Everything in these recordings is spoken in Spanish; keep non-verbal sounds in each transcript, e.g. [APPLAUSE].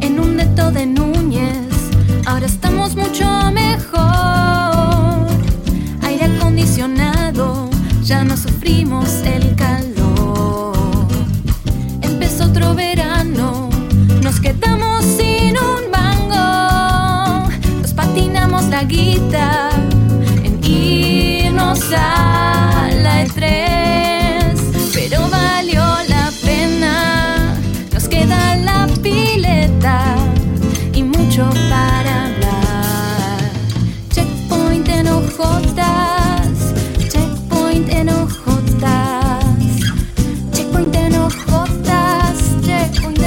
Alberto de Núñez. Ahora estamos mucho mejor. Aire acondicionado, ya no sufrimos el calor. Empezó otro verano, nos quedamos sin un mango. Nos patinamos la guita en irnos a la E3. Pero valió la pena, nos queda la pileta y mucho para hablar. Checkpoint en hojotas, checkpoint en hojotas, checkpoint en hojotas, checkpoint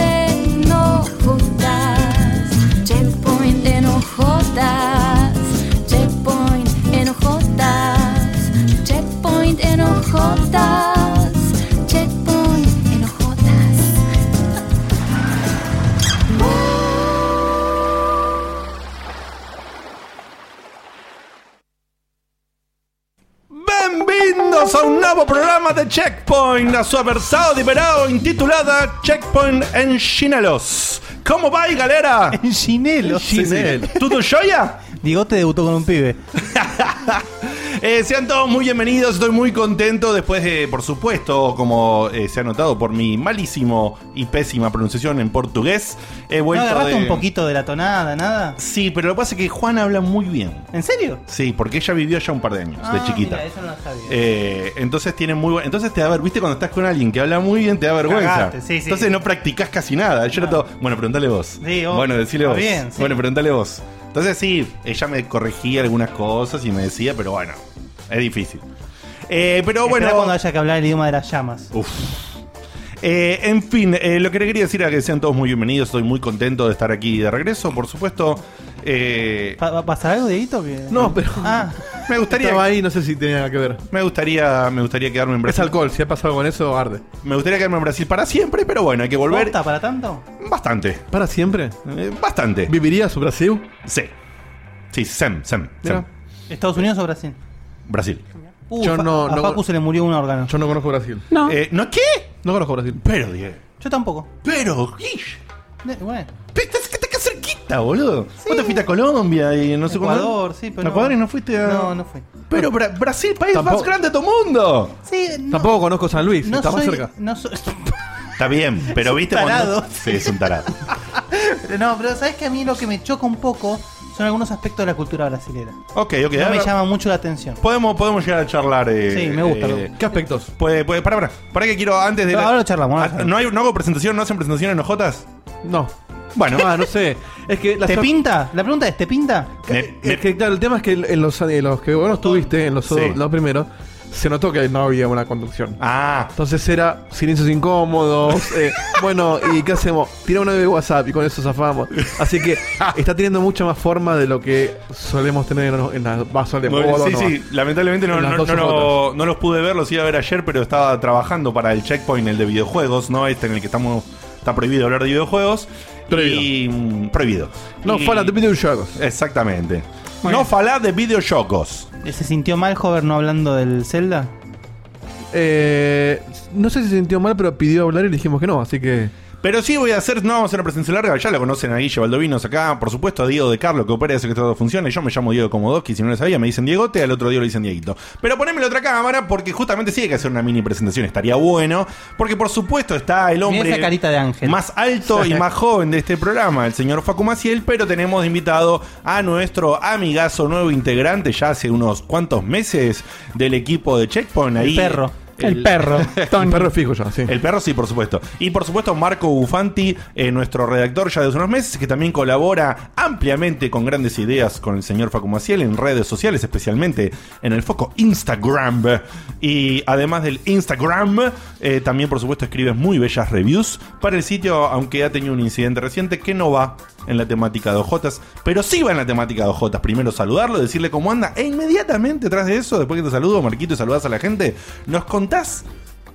en hojotas, checkpoint en hojotas, checkpoint en hojotas, checkpoint en hojotas, checkpoint en hojotas. Benvindos a un nuevo programa de Checkpoint, la sua versão de verão intitulada Checkpoint en Chinelos. ¿Cómo va, galera? En chinelo. Chinel. ¿Todo joya? Digote debutó con un pibe. Eh, sean todos muy bienvenidos, estoy muy contento después de, por supuesto, como eh, se ha notado por mi malísimo y pésima pronunciación en portugués, he ¿No vuelto agarraste de- un poquito de la tonada, nada? Sí, pero lo que pasa es que Juan habla muy bien. ¿En serio? Sí, porque ella vivió allá un par de años, de Ah, chiquita. mira, eso no lo sabía. Eh, entonces tiene muy buen- entonces te da ver viste cuando estás con alguien que habla muy bien te da vergüenza Cagaste, sí, sí. entonces no practicás casi nada yo era todo bueno preguntale vos Sí, vos. bueno decile Está vos bien, sí. bueno preguntale vos entonces sí ella me corregía algunas cosas y me decía pero bueno es difícil Eh, Esperá pero bueno cuando haya que hablar el idioma de las llamas. Uf. Eh, en fin, eh, lo que le quería decir era que sean todos muy bienvenidos. Estoy muy contento de estar aquí de regreso, por supuesto. Eh, ¿Pa- pa- ¿Pasará algo, Dieguito? Que... No, pero Ah, me gustaría, estaba ahí, no sé si tenía nada que ver. me gustaría, me gustaría quedarme en Es Brasil. alcohol, si ha pasado con eso, arde. Me gustaría quedarme en Brasil para siempre, pero bueno, hay que volver. ¿posta para tanto? Bastante. ¿Para siempre? Eh, Bastante. ¿Viviría su Brasil? Sí. Sí, Sem, Sem, Mira. Sem. ¿Estados Unidos o Brasil? Brasil. Uh, Yo Fa- no- a no- Facu se le murió un órgano. Yo, Yo no conozco Brasil. ¿No? Eh, ¿No qué? No conozco Brasil. Pero, Diego. tampoco. Pero, Guish. De- bueno, Pero Estás que acá cerquita, boludo. Vos te fuiste a Colombia y no sé cuándo. Ecuador, sí, pero ¿A no. Ecuador y no fuiste a.? No, no fui. Pero Bra- Brasil, país Tampoco- más grande de todo mundo. Sí, no, Tampoco conozco San Luis, no está más soy- cerca. No, soy- Está bien, pero viste. tarado. Sí, es [LAUGHS] un tarado. Pero [LAUGHS] no, pero sabes que a mí lo que me choca un poco son algunos aspectos de la cultura brasilera. ok, ok. No me ahora llama mucho la atención. podemos, podemos llegar a charlar. eh, Sí, me gusta, eh, me gusta. ¿Qué aspectos? Puede, puede, para, para, para que quiero antes de. Pero la- ahora lo charlamos, ahora lo Ah, ¿No, hay, ¿No hago presentación? ¿No hacen presentación en OJotas? No. [LAUGHS] Bueno, Ah, no sé. Es que la ¿Te pinta? La pregunta es, ¿te pinta? me- me- Es que, claro, el tema es que en los, en los que vos no estuviste, en los Sí. dos- los primeros, se notó que no había una conducción. Ah, Entonces era [LAUGHS] silencios incómodos. eh, bueno, ¿y qué hacemos? Tira una de WhatsApp y con eso zafamos. Así que está teniendo mucha más forma de lo que solemos tener en, los- en las más solemos. Bueno, o sí, no. sí, lamentablemente no, Las no- dos no lo- ojotas. no los pude ver, los iba a ver ayer, pero estaba trabajando para el checkpoint, el de videojuegos, ¿no? Este en el que estamos, está prohibido hablar de videojuegos. Prohibido. Y, mm, prohibido. No, Y- fala, te pide un juego. Exactamente. No falar de videojuegos. Eh, ¿Se sintió mal Hover no hablando del Zelda? Eh, no sé si se sintió mal, pero pidió hablar y le dijimos que no. Así que. Pero sí voy a hacer, no vamos a hacer una presentación larga, ya la conocen a Guille Baldovinos acá, por supuesto a Diego de Carlo, que opera y hace que todo funcione, yo me llamo Diego Komodoski, si no lo sabía me dicen Diegote, al otro Diego le dicen Dieguito. Pero poneme la otra cámara porque justamente sí hay que hacer una mini presentación, estaría bueno, porque por supuesto está el hombre esa carita de ángel. más alto [LAUGHS] y [LAUGHS] más joven de este programa, el señor Facu Maciel, pero tenemos de invitado a nuestro amigazo nuevo integrante ya hace unos cuantos meses del equipo de Checkpoint ahí. El perro. El- [LAUGHS] perro. El perro es fijo ya, sí. el perro sí, por supuesto. Y por supuesto Marco Bufanti, eh, nuestro redactor ya de hace unos meses, que también colabora ampliamente con grandes ideas con el señor Facu Maciel en redes sociales, especialmente en el foco Instagram. Y además del Instagram, eh, también por supuesto escribe muy bellas reviews para el sitio, aunque ha tenido un incidente reciente que no va en la temática de OJotas, pero sí va en la temática de OJotas. Primero saludarlo, decirle cómo anda, e inmediatamente tras de eso, después que te saludo, Marquito, y saludas a la gente, nos contás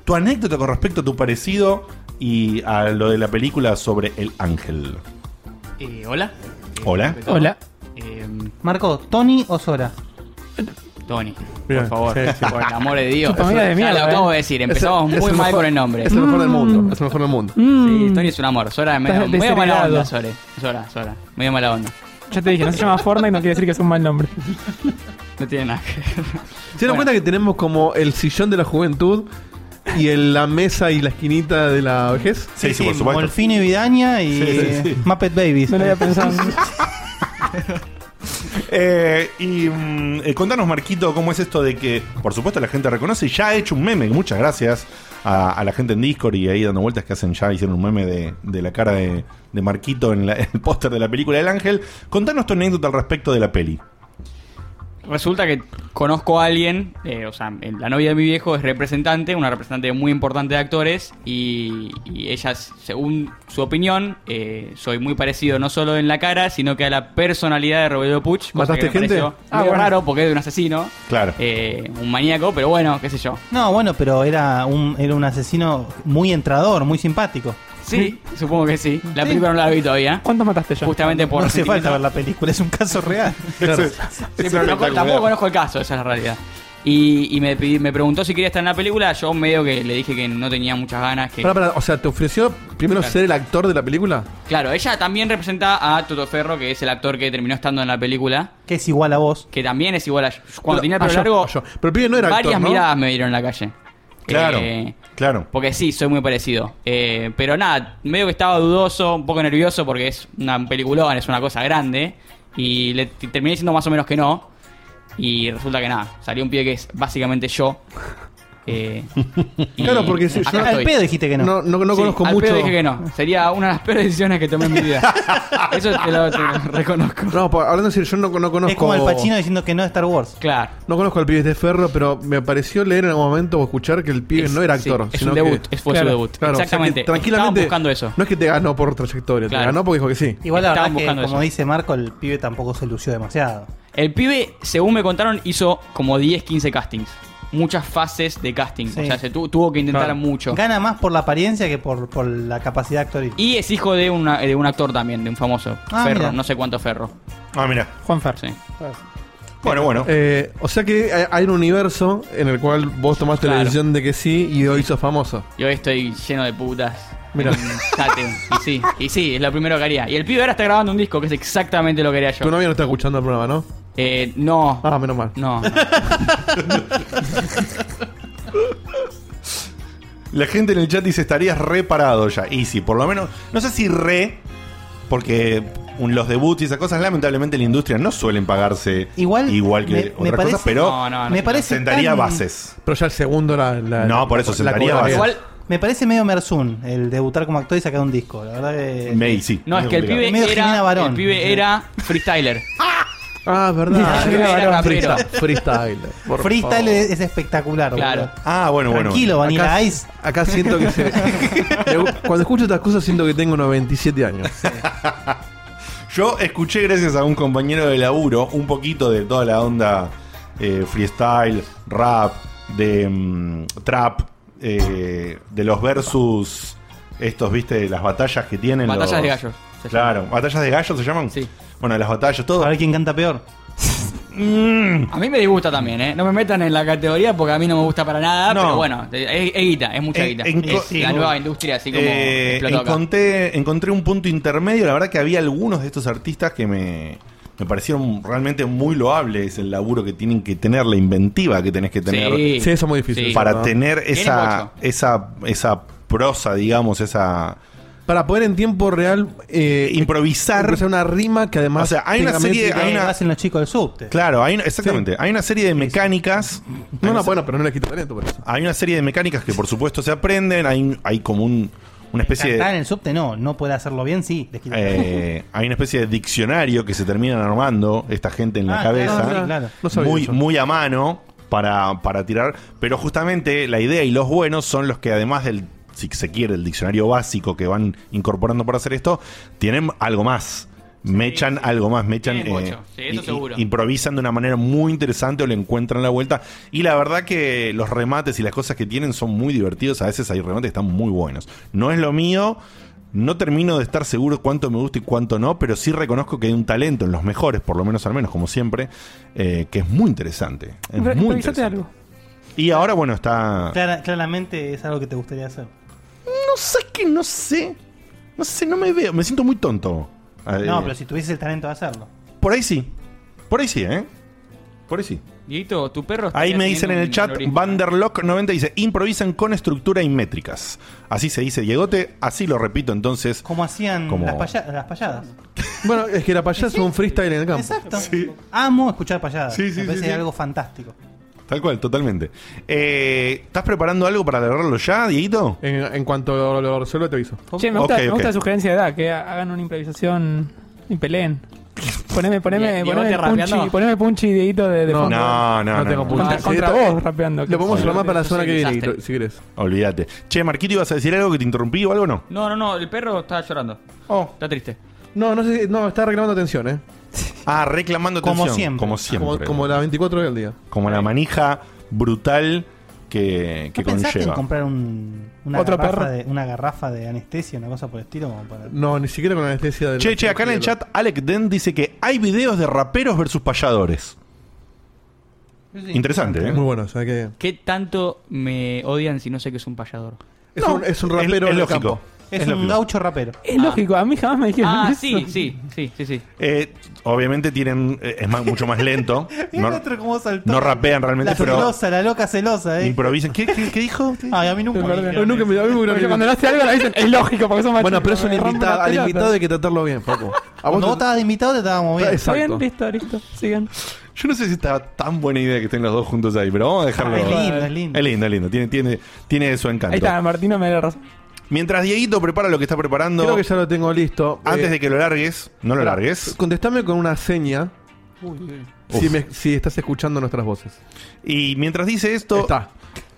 tu anécdota con respecto a tu parecido y a lo de la película sobre el ángel. Eh, hola. Hola. Hola. Eh, Marco, ¿Tony o Sora? Tony. Bien, Por favor, sí, sí. por el amor de Dios. Tu familia de Ya mierda, lo eh. acabo de decir, empezamos Es el- es muy el mal mejor- con el nombre. Es el mejor del mundo. Es el mejor del mundo. Sí, Mm, Tony es un amor. Sora es medio, Estás medio mala desheredado. onda, Sora. Sora, Sora. Medio mala onda. Ya te dije, no se llama Fortnite, no quiere decir que es un mal nombre. No tiene nada que ver. Se dieron Bueno. cuenta que tenemos como el sillón de la juventud y el- la mesa y la esquinita de la vejez. Sí, sí, por supuesto. Molfino y Vidaña y Sí, sí, sí. Muppet Babies. No lo había pensado. Eh, y mm, eh, contanos, Marquito, cómo es esto de que, por supuesto, la gente reconoce y ya ha hecho un meme. Muchas gracias a, a la gente en Discord y ahí dando vueltas que hacen ya, hicieron un meme de, de la cara de, de Marquito en, la- [LAUGHS] en el póster de la película El Ángel. Contanos tu anécdota al respecto de la peli. Resulta que conozco a alguien, eh, o sea, la novia de mi viejo es representante, una representante muy importante de actores, y, y ella, según su opinión, eh, soy muy parecido no solo en la cara, sino que a la personalidad de Roberto Puch. cosa ¿Mataste que me gente? pareció Ah, medio bueno. raro porque es de un asesino, Claro. eh, un maníaco, pero bueno, qué sé yo. [LAUGHS] No, bueno, pero era un, era un asesino muy entrador, muy simpático. Sí, supongo que sí. La película no la vi todavía. ¿Cuántos mataste ya? Justamente por no hace sentimiento- falta ver la película, es un caso [LAUGHS] real. Sí, pero no- tampoco conozco el caso, esa es la realidad. Y, y me, pidi- me preguntó si quería estar en la película, yo medio que le dije que no tenía muchas ganas, que... Pará, pará, o sea, ¿te ofreció primero Claro. ser el actor de la película? Claro, ella también representa a Toto Ferro, que es el actor que terminó estando en la película, Que es igual a vos. que también es igual a... Pero- Cuando tenía el ah, pelo yo- largo, ah, yo. Pero el pibe no era varias actor, ¿no? miradas me dieron en la calle. Claro, Eh, claro. porque sí, soy muy parecido. Eh, pero nada, medio que estaba dudoso, un poco nervioso, porque es una peliculón, es una cosa grande. Y le t- terminé diciendo más o menos que no. Y resulta que nada, salió un pie que es básicamente yo. Eh, y Claro, porque si acá yo- estoy. Al pedo dijiste que no. No, no, no Sí, conozco al mucho. pedo dije que no. Sería una de las peores decisiones que tomé en mi [LAUGHS] vida. Eso te lo, te lo reconozco. No, pa- hablando en serio, yo no, no conozco. es como el Pacino diciendo que no a Star Wars. Claro. No conozco al pibe de Ferro, pero me pareció leer en algún momento o escuchar que el pibe Es- no era sí, actor. es sino un debut, que- es- fue su debut. o sea que Exactamente, tranquilamente. estaban buscando eso. No es que te ganó por trayectoria, te Claro. ganó porque dijo que sí. Igual la verdad Estaban que, buscando como eso. dice Marco, el pibe tampoco se lució demasiado. El pibe, según me contaron, hizo como 10, 15 castings. Muchas fases de casting. Sí. O sea, se tu- tuvo que intentar Claro. mucho. Gana más por la apariencia que por, por la capacidad actoral. Y es hijo de, una- de un actor también, de un famoso. Ah, Ferro, mira. no sé cuánto Ferro. Ah, mira. Juan Fer. Sí. Bueno, bueno. Eh, o sea que hay- hay un universo en el cual vos tomaste la Claro. decisión de que sí y hoy sos famoso. Yo hoy estoy lleno de putas. Mira. En un yate. Y sí, y sí, es lo primero que haría. Y el pibe ahora está grabando un disco que es exactamente lo que haría Tu yo. novia no está escuchando el programa, ¿no? Eh, no, Ah, menos mal. no, no. La gente en el chat dice, estarías reparado ya. Y sí, por lo menos, no sé si re, porque un- los debuts y esas cosas, lamentablemente en la industria no suelen pagarse Igual, que me- me otras parece- cosas, pero No, no, no. me parece sentaría tan- bases. Pero ya el segundo la. la- No, por eso, la sentaría cobraría. base. Igual, Me parece medio Merzun el debutar como actor y sacar un disco. La verdad que. May, sí. no, es que el complicado. pibe Medio Jimena era. Barón. El pibe era freestyler. Ah, Ah, [LAUGHS] verdad. que era Era rapero. freestyle. freestyle, por Freestyle favor. es, es espectacular, Claro. boludo. Ah, bueno, bueno. Tranquilo, Vanilla Acá, Ice. acá siento [LAUGHS] que se. me- Cuando escucho estas cosas siento que tengo unos 27 años. Yo escuché, gracias a un compañero de laburo, un poquito de toda la onda eh, freestyle, rap, de mm, trap, eh, de los versus, estos, viste, las batallas que tienen. Batallas los- de gallos, se Claro, batallas de gallos se llaman. Sí. Bueno, las batallas, todo. A ver quién canta peor. Mm, A mí me disgusta también, ¿eh? No me metan en la categoría porque a mí no me gusta para nada, No. pero bueno, es, es guita, es mucha En- guita. en- es en- la nueva industria, así como eh, explotó acá. encontré, encontré un punto intermedio. La verdad que había algunos de estos artistas que me, me parecieron realmente muy loables el laburo que tienen que tener, la inventiva que tenés que tener. Sí. Sí, eso es muy difícil. Sí. para ¿no? tener esa, mucho. esa, esa prosa, digamos, esa Para poder en tiempo real eh, improvisar. improvisar una rima que además. O sea, hay una tenga serie- métrica. Eh, hay Ahí una- hacen los chicos del subte. Claro, hay, una- exactamente. Hay una serie de mecánicas. No, hay no, una- bueno, pero no le quito talento por eso. Hay una serie de mecánicas que, por supuesto, se aprenden. Hay, un- hay como un, una especie Cantar en de. el subte no, no puede hacerlo bien, sí. les quita- eh, hay una especie de diccionario que se terminan armando esta gente en la Ah, cabeza. claro, sí, claro. No sabía muy, eso. muy a mano para, para tirar. Pero justamente la idea y los buenos son los que además del, si se quiere, el diccionario básico que van incorporando para hacer esto, tienen algo más. Me echan algo más, me echan. eh, Tienen mucho, sí, eso i- i- seguro. improvisan de una manera muy interesante o le encuentran la vuelta. Y la verdad que los remates y las cosas que tienen son muy divertidos. A veces hay remates que están muy buenos. No es lo mío, No termino de estar seguro cuánto me gusta y cuánto no, pero sí reconozco que hay un talento en los mejores, por lo menos al menos, como siempre, eh, que es muy interesante. Es Re- muy revisate interesante. Ah. algo. Y ahora, bueno, está. Clara- claramente es algo que te gustaría hacer. No sé qué, no sé. No sé, no me veo. Me siento muy tonto. Eh, No, pero si tuvieses el talento de hacerlo. Por ahí sí. Por ahí sí, ¿eh? Por ahí sí. Dieguito, tu perro. Ahí estaría me dicen en teniendo el un chat, aneurisma. Vanderlock90 dice, improvisan con estructura y métricas. Así se dice Diegote, así lo repito entonces. Como hacían Como- Las, paya- las payadas. Bueno, es que la payasa es un freestyle en el campo. Exacto. Amo escuchar payadas. Sí, sí, Me sí, parece sí. algo fantástico. Tal cual, totalmente. Eh, ¿Estás preparando algo para lograrlo ya, Dieguito? En, en cuanto lo, lo resuelva, te aviso. Che, me gusta, Ok, me ok. gusta la sugerencia de edad, que ha- hagan una improvisación y peleen. Poneme, poneme, Bien, poneme Diegote rapeando. punchi, poneme punchi y dedito de, de No, fondo. No, no, no. No tengo no. punto. Contra, Sí, contra esto- vos rapeando. que- Lo podemos Sí, llamar lo para la que semana que viene, socializaste. Nico, si querés. Olvídate. Che, Marquito, ¿ibas a decir algo que te interrumpí o algo no? No, no, no, el perro está llorando. Oh. Está triste. No, no sé si- No, está reclamando atención, ¿eh? Ah, reclamando Como atención. siempre. Como siempre. Como, como la 24 del día. Como la manija brutal que, que ¿No pensaste en conlleva. comprar un, una, ¿Otro garrafa perro? de, una garrafa de anestesia, una cosa por el estilo? Como para... No, ni siquiera con anestesia del. Che, che, acá en el chat Alec Den dice que hay videos de raperos versus payadores. Interesante, ¿eh? Muy bueno, o sea que. ¿Qué tanto me odian si no sé que es un payador? Es, No, un, es un rapero es en el lógico. campo. Es, Es lo un que- gaucho rapero. Es lógico, a mí jamás me dijeron Ah, eso. sí, sí, sí, sí, sí. Eh, obviamente tienen eh, es más- mucho más lento. Mira el no, otro cómo saltó. no rapean realmente, La pero celosa, la loca celosa, ¿eh? [LAUGHS] improvisan. ¿Qué, qué- qué dijo? Ay, a mí nunca me Perdón. dijeron Yo nunca me- a mí me hubiera- Porque cuando le hace algo le dicen, es lógico, porque son Bueno, machistas, pero es un me rompen invitado. las Al pelotas. invitado hay que tratarlo bien, Paco. A Cuando vos vos te- estabas de invitado te estábamos bien. Exacto. Bien, listo, listo, sigan. Yo no sé si estaba tan buena idea que estén los dos juntos ahí, pero vamos a dejarlo. Ah, es lindo, es lindo. Es lindo, es lindo. Tiene, tiene, tiene su encanto. Ahí está, Martino me da razón. Mientras Dieguito prepara lo que está preparando, Creo que ya lo tengo listo. antes Eh, de que lo largues, no lo largues. Contestame con una seña si, Uf. me- si estás escuchando nuestras voces. Y mientras dice esto, Está.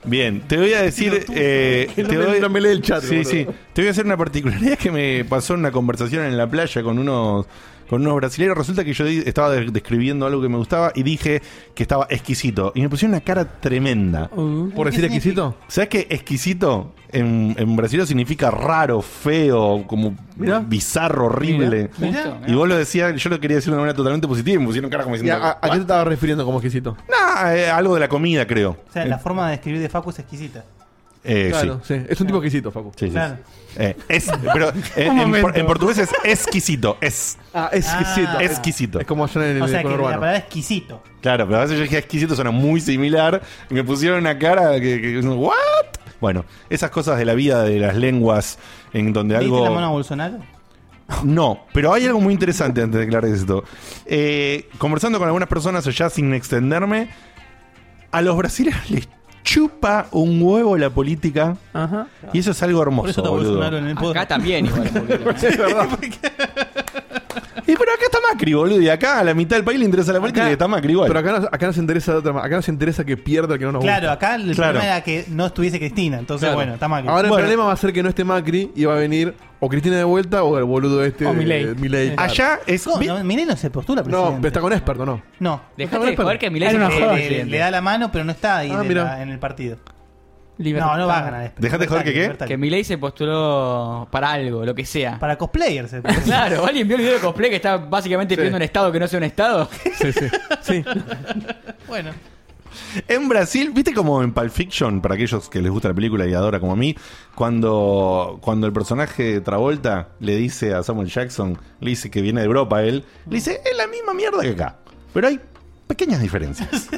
Bien, te voy a [LAUGHS] decir. eh, Que no te me- voy- no me lee el chat, Sí, boludo. sí. Te voy a hacer una particularidad que me pasó en una conversación en la playa con unos, con unos brasileños. Resulta que yo di- estaba de- describiendo algo que me gustaba y dije que estaba exquisito. Y me pusieron una cara tremenda. Uh. ¿Por decir exquisito? ¿Sabes qué? Exquisito en, en brasileño significa raro, feo, como Mirá. bizarro, horrible. Justo, Y vos lo decías, yo lo quería decir de una manera totalmente positiva y me pusieron cara como ¿Y diciendo. a, a- a qué te estabas refiriendo como exquisito? "Nah, eh, algo de la comida, creo. O sea, la forma de escribir de Facu es exquisita. Eh, sí. Claro, sí. Es un tipo exquisito, Facu. Sí, sí, sí. Claro. Eh, [LAUGHS] es, pero eh, en, momento. por- en portugués es exquisito. Es Ah, exquisito. Ah. Es- exquisito. Es como allá en el O sea, que la conurbano. palabra exquisito. Claro, pero a veces yo dije exquisito suena muy similar. Y me pusieron una cara que, que- ¿What? Bueno, esas cosas de la vida de las lenguas en donde ¿Le diste la algo. mano a Bolsonaro? No, pero hay algo muy interesante antes de aclarar esto. Eh, conversando con algunas personas allá sin extenderme, a los brasileños les chupa un huevo la política. Ajá. Y eso es algo hermoso. Por eso está boludo. Bolsonaro en el Acá podcast. [LAUGHS] también igual. ¿eh? boludo. Es verdad. Y pero acá está Macri, boludo. Y acá a la mitad del país le interesa la política Acá- y está Macri igual. Pero acá nos, acá nos interesa de otra manera. Acá nos interesa que pierda el que no nos Claro, gusta. acá el Claro. problema era que no estuviese Cristina. Entonces, Claro. bueno, está mal. Ahora Bueno. el problema va a ser que no esté Macri y va a venir o Cristina de vuelta o el boludo este. O de- Milei. Milei, claro. Allá es. No, vi- no, Milei no se postula, No, presidente. pero está con Expert, ¿o no? No. Dejate de joder que Milei Era se una cree joda. Le- le, presidente. le da la mano, pero no está ahí Ah, de mira. la- en el partido. Libertad. No, no va a ganar. Dejate de joder que qué? Que Que Milei se postuló para algo, lo que sea. Para [LAUGHS] cosplayers. eh. Claro, ¿alguien vio el video de cosplay que está básicamente Sí. pidiendo un estado que no sea [LAUGHS] un estado? Sí, sí. sí. bueno. En Brasil, viste como en Pulp Fiction, para aquellos que les gusta la película y adora como a mí, cuando, cuando el personaje de Travolta le dice a Samuel Jackson, le dice que viene de Europa él, le dice, es la misma mierda que acá. Pero hay pequeñas diferencias.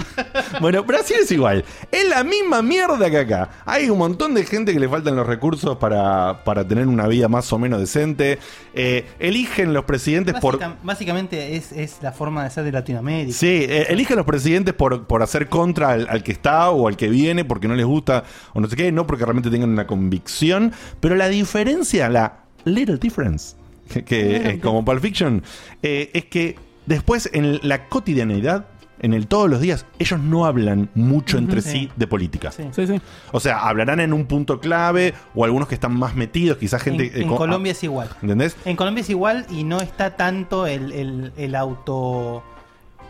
bueno, Brasil es igual. Es la misma mierda que acá. Hay un montón de gente que le faltan los recursos para, para tener una vida más o menos decente. Eh, eligen los presidentes por... Básica- Básicamente es, es la forma de ser de Latinoamérica. Sí, eh, eligen los presidentes por, por hacer contra al, al que está o al que viene, porque no les gusta o no sé qué, no porque realmente tengan una convicción. Pero la diferencia, la little difference, que, que es como Pulp Fiction, eh, es que después en la cotidianeidad, en el todos los días, ellos no hablan mucho entre sí, Sí. de política. Sí. Sí, sí. O sea, hablarán en un punto clave o algunos que están más metidos, quizás gente. en, eh, en co- Colombia es igual. ¿Entendés? En Colombia es igual y no está tanto el, el- el auto.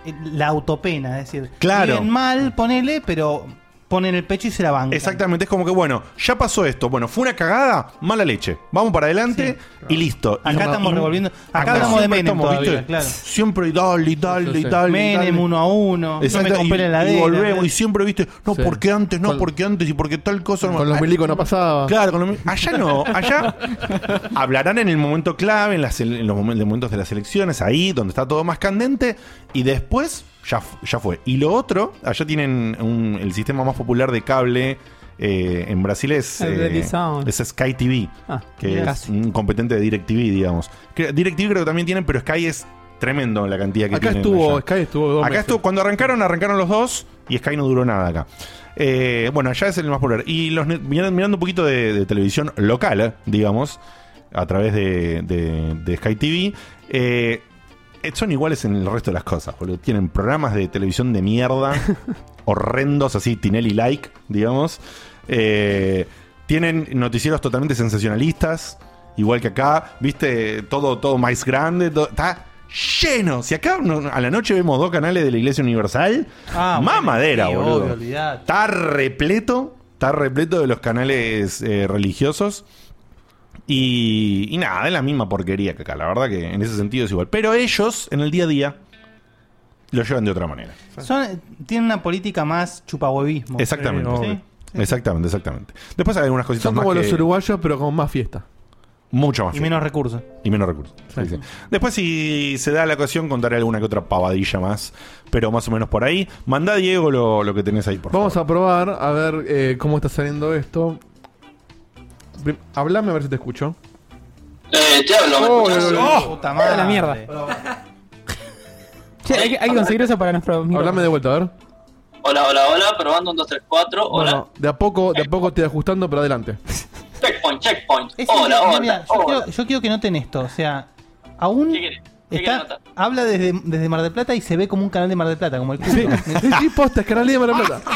el- la autopena, es decir. Claro. viven mal, ponele, pero ponen el pecho y se la bancan. Exactamente, es como que bueno, ya pasó esto, bueno, fue una cagada, mala leche, vamos para adelante y listo. Y- Acá estamos y- revolviendo. Acá acá hablamos de siempre Menem estamos, todavía, ¿viste? claro. Siempre y dale, y dale, y Sí. dale. y Menem dale. uno a uno. Yo Exacto, me compré y- la y, heladera. volvemos, y siempre viste, no, Sí. porque antes, no, Con- porque antes, y porque tal cosa. Con los Ah, milicos no pasaba. Claro, con lo mi- allá no, allá hablarán en el momento clave, en, las ele- en los momen- los momentos de las elecciones, ahí donde está todo más candente, y después ya, fu- ya fue. Y lo otro, allá tienen un- el sistema más popular de cable eh, en Brasil es, El de eh, Dizon. es Sky TV, Ah, que mira. es un competente de DirecTV, digamos. Que- DirecTV creo que también tienen, pero Sky es tremendo la cantidad que Acá tienen. estuvo, allá. Sky estuvo dos Acá meses. estuvo, cuando arrancaron, arrancaron los dos y Sky no duró nada acá. Eh, bueno, allá es el más popular. Y los ne- mirando, mirando un poquito de, de televisión local, eh, digamos, a través de, de- de Sky TV, eh, eh, son iguales en el resto de las cosas, boludo. Tienen programas de televisión de [LAUGHS] mierda, horrendos, así, Tinelli like, digamos. Eh, tienen noticieros totalmente sensacionalistas, igual que acá, viste, todo, todo más grande, to- está lleno. Si acá no- a la noche vemos dos canales de la Iglesia Universal, Ah, bueno, mamadera, sí, boludo. obvio, olvidate. está repleto, está repleto de los canales eh, religiosos. Y, y nada, es la misma porquería que acá. La verdad que en ese sentido es igual. Pero ellos, en el día a día, lo llevan de otra manera. Son- tienen una política más chupahuevismo. Exactamente. Sí, sí. Exactamente, exactamente. Después hay algunas cositas Son más como que- los uruguayos, pero con más fiesta. mucho más Y menos recursos. Y menos recursos. Sí, sí. Después, si se da la ocasión, contaré alguna que otra pavadilla más. Pero más o menos por ahí. Mandá, Diego, lo, lo que tenés ahí, por Vamos favor. a probar a ver eh, cómo está saliendo esto. Prim- Hablame a ver si te escucho. Eh, te hablo, ¿me Oh, escuchás? no, Puta la mierda. Che, hay, que- hay que conseguir eso para nuestro Hablame de vuelta, a ver. Hola, hola, hola, probando un, dos, tres, cuatro, hola. Bueno, de a poco, de a poco te ajustando, pero adelante. Checkpoint, checkpoint. Es hola, increíble, hola, mira, yo, hola. Quiero, yo quiero que noten esto. O sea, aún ¿Qué querés? ¿Qué querés está, notar? habla desde, desde Mar del Plata y se ve como un canal de Mar del Plata, como el culo. Sí, sí, sí, posta, es Canal 10 de Mar [LAUGHS] del Plata.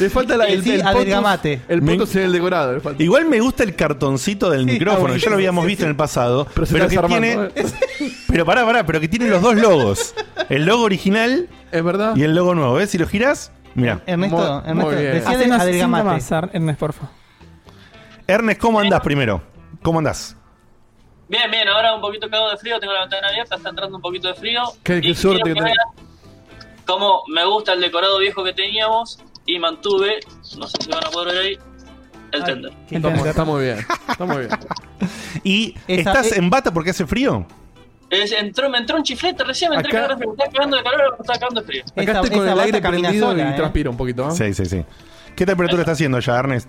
Le falta la, el, Sí, el adelgamate. potus- El potus en el decorado. le falta. Igual me gusta el cartoncito del micrófono, que ya lo habíamos visto en el pasado. Pero, Pero se está que tiene. desarmando, ¿eh? Pero pará, pará, pero que tiene los dos [LAUGHS] logos: el logo original Es verdad. y el logo nuevo. ¿Ves? Si lo girás, mirá. Ernesto, Muy- muy Ernesto, bien. decía de Hacenos síntomas, adelgamate. Ar- Ernest, porfa. Ernest, ¿cómo andás primero? ¿Cómo andás? Bien, bien, ahora un poquito cago de frío, tengo la ventana abierta, está entrando un poquito de frío. Qué- Y qué suerte quiero que tenés. vean Cómo me gusta el decorado viejo que teníamos y mantuve, no sé si van a poder ver ahí, el tender. Está muy- Entender. está muy bien. Está muy [LAUGHS] bien. ¿Y Esa- estás eh- en bata porque hace frío? Es- entró, me entró un chiflete recién, me entré Acá- que ahora me está cagando de calor, ahora me está cagando de frío. Acá Esa- estoy con esa el bata aire camina prendido sola, y ¿eh? transpiro un poquito. ¿ah? Sí, sí, sí. ¿Qué temperatura está haciendo ya, Ernest?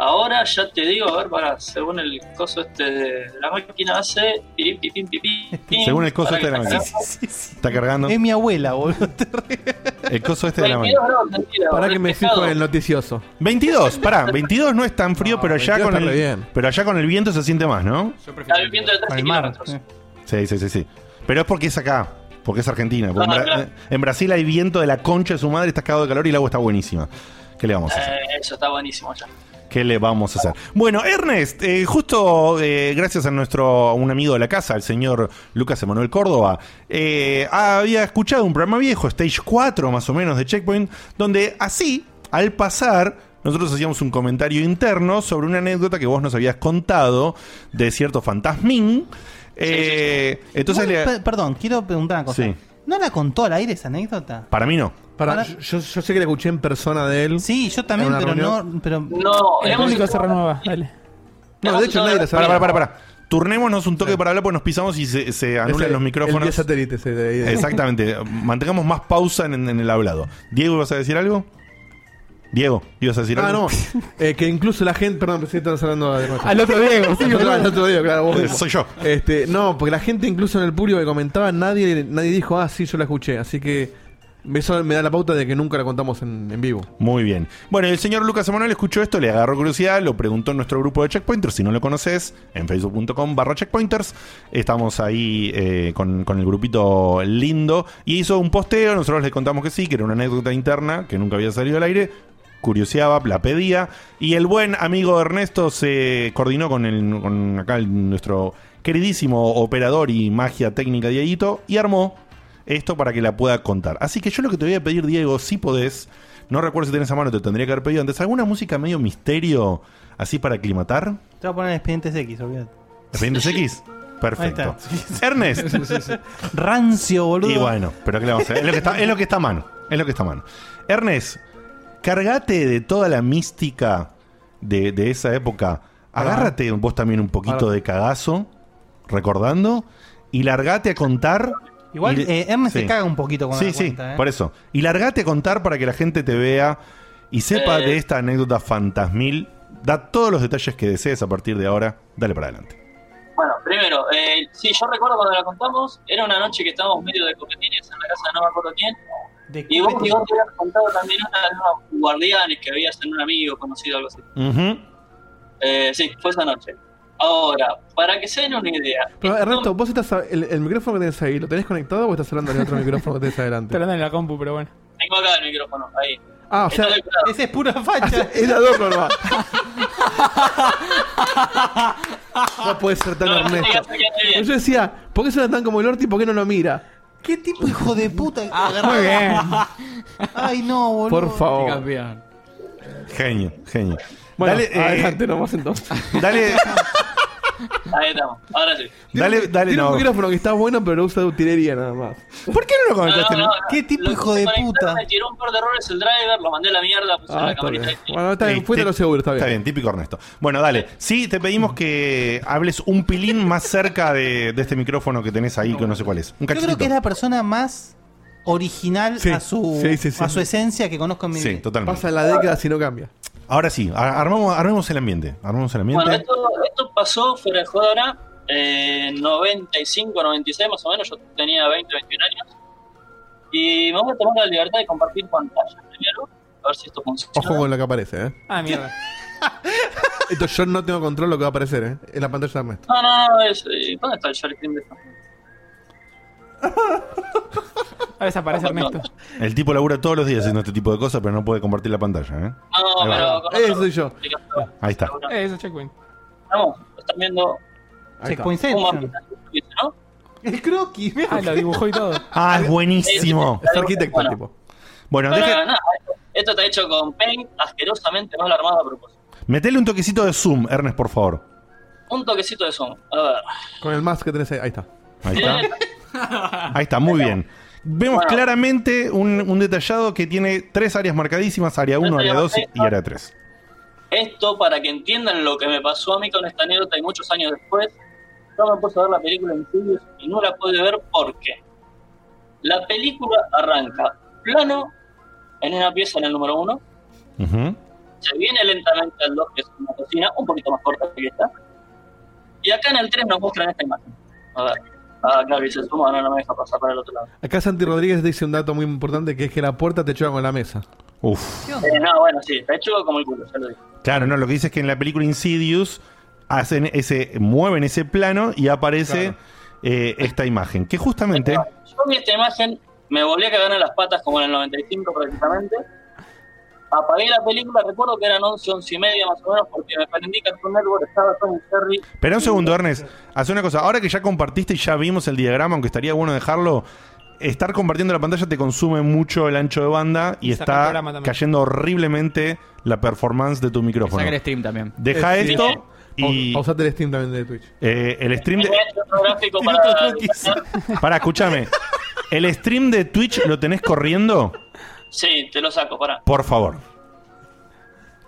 Ahora ya te digo, a ver, para, según el coso este de la máquina hace... pirim, pipim, pipim, pim. Según el coso Pará este de que la está máquina. cargando. Está cargando. Es mi abuela, boludo. [LAUGHS] El coso este de la 22 máquina. grados centígrados, Para que me despejado. fijo en el noticioso. 22, pará, 22 no es tan frío, No, pero, allá 22 con está el, re bien. pero allá con el viento se siente más, ¿no? Yo Está prefiero. viviendo de 13 Con el mar. kilómetros. Sí, sí, sí, sí. Pero es porque es acá, porque es Argentina. porque en, Ah, Bra- claro. en Brasil hay viento de la concha de su madre, está cagado de calor y el agua está buenísima. ¿Qué le vamos a hacer? Eh, eso está buenísimo ya. ¿Qué le vamos a hacer? Bueno, Ernest, eh, justo eh, gracias a nuestro a un amigo de la casa, el señor Lucas Emanuel Córdoba, eh, había escuchado un programa viejo, Stage 4 más o menos de Checkpoint, donde así, al pasar, nosotros hacíamos un comentario interno sobre una anécdota que vos nos habías contado de cierto fantasmín. Eh, Entonces, Igual, le- pe- perdón, quiero preguntar una cosa. Sí. ¿No la contó al aire esa anécdota? para mí no. Para, Para- yo, yo sé que la escuché en persona de él. Sí, yo también, ¿En una pero reunión? no. Pero No, El hemos público se estado- renueva, dale. No, de hecho nadie la Para, sabía. para, para, para. Turnémonos un toque para hablar, pues nos pisamos y se, se anulan Ese- los El día micrófonos. satélite ese de ahí. de- [LAUGHS] Exactamente. Mantengamos más pausa en, en el hablado. Diego, ¿vas a decir algo? Diego, ¿ibas a decir Ah, algo? no. [LAUGHS] Eh, que incluso la gente. Perdón, pensé que estabas hablando de Al otro Diego, sí, Yo [LAUGHS] boludo. al otro día, claro, vos Eh, mismo. soy yo. Este, no, porque la gente incluso en el público que comentaba, nadie, nadie dijo, ah, sí, yo la escuché. Así que eso me da la pauta de que nunca la contamos en, en vivo. Muy bien. Bueno, el señor Lucas Emanuel escuchó esto, le agarró curiosidad, lo preguntó en nuestro grupo de Checkpointers. Si no lo conoces, en facebook.com barra checkpointers. Estamos ahí eh, con, con el grupito lindo. Y hizo un posteo, nosotros le contamos que sí, que era una anécdota interna, que nunca había salido al aire. curioseaba, la pedía. Y el buen amigo Ernesto se coordinó con, el, con acá el- nuestro queridísimo operador y magia técnica Dieguito y armó esto para que la pueda contar. Así que yo lo que te voy a pedir, Diego, si podés, No recuerdo si tienes a mano, te tendría que haber pedido antes. ¿Alguna música medio misterio así para aclimatar? Te voy a poner expedientes X, olvídate. ¿Expedientes X? Perfecto. Ernest. Rancio, boludo. Y bueno, pero ¿qué le vamos a hacer? Es lo que está, es lo que está a mano. Es lo que está a mano. Ernest, cargate de toda la mística de, de esa época. Agárrate vos también un poquito de cagazo, recordando, y largate a contar. Igual y- eh, Ernest sí. se caga un poquito cuando Sí, la sí, cuenta, ¿eh? por eso. Y largate a contar para que la gente te vea y sepa Eh. de esta anécdota fantasmil. Da todos los detalles que desees a partir de ahora. Dale para adelante. Bueno, primero, eh, sí, yo recuerdo cuando la contamos, era una noche que estábamos medio de copetines en la casa de no me acuerdo quién, De y vos, copete. y vos te habías contado también una de unos guardianes que veías en un amigo conocido algo así. Ujú. Eh, sí, fue esa noche. Ahora, para que se den una idea, Pero Ernesto, vos estás. a- El, el micrófono que tenés ahí, ¿lo tenés conectado o estás hablando del [LAUGHS] otro micrófono que tenés Estoy adelante? hablando en la compu, pero bueno. tengo acá el micrófono, ahí. Ah, o sea, Está decorado. Ese es pura facha. Ah, es la dos nomás. No puede ser tan No, no Ernesto. digas, está bien. Yo decía, ¿por qué suena tan como el Orti y por qué no lo mira? ¿Qué tipo hijo de puta Ah, que Muy agarró? bien. Ay, no, boludo. Por Qué favor. campeón. Genio, genio. Bueno, dale, eh, adelante nomás entonces. [LAUGHS] dale, Ahí estamos, ahora sí. dale, dale, Tiene no. un micrófono que está bueno, pero lo usa de utilería nada más. ¿Por qué no lo No, no, conectaste? no, ¿Qué tipo lo hijo que de para puta? internet Tiró un par de errores el driver, lo mandé a la mierda, puse Ah, la está bien. camarita. ahí. Bueno, está bien, Sí, fuiste a te- lo seguro, está bien. típico Ernesto. Bueno, dale. Sí, te pedimos que hables un pilín más cerca de, de este micrófono que tenés ahí, que no sé cuál es. Yo Un creo cachetito. que es la persona más original Sí, a su sí, sí, sí. a su esencia que conozco en mi Sí, vida. totalmente. Pasa la década si no cambia. Ahora sí, a- armamos, armemos el ambiente. Armemos el ambiente. Bueno, esto, esto pasó fuera de joda ahora, eh, 95, 96 más o menos, yo tenía 20, 21 años. Y me voy a tomar la libertad de compartir pantalla primero, a ver si esto funciona. Ojo con lo que aparece, ¿eh? Ah, mierda. Esto yo no tengo control de lo que va a aparecer, ¿eh? En la pantalla de Ernesto. No, no, no, es, eh, ¿dónde está el share screen de esta? Ahora desaparece Ernesto. El tipo labura todos los días haciendo este tipo de cosas, pero no puede compartir la pantalla. ¿eh? No, Ahí va. pero con Ese otro- soy yo. Ahí está. Eh, eso es checkpoint. Vamos, están viendo Ahí está. Checkpoint un Central. mapita, ¿no? El croquis. mira. Ah, lo dibujó y todo. Ah, es buenísimo. Es arquitecto, Bueno. tipo. Bueno, [LAUGHS] Pero deje, nada, esto, esto está hecho con paint asquerosamente mal armado a propósito. metele un toquecito de zoom, Ernest, por favor. Un toquecito de zoom, a ver. Con el más que tenés ahí. Ahí está. Ahí está. Ah, Ahí está, muy bien. Vemos Bueno. claramente un, un detallado que tiene tres áreas marcadísimas, área 1, área 2 y área 3. Esto para que entiendan lo que me pasó a mí con esta anécdota y muchos años después. Yo me puse a ver la película en Sirius y no la pude ver porque la película arranca plano en una pieza en el número uno, Ujú. se viene lentamente al 2, que es una cocina un poquito más corta que esta, y acá en el 3 nos muestran esta imagen. A ver, ah, claro, y se suma, no, no me deja pasar para el otro lado. Acá Santi Rodríguez dice un dato muy importante que es que la puerta te choca con la mesa. Uf. Eh, no, bueno, sí, está hecho como el culo, ya lo dije. Claro, no, lo que dice es que en la película Insidious hacen ese, mueven ese plano y aparece eh, esta imagen. Que justamente. Yo vi esta imagen, me volví a cagar en las patas como en el 95 prácticamente. Apagué la película, recuerdo que eran 11, 11 y media más o menos, porque me prendí Cartoon Network, estaba Tom y Jerry. Espera un segundo, Ernest. Hace una cosa. Ahora que ya compartiste y ya vimos el diagrama, aunque estaría bueno dejarlo. Estar compartiendo la pantalla te consume mucho el ancho de banda y, Y saca el está programa también. cayendo horriblemente la performance de tu Que micrófono. saque el stream también. Deja Eh, sí. esto Y... y Pausate el Steam también de Twitch. eh, el stream de. Tenía este [LAUGHS] otro gráfico Tiene para otro croquis. dibujar. Pará, escúchame. ¿El stream de Twitch lo tenés corriendo? Sí, te lo saco, pará. Por favor.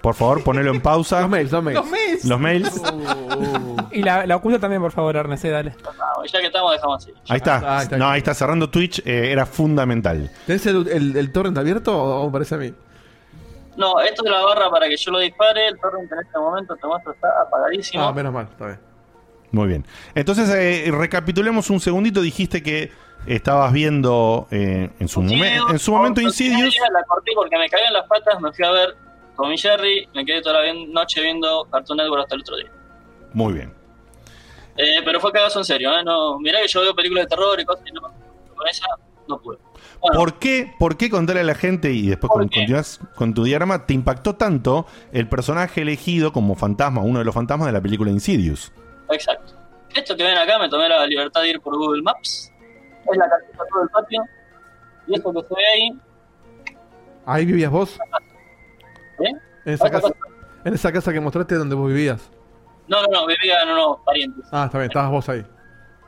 Por favor, ponelo en pausa. Dos mails, dos mails. Los meses. Pues, Los [LAUGHS] mails. Y la, la oculta también, por favor, Ernest, eh, dale. No, ya que estamos, dejamos así. Ahí está. Ah, está No, bien. ahí está cerrando Twitch. eh, era fundamental. ¿Tenés el, el, el torrent abierto o o Oh, me parece a mí? No, esto es la barra para que yo lo dispare. El torrent en este momento, te muestro, está apagadísimo. Ah, menos mal, está bien. Muy bien. Entonces, eh, recapitulemos un segundito. Dijiste que estabas viendo eh, en, su momen- en su momento Insidious. La corté porque me caí en las patas, me fui a ver Tom y Jerry, me quedé toda la bien- noche viendo Cartoon Network hasta el otro día. Muy bien. Eh, pero fue cagazo en serio, ¿eh? No, mirá que yo veo películas de terror y cosas y no, con esa no pude. Bueno, ¿Por qué, ¿Por qué contarle a la gente y después ¿Por con- qué? continuás con tu diagrama? ¿Te impactó tanto el personaje elegido como fantasma, uno de los fantasmas de la película Insidious? exacto. Esto que ven acá, me tomé la libertad de ir por Google Maps. Es la cartita todo el patio. Y esto que se ve ahí ¿Ahí vivías vos? ¿Eh? En esa Otra casa, en esa casa que mostraste donde vos vivías. No, no, no, vivía en unos parientes. Ah, está bien, estabas vos ahí.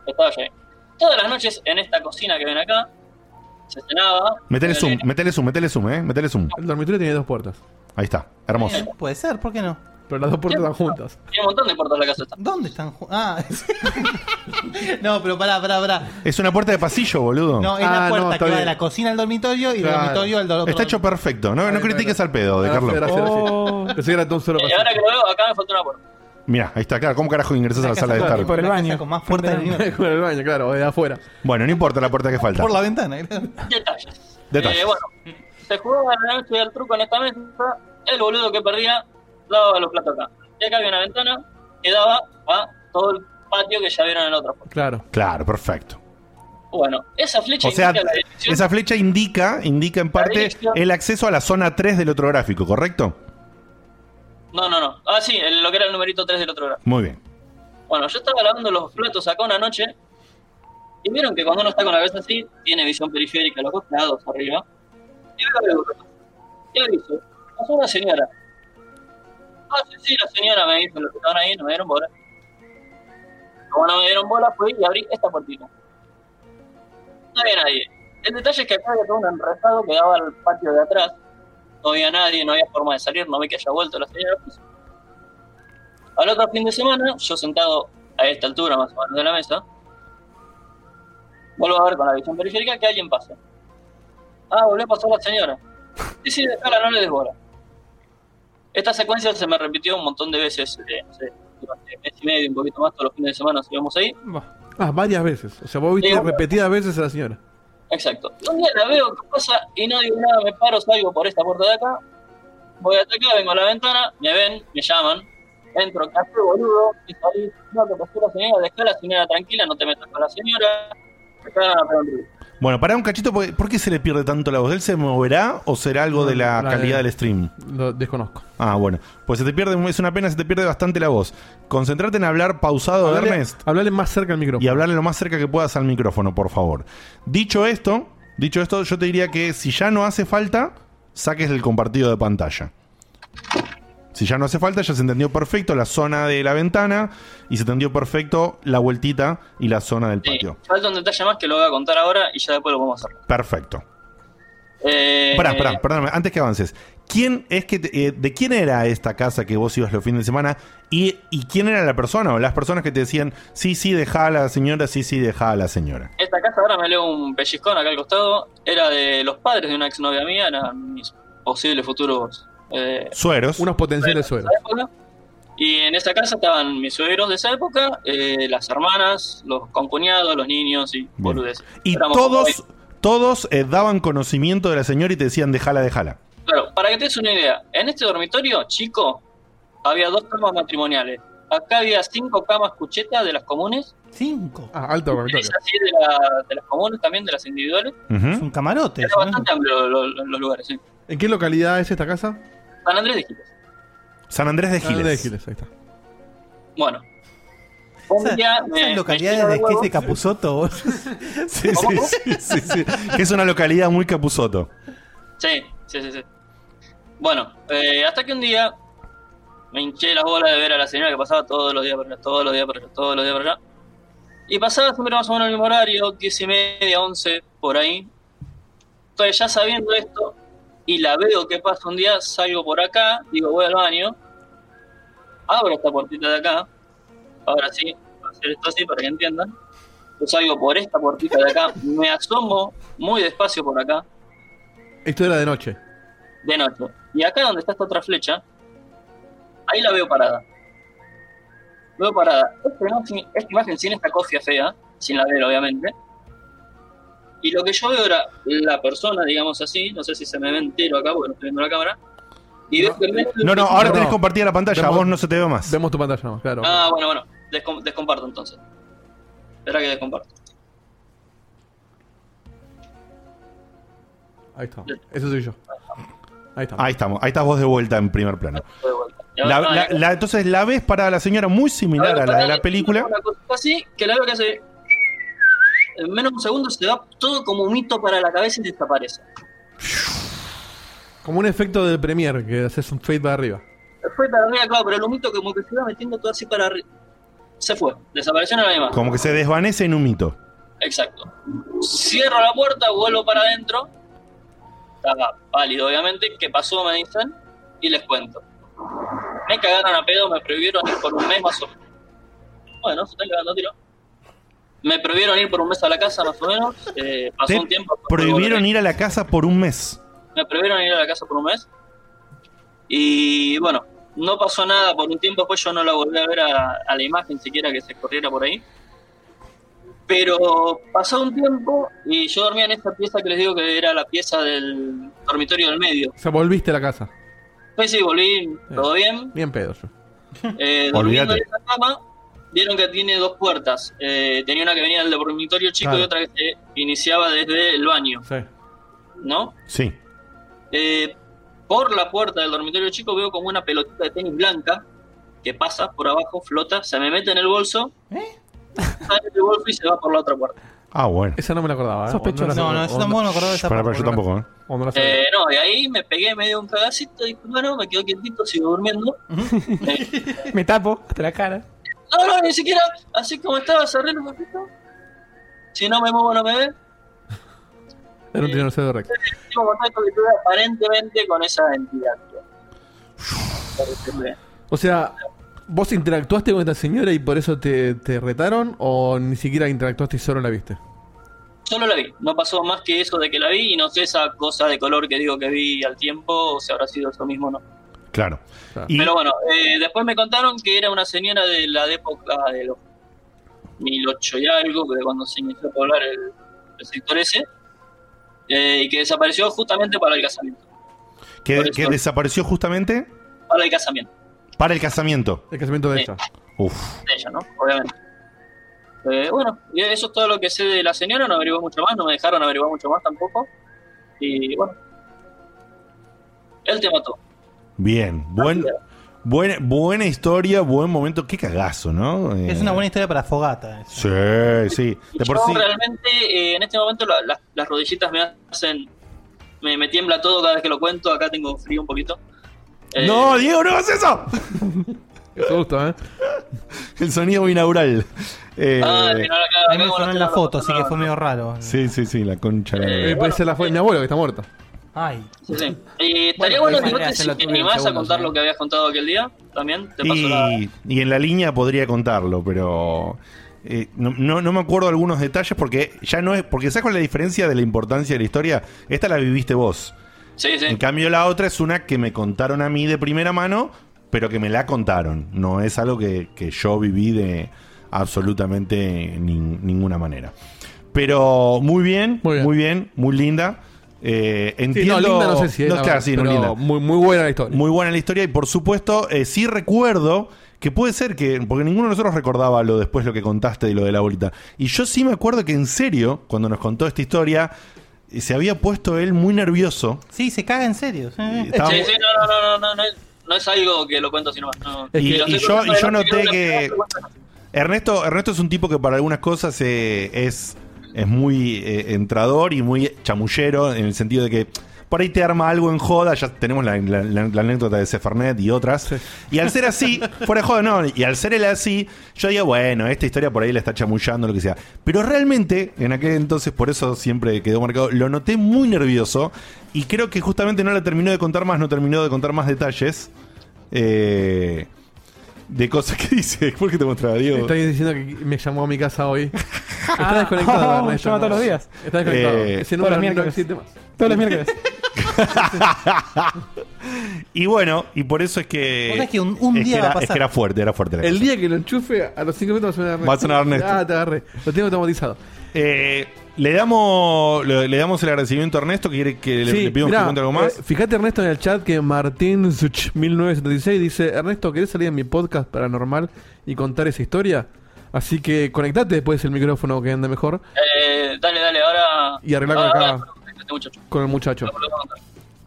Estaba yo ahí. Todas las noches en esta cocina que ven acá, se cenaba. Metele se zoom, leía- metele zoom, metele zoom, eh. Metele zoom. El dormitorio tenía dos puertas, Ahí está. Hermoso. Puede ser, ¿por qué no? pero las dos puertas estaban juntas. Tiene un montón de puertas la casa esta. ¿Dónde están? ju- Ah, [LAUGHS] no, pero pará, pará, pará. Es una puerta de pasillo, boludo. No, es Ah, la no, puerta está que va de bien. la cocina al dormitorio y del Claro. dormitorio al dormitorio. Está hecho perfecto. No, no Ahí, critiques ahí, al pedo de Gracias, Carlos. gracias, gracias. Oh, Pensé que era todo un solo Y ahora que lo veo, acá me falta una puerta. Mira, ahí está, claro. ¿Cómo carajo ingresas a la sala de Claro, estar? y por el una casa baño. Con más puertas del universo. [LAUGHS] pasillo. Con el baño, claro, de afuera. Bueno, no importa la puerta que falta. Por la ventana. eh. claro. Detalles. Detalles. Eh, bueno, se jugaba la noche del truco en esta mesa. El boludo que perdía lavaba los platos acá. Y acá había una ventana que daba a todo el patio que ya vieron en la otra foto. Claro. Claro, perfecto. Bueno, esa flecha O sea, indica la dirección. esa flecha indica, indica en parte dirección. el acceso a la zona 3 del otro gráfico, ¿correcto? No, no, no. Ah, sí, el- lo que era el numerito 3 del otro lado. Muy bien. Bueno, yo estaba lavando los platos acá una noche y vieron que cuando uno está con la cabeza así, tiene visión periférica, los costados, arriba. Y veo algo. ¿Qué dice? Pasó una señora. Ah, sí, sí, la señora me dijo, los que estaban ahí no me dieron bola. Como no me dieron bola, fui y abrí esta puertita. No había nadie. El detalle es que acá había todo un enrejado que daba al patio de atrás. No había nadie, no había forma de salir, no vi que haya vuelto la señora. pues, al otro fin de semana, yo sentado a esta altura más o menos de la mesa, vuelvo a ver con la visión periférica que alguien pasa. Ah, volvió a pasar la señora. Sí, sí, dejala, no le des bola. Esta secuencia se me repitió un montón de veces, eh, no sé, durante mes y medio, un poquito más, todos los fines de semana nos íbamos ahí. bah, Ah, varias veces. O sea, vos viste Sí, bueno. repetidas veces a la señora. Exacto. Un día la veo que pasa y no digo nada, me paro, salgo por esta puerta de acá, voy hasta acá, vengo a la ventana, me ven, me llaman, entro, café boludo, y salí, no, que pasó la señora, dejá a la señora tranquila, no te metas con la señora, me cagaron a preguntar. Bueno, para un cachito, porque- ¿por qué se le pierde tanto la voz? ¿Él se moverá o será algo de la La- calidad del stream? Lo desconozco. Ah, bueno. Pues se te pierde, es una pena, se te pierde bastante la voz. Concentrate en hablar pausado, Hablale, Ernest, hablale más cerca al micrófono. y hablarle lo más cerca que puedas al micrófono, por favor. Dicho esto, dicho esto, yo te diría que si ya no hace falta, saques el compartido de pantalla. Si ya no hace falta, ya se entendió perfecto la zona de la ventana y se entendió perfecto la vueltita y la zona del Sí, patio. falta un detalle más que lo voy a contar ahora y ya después lo vamos a hacer. Perfecto. Eh, Pará, pará, perdóname, antes que avances. ¿Quién es que te- eh, ¿De quién era esta casa que vos ibas los fines de semana? ¿Y, y quién era la persona o las personas que te decían, sí, sí, dejá a la señora, sí, sí, dejá a la señora? Esta casa ahora me leo un pellizcón acá al costado, era de los padres de una exnovia mía, eran mis posibles futuros eh, Sueros. Unos potenciales esa suegros. época. Y en esa casa estaban mis suegros de esa época, eh, las hermanas, los concuñados, los niños y boludeces. y Éramos todos, como- todos eh, daban conocimiento de la señora y te decían, dejala, dejala. Claro, para que te des una idea, en este dormitorio, chico, había dos camas matrimoniales. Acá había cinco camas cuchetas de las comunes. Cinco. Ah, alto dormitorio. Es así de, la- de las comunes también, de las individuales. Es Ujú. un camarote. Era eso, ¿no? bastante amplio lo- lo- los lugares, sí. ¿En qué localidad es esta casa? San Andrés de Giles. San Andrés de Ah, de Giles. Giles, ahí está. Bueno. Un Esa- día me- Esas me localidades lleno de que es de huevos. Capuzoto. vos. [LAUGHS] Sí, sí, sí, sí, sí. Que es una localidad muy capuzoto. Sí, sí, sí, sí. Bueno, eh, hasta que un día me hinché las bolas de ver a la señora que pasaba todos los días por allá, todos los días por allá, todos los días por allá. Y pasaba siempre más o menos el mismo horario, 10 y media, 11, por ahí. Entonces ya sabiendo esto, y la veo que pasa un día, salgo por acá, digo voy al baño, abro esta puertita de acá, ahora sí, voy a hacer esto así para que entiendan. Yo salgo por esta puertita de acá, me asomo muy despacio por acá, Esto era de noche. de noche. Y acá donde está esta otra flecha, ahí la veo parada. Veo parada. Esta imagen, esta imagen sin esta cofia fea, sin la ver obviamente. Y lo que yo veo era la persona, digamos así, no sé si se me ve entero acá porque no estoy viendo la cámara. Y veo que en medio- No, no, ahora No, tenés no. compartida la pantalla, a Vemos- vos no se te ve más. Vemos tu pantalla nomás, claro. Ah, bueno, bueno. Descom- descomparto entonces. Espera que descomparto. Ahí está. Eso soy yo. Ahí está. Ahí estamos, ahí estás vos de vuelta en primer plano. Voy de vuelta. Y La- ahora- la- la- entonces la ves para la señora muy similar a la de la película. Una cosa así que la veo que hace. En menos de un segundo se va todo como un mito para la cabeza y desaparece. Como un efecto de Premiere, que haces un fade para arriba. Fue para arriba, claro, pero el humito como que se iba metiendo todo así para arriba. Se fue, desapareció en la imagen. Como que se desvanece en un mito. Exacto. Cierro la puerta, vuelvo para adentro. Estaba pálido, obviamente. ¿Qué pasó? Me dicen. Y les cuento. Me cagaron a pedo, me prohibieron ir por un mes más o menos. Bueno, se están cagando a tiro. Me prohibieron ir por un mes a la casa, más o menos. Eh, pasó Te un tiempo. prohibieron ir a la casa por un mes. Me prohibieron ir a la casa por un mes. Y bueno, no pasó nada por un tiempo. Después yo no la volví a ver a, a la imagen siquiera que se corriera por ahí. Pero pasó un tiempo y yo dormía en esta pieza que les digo que era la pieza del dormitorio del medio. O sea, volviste a la casa. Pues sí, volví, todo [LAUGHS] bien. Bien pedo yo. Eh, Olvídate. durmiendo en esa cama, vieron que tiene dos puertas. Eh, tenía una que venía del dormitorio chico Claro. y otra que se iniciaba desde el baño, Sí. ¿no? Sí. Eh, por la puerta del dormitorio chico veo como una pelotita de tenis blanca que pasa por abajo, flota, se me mete en el bolso, sale del bolso y se va por la otra puerta. Ah, bueno. Esa no me la acordaba. ¿eh? Sospechoso. O la- No, no, yo o tampoco me acordaba de esa Para, parte. yo tampoco, ¿eh? O no la sabía. Eh, no, y ahí me pegué medio un cagacito, dije, bueno, me quedo quietito, sigo durmiendo. Eh, Me tapo hasta la cara. no, no, ni siquiera, así como estaba, cerré el poquito. Si no me muevo, no me ve. Era un tiranosaurio Rex. El último contacto que tuve aparentemente con esa entidad. Parece que- O sea, ¿vos interactuaste con esta señora y por eso te, te retaron? ¿O ni siquiera interactuaste y solo la viste? Solo la vi, no pasó más que eso de que la vi y no sé esa cosa de color que digo que vi al tiempo, o si habrá sido eso mismo o no. Claro. Claro. Y, Pero bueno, eh, después me contaron que era una señora de la época de los 1008 y algo, que cuando se inició a poblar el, el sector ese, eh, y que desapareció justamente para el casamiento. que, por que eso. desapareció justamente Para el casamiento para el casamiento. El casamiento de Sí. ella. Uf. de ella, ¿no? Obviamente. Eh, bueno, y eso es todo lo que sé de la señora, no averigué mucho más, no me dejaron averiguar mucho más tampoco. Y bueno, él te mató. Bien. Buen, buen- buena historia, buen momento. Qué cagazo, ¿no? Eh, Es una buena historia para fogata. eh. esa. Sí, sí. De Y por yo sí. realmente eh, en este momento la- la- las rodillitas me hacen. Me, me tiembla todo cada vez que lo cuento. Acá tengo frío un poquito. Eh, No, Diego, no hagas eso. Eso gusta, ¿eh? El sonido inaugural. Eh, ah, al final acá- A mí me acá como sonó no en la tengo- foto, así que fue medio raro. sí, sí, sí, la concha. de la Eh, Eh, lora. puede ser la fue mi abuelo que está muerto. Ay, Sí, sí. Eh, estaría Bueno, bueno, de que igual vos manera te, hacerlo si te todo en animás a segundos, contar ¿eh? lo que habías contado aquel día. También te paso la. Y, y en la línea podría contarlo, pero eh, no, no, no me acuerdo algunos detalles porque ya no es. Porque ¿sabes cuál es la diferencia de la importancia de la historia? Esta la viviste vos. Sí, sí. En cambio, la otra es una que me contaron a mí de primera mano, pero que me la contaron. No es algo que, que yo viví de absolutamente nin- ninguna manera. Pero muy bien, muy Muy bien, bien. muy, linda. Eh, Sí, no, entiendo. linda no sé si es. No, la claro, verdad, sí, no, pero linda. Muy, muy buena la historia. Muy buena la historia y por supuesto eh, sí recuerdo que puede ser que, porque ninguno de nosotros recordaba lo después lo que contaste y lo de la bolita. Y yo sí me acuerdo que en serio, cuando nos contó esta historia, eh, se había puesto él muy nervioso. sí, se caga en serio. sí. Y estaba- Sí, sí, no, no, no, no, no, no es, no es algo que lo cuento así nomás. no. Es que- lo y sé yo- porque y yo no noté tengo la que- primera pregunta. Ernesto, Ernesto es un tipo que para algunas cosas eh, es, es muy eh, entrador y muy chamullero en el sentido de que por ahí te arma algo en joda, ya tenemos la, la- la- la anécdota de Sefernet y otras. Y al ser así, fuera de joda, no, y al ser él así, yo digo, bueno, esta historia por ahí la está chamullando, lo que sea. Pero realmente, en aquel entonces, por eso siempre quedó marcado, lo noté muy nervioso y creo que justamente no la terminó de contar más, no terminó de contar más detalles. Eh, de cosas que [LAUGHS] dice. ¿Por qué te mostraba, Diego? Está diciendo que me llamó a mi casa hoy. Ah, Está [LAUGHS] desconectado, me Ernesto. llama todos los días. Está desconectado. Eh, Ese número todas las no miércoles. existe más. Todos los miércoles. Y bueno, y por eso es que. Vos sabés que un- un es día era, va a es pasar. que era fuerte, era fuerte. la El cosa. día que lo enchufe, a los 5 minutos va a sonar Ernesto. Va a sonar Ernesto. Ah, te agarré. Lo tengo automatizado. Eh, le damos le, le damos el agradecimiento a Ernesto. que ¿Quiere que le, Sí, le pidamos mirá, que cuente algo más? eh, fíjate, Ernesto, en el chat que Martín Such 1976 dice: Ernesto, ¿querés salir en mi podcast paranormal y contar esa historia? Así que conectate después el micrófono que ande mejor Eh, dale, dale, ahora. Y arreglá con ahora- acá. Este muchacho. con el muchacho. lo voy a contar.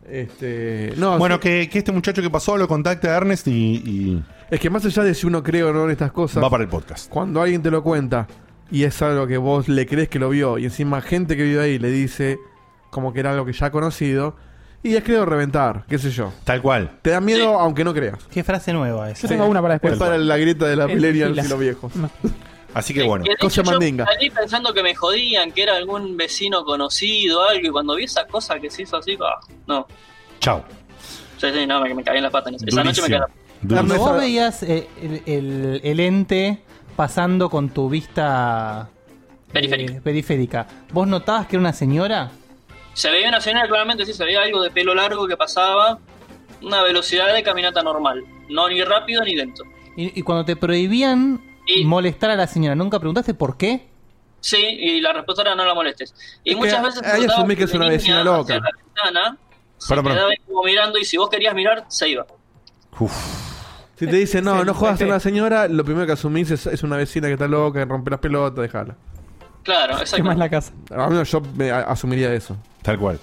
Este, no, bueno, sí, que, que este muchacho que pasó lo contacte a Ernest y, y es que más allá de si uno cree o no en estas cosas, va para el podcast. cuando alguien te lo cuenta y es algo que vos le crees que lo vio y encima gente que vive ahí le dice como que era algo que ya ha conocido Y es creo reventar, qué sé yo. Tal cual. Te da miedo aunque no creas. Qué frase nueva Yo esa. tengo una para Es después. para la grieta de la El mileria y pilas. los viejos. Así que bueno. Que de cosa hecho yo mandinga. salí pensando que me jodían, que era algún vecino conocido, algo, y cuando vi esa cosa que se hizo así, ah, no. Chao. Sí, sí, no, me, me cagué en las patas. en Esa noche me cagué en Durísimo. Durísimo. las patas. Cuando Esa- vos veías eh, el, el- el ente pasando con tu vista eh, Periférica. periférica, ¿vos notabas que era una señora? Se veía una señora, claramente sí, se veía algo de pelo largo que pasaba. Una velocidad de caminata normal. No ni rápido ni lento. Y, y cuando te prohibían Y- molestar a la señora, ¿nunca preguntaste por qué? Sí, y la respuesta era no la molestes. Y Es que muchas veces... ahí notabas asumí que es una venía vecina hacia loca. La ventana, se Perdón, perdón. quedaba ahí como mirando y si vos querías mirar, se iba. Si te dicen, no, Sí, no jodas a sí. una señora, lo primero que asumís es, es una vecina que está loca, que rompe las pelotas, dejala. Claro, ¿Qué más exacto. la casa? Al menos yo me a- asumiría eso. Tal cual.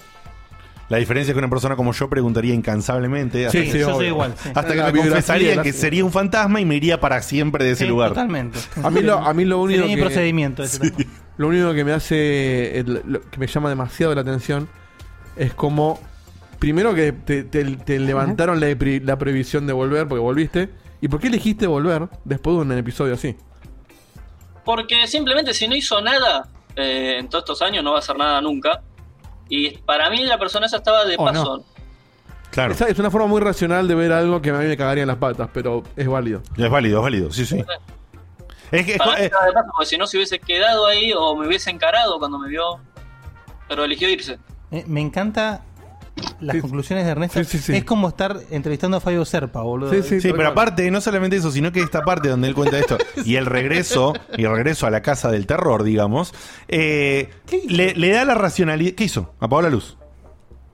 La diferencia es que una persona como yo preguntaría incansablemente hasta, Sí, sí, yo obvio. soy igual. sí. hasta que La me biografía de confesaría la- que sería un fantasma y me iría para siempre de ese Sí, lugar. Totalmente. A mí lo, a mí lo único Sería mi que, procedimiento. ese también. lo único que me hace, el- lo que me llama demasiado la atención es como, primero que te, te- te levantaron la, pre- la prohibición de volver porque volviste. ¿Y por qué elegiste volver después de un episodio así? Porque simplemente si no hizo nada eh, en todos estos años, no va a hacer nada nunca. Y para mí la persona esa estaba de Oh, no. paso. Claro. Esa es una forma muy racional de ver algo que a mí me cagaría en las patas, pero es válido. Es válido, es válido. Sí, sí. Es que es, Para mí eh, estaba de paso, porque si no se hubiese quedado ahí o me hubiese encarado cuando me vio. Pero eligió irse. Eh, me encanta las Sí. conclusiones de Ernesto. Sí, sí, sí. Es como estar entrevistando a Fabio Serpa, boludo. Sí, tal pero cual. aparte, no solamente eso, sino que esta parte donde él cuenta [LAUGHS] esto y el regreso, y el regreso a la casa del terror, digamos, eh, le, le da la racionalidad. ¿Qué hizo? Apagó la luz.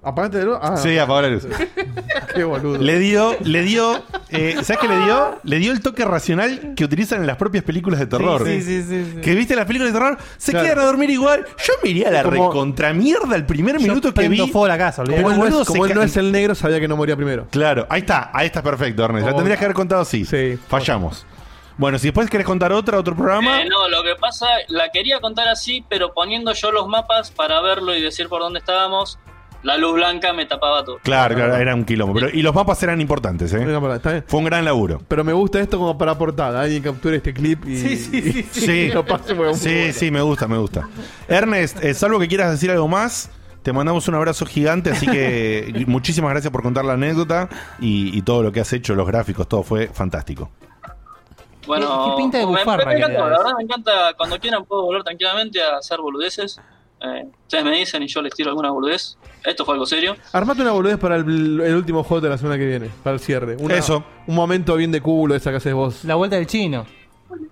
Aparte de lo. Ah, Sí, apagó la luz. [LAUGHS] qué boludo. Le dio, le dio, eh, ¿sabes qué le dio? Le dio el toque racional que utilizan en las propias películas de terror. Sí, sí, sí, sí. Que viste las películas de terror, se Claro. quedan a dormir igual. Yo me iría a la Como- recontramierda el primer minuto Yo que prendo vi. fuego a la casa, olvidate. Como él, no boludo es, como se él no ca- es el negro, sabía que no moría primero. Claro, ahí está, ahí está perfecto, Ernest. La Oh. tendrías que haber contado así. Sí. Fallamos. Bueno, si después querés contar otra, otro programa. Eh, no, lo que pasa, la quería contar así, pero poniendo yo los mapas para verlo y decir por dónde estábamos, la luz blanca me tapaba todo. Claro, claro, era un quilombo. Pero, y los mapas eran importantes, ¿eh? Venga, pará, está bien. Fue un gran laburo. Pero me gusta esto como para portada. Alguien capture este clip y. Sí, sí, sí, sí. Sí. [LAUGHS] y lo pase porque es muy Sí, bueno. sí, me gusta, me gusta. Ernest, eh, salvo que quieras decir algo más, te mandamos un abrazo gigante, así [LAUGHS] que muchísimas gracias por contar la anécdota y, y todo lo que has hecho, los gráficos, todo fue fantástico. Bueno, ¿Qué- qué pinta de me- me- bufarra me que encanta, le das? la verdad me encanta, cuando quieran puedo volver tranquilamente a hacer boludeces. Eh, ustedes me dicen y yo les tiro alguna boludez. Esto fue algo serio. Armate una boludez para el, el último juego de la semana que viene, para el cierre. Una- Eso. Un momento bien de culo esa que haces vos. La vuelta del chino.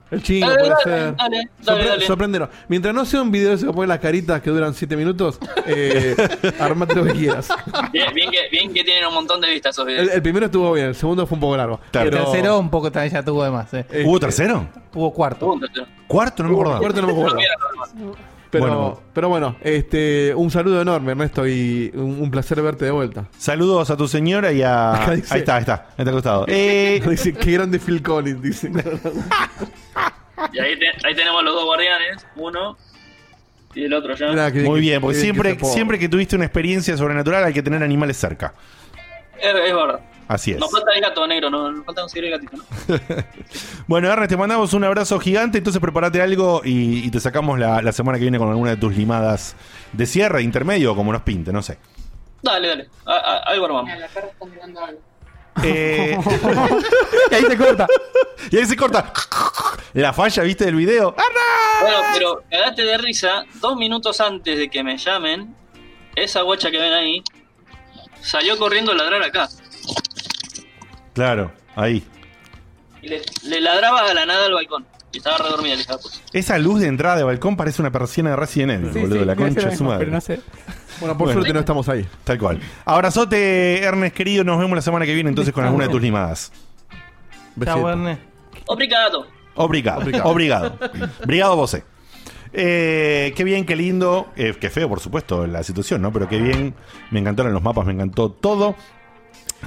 El chino Dale, puede dale, ser. dale, dale, Sorpre- dale. sorpréndenos. Mientras no sea un video de se ponen las caritas que duran 7 minutos, [LAUGHS] eh, armate lo que quieras. Bien, bien que, bien que tienen un montón de vistas esos videos. El, el primero estuvo bien, el segundo fue un poco largo. Claro. El Pero- tercero un poco también ya tuvo de más. eh. eh, ¿Hubo tercero? Hubo cuarto. Punto, tío. ¿Cuarto? No me acordaba. Cuarto no me [LAUGHS] acuerdo. Pero Bueno. bueno, pero bueno este, un saludo enorme, Ernesto, y un, un placer verte de vuelta. Saludos a tu señora y a. Acá Ahí dice- está, ahí está, ahí está al costado. Eh, [LAUGHS] Dice, qué grande Phil [LAUGHS] Collins, dice. Y ahí, te- ahí tenemos los dos guardianes, uno y el otro ya. Mirá, qué muy que- bien, porque qué bien siempre, que se pudo. siempre que tuviste una experiencia sobrenatural hay que tener animales cerca. Es, es verdad. Así es. Nos falta el gato negro, no, nos falta conseguir el gatito. ¿no? [LAUGHS] Bueno, Ernest, te mandamos un abrazo gigante, entonces prepárate algo y, y te sacamos la, la semana que viene con alguna de tus limadas de cierre, intermedio, como nos pinte, no sé. Dale, dale. A- a- Algo armamos. [LAUGHS] Eh, Y ahí te corta. y ahí se corta la falla, ¿viste? Del video. Bueno, pero cagate de risa. Dos minutos antes de que me llamen, esa guacha que ven ahí salió corriendo a ladrar acá. Claro, ahí. Y le, le ladraba a la nada al balcón. Y estaba redormida el hija de puta. Esa luz de entrada de balcón parece una persiana de Resident Evil, Sí, boludo, sí, la me hace concha lo de su mismo, madre. Pero no sé. Bueno, por Bueno. suerte no estamos ahí. Tal cual. Abrazote, Ernest, querido. Nos vemos la semana que viene entonces con alguna de tus limadas. Besito. Chao, Ernest. Obrigado. Obrigado. Obrigado. Obrigado. [LAUGHS] Obrigado, vosé. Eh, qué bien, qué lindo. Eh, qué feo, por supuesto, la situación, ¿no? Pero qué bien. Me encantaron los mapas, me encantó todo.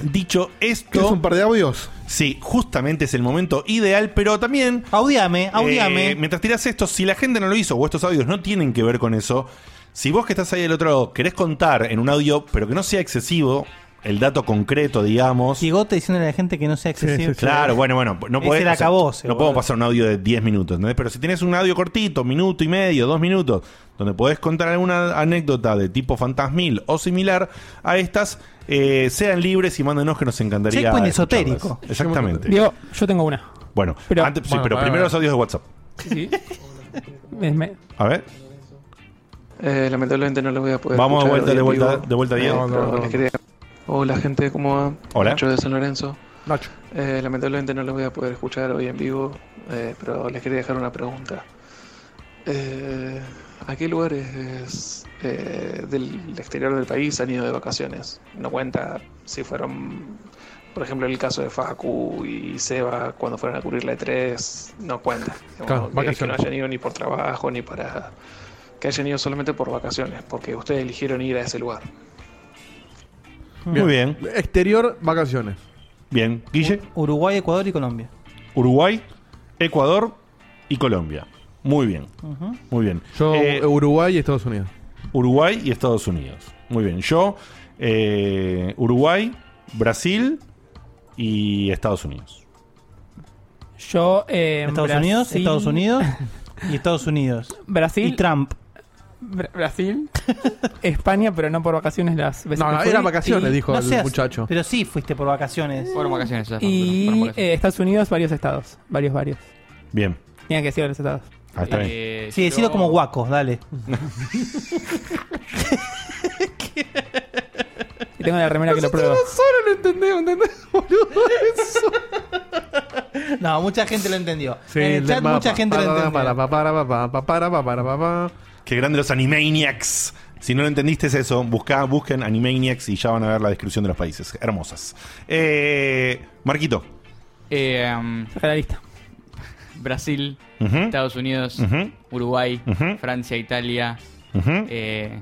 Dicho esto. ¿Tienes un par de audios? Sí, justamente es el momento ideal, pero también. Audiame, audiame. mientras tiras esto, si la gente no lo hizo o estos audios no tienen que ver con eso, si vos que estás ahí del otro lado querés contar en un audio, pero que no sea excesivo, el dato concreto, digamos. Gigote diciéndole a la gente que no sea excesivo. Claro, bueno, bueno, no Ese podés, era o sea, acabose, no boludo. podemos pasar un audio de 10 minutos, ¿entendés? Pero si tienes un audio cortito, minuto y medio, dos minutos, donde podés contar alguna anécdota de tipo fantasmil o similar a estas, eh, sean libres y mándenos que nos encantaría. Checkpoint escucharlas. esotérico. Exactamente. Digo, yo tengo una. Bueno, Pero- antes- sí, Bueno, pero para, primero para. los audios de WhatsApp. Sí. Es me- A ver. Eh, lamentablemente no los voy a poder Vamos de Pues, escuchar vuelta, hoy de en vuelta, vivo. de vuelta, Eh, Diego. pero No, no, les no. quería- Hola gente, ¿cómo va? Hola. Nacho de San Lorenzo. Eh, lamentablemente no los voy a poder escuchar hoy en vivo, eh, pero les quería dejar una pregunta. Eh, ¿A qué lugares eh, del exterior del país han ido de vacaciones? No cuenta si fueron, por ejemplo, el caso de Facu y Seba cuando fueron a cubrir la E3, no cuenta. Digamos, Claro, que- que, no vacaciones. hayan ido ni por trabajo, ni para... que hayan ido solamente por vacaciones, porque ustedes eligieron ir a ese lugar. Muy bien. Exterior, vacaciones. Bien. Guille, Uruguay, Ecuador y Colombia. Uruguay, Ecuador y Colombia. Muy bien. Muy bien. Yo, Eh, Uruguay y Estados Unidos. Uruguay y Estados Unidos. Muy bien. Yo, eh, Uruguay, Brasil y Estados Unidos. Yo, eh, Estados Brasil- Unidos, Estados Unidos y Estados Unidos. Brasil. Y Trump. Bra- Brasil. [LAUGHS] España, pero no por vacaciones las veces No, que no, fui. era vacaciones, Y- dijo No el seas- muchacho. Pero sí fuiste por vacaciones. Fueron vacaciones esas. fueron Y vacaciones. eh, Estados Unidos, varios estados. Varios, varios. Bien. Tenían que ser los estados. Ah, está bien. Eh, Sí, yo- decido como guacos, dale. Y tengo la Ah, remera que lo prueba. no entendemos, entendemos, [LAUGHS] boludo. Eso. No, mucha gente lo entendió. Sí, en el chat Eh, pa- Eh, mucha pa- gente lo pa- entendió. para- pa- para- pa- pa- pa- para- pa- para- pa- pa. Qué grande los Animaniacs. Si no lo entendiste es eso, busca, busquen Animaniacs y ya van a ver la descripción de los países. Hermosas. Eh, Marquito. eh, um, Saca la lista. Brasil, Ujú, Estados Unidos, ujú, Uruguay, Ujú. Francia, Italia. ujú. eh,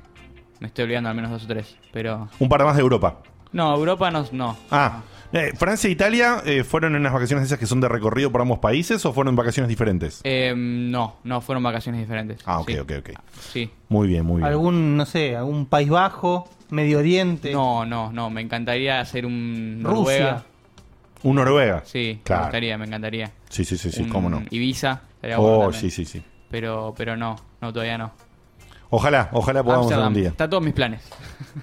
me estoy olvidando al menos dos o tres. Pero. Un par más de Europa. No, Europa no. no. Ah, eh, Francia e Italia eh, fueron en unas vacaciones esas que son de recorrido por ambos países o fueron vacaciones diferentes? Eh, no, no, fueron vacaciones diferentes. Ah, ok, Sí. ok, ok. Sí. Muy bien, muy bien. Algún, no sé, algún País Bajo, Medio Oriente. No, no, no. Me encantaría hacer un. Rusia. Noruega. Un Noruega. Sí, me claro. encantaría, me encantaría. Sí, sí, sí, sí, Un cómo no. Ibiza. estaría bueno Oh, también. sí, sí, sí. Pero, pero no, no, todavía no. Ojalá, ojalá podamos Amsterdam. algún día. Está todos mis planes.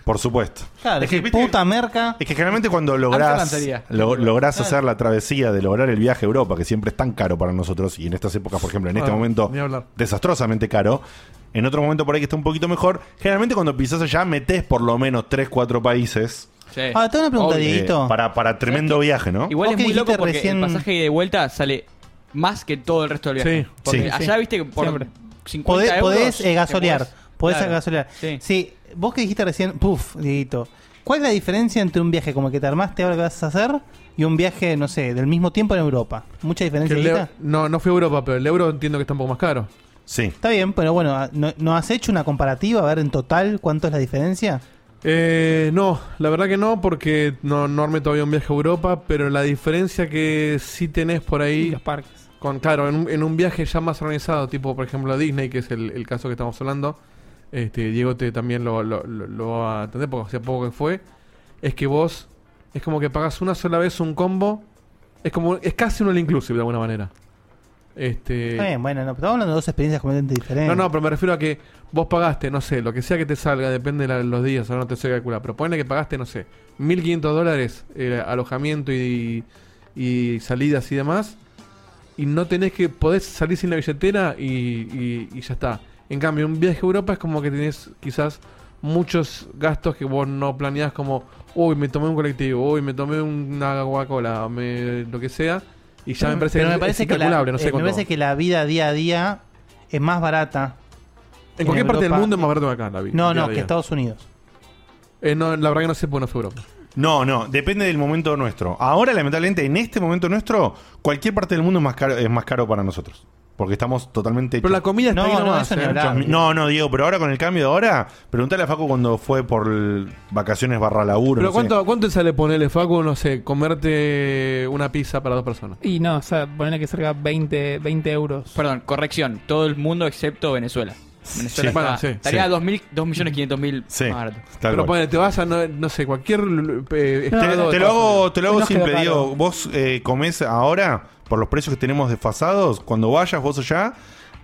Por supuesto. Claro, es que, sí, viste, puta merca. Es que generalmente cuando Amsterdam lográs, sería. lo- lográs hacer la travesía de lograr el viaje a Europa, que siempre es tan caro para nosotros, y en estas épocas, por ejemplo, en este Ah, momento, ni hablar. desastrosamente caro. En otro momento por ahí que está un poquito mejor. Generalmente cuando pisás allá metés por lo menos 3, 4 países Sí. Ah, tengo una pregunta, Obvio. eh, Dieguito. para, para tremendo viaje, ¿no? Igual Vos es que muy loco dijiste porque recién- el pasaje de vuelta sale más que todo el resto del viaje. Sí, Porque sí. allá viste que por Siempre. 50 Podés, euros podés, eh, te gasolear. podés- Podés claro. gasolear. Sí. Sí. vos que dijiste recién, puff, Dieguito. ¿Cuál es la diferencia entre un viaje como el que te armaste ahora que vas a hacer y un viaje, no sé, del mismo tiempo en Europa? ¿Mucha Que diferencia? el Dieguito? euro- No, no fui a Europa, pero el euro entiendo que está un poco más caro. Sí. Está bien, pero bueno, ah, ¿no, no has hecho una comparativa? A ver en total cuánto es la diferencia. Eh, no, la verdad que no, porque no, no armé todavía un viaje a Europa, pero la diferencia que sí tenés por Y ahí, los parques. con claro, en un, en un viaje ya más organizado, tipo por ejemplo a Disney, que es el, el caso que estamos hablando, este, Diego te también lo, lo, lo- lo va a atender, porque hace poco que fue, es que vos, es como que pagás una sola vez un combo, es como, es casi un all inclusive de alguna manera. Este, Está bien, bueno, no, pero estamos hablando de dos experiencias completamente no, diferentes. no, pero me refiero a que vos pagaste, no sé, lo que sea que te salga, depende de la- los días, ahora no te sé calcular, pero ponle que pagaste, no sé, 1.500 dólares eh, alojamiento y, y salidas y demás, y no tenés que, podés salir sin la billetera y, y- y ya está. En cambio, un viaje a Europa es como que tenés quizás muchos gastos que vos no planeás como, uy, me tomé un colectivo, uy, me tomé una Coca-Cola, me- lo que sea, y ya me parece Pero que me parece es que la, incalculable, no eh, sé me cuánto. parece que la vida día a día es más barata. En cualquier parte del Europa- mundo es más barato que acá, la vida. No, día a no, que día. Estados Unidos. Eh, no, la verdad que no sé por qué no fue Europa. No, no, depende del momento nuestro. Ahora, lamentablemente, en este momento nuestro, cualquier parte del mundo es más caro, es más caro para nosotros. Porque estamos totalmente. Pero la comida está No, ahí no, nomás, eso ni ¿eh? hablar. Muchos mi- No, no, Diego, pero ahora con el cambio de ahora, preguntale a Facu cuando fue por el- vacaciones barra laburo. no Pero sé. ¿cuánto, ¿cuánto te sale ponerle, Facu, no sé, comerte una pizza para dos personas? Y no, o sea, ponerle que salga 20, 20 euros. Perdón, corrección. Todo el mundo excepto Venezuela. Venezuela Sí. está- Bueno, sí, estaría sí. a 2.000 2.500.000 Sí, más barato. tal Pero cual. ponele, te vas a, no, no sé, cualquier eh, No, Te, estado te de- lo hago, te lo hago No queda simple, caro. Diego. Vos eh, comés ahora, por los precios que tenemos desfasados, cuando vayas vos allá,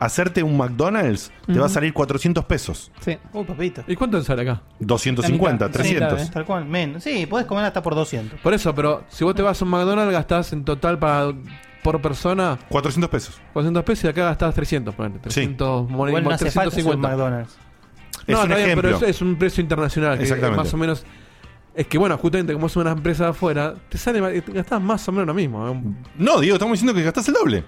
hacerte un McDonald's te va a salir 400 pesos. Sí. Uy, papito. ¿Y cuánto te sale acá? La 250, mitad, sí, 300. claro, Tal cual, menos. Sí, podés comer hasta por 200. Por eso, pero si vos te vas a un McDonald's, gastás en total para por persona 400 pesos. 400 pesos y acá gastás 300, ponele. Sí. 300 monedas, Igual no hace falta hacer un 350. McDonald's. Es no, un está bien, ejemplo. pero es, es un precio internacional. Que Exactamente. Más o menos. Es que bueno, justamente como es una empresa de afuera, te sale ma- te gastás más o menos lo mismo. ¿eh? Un- No, Diego, estamos diciendo que gastás el doble.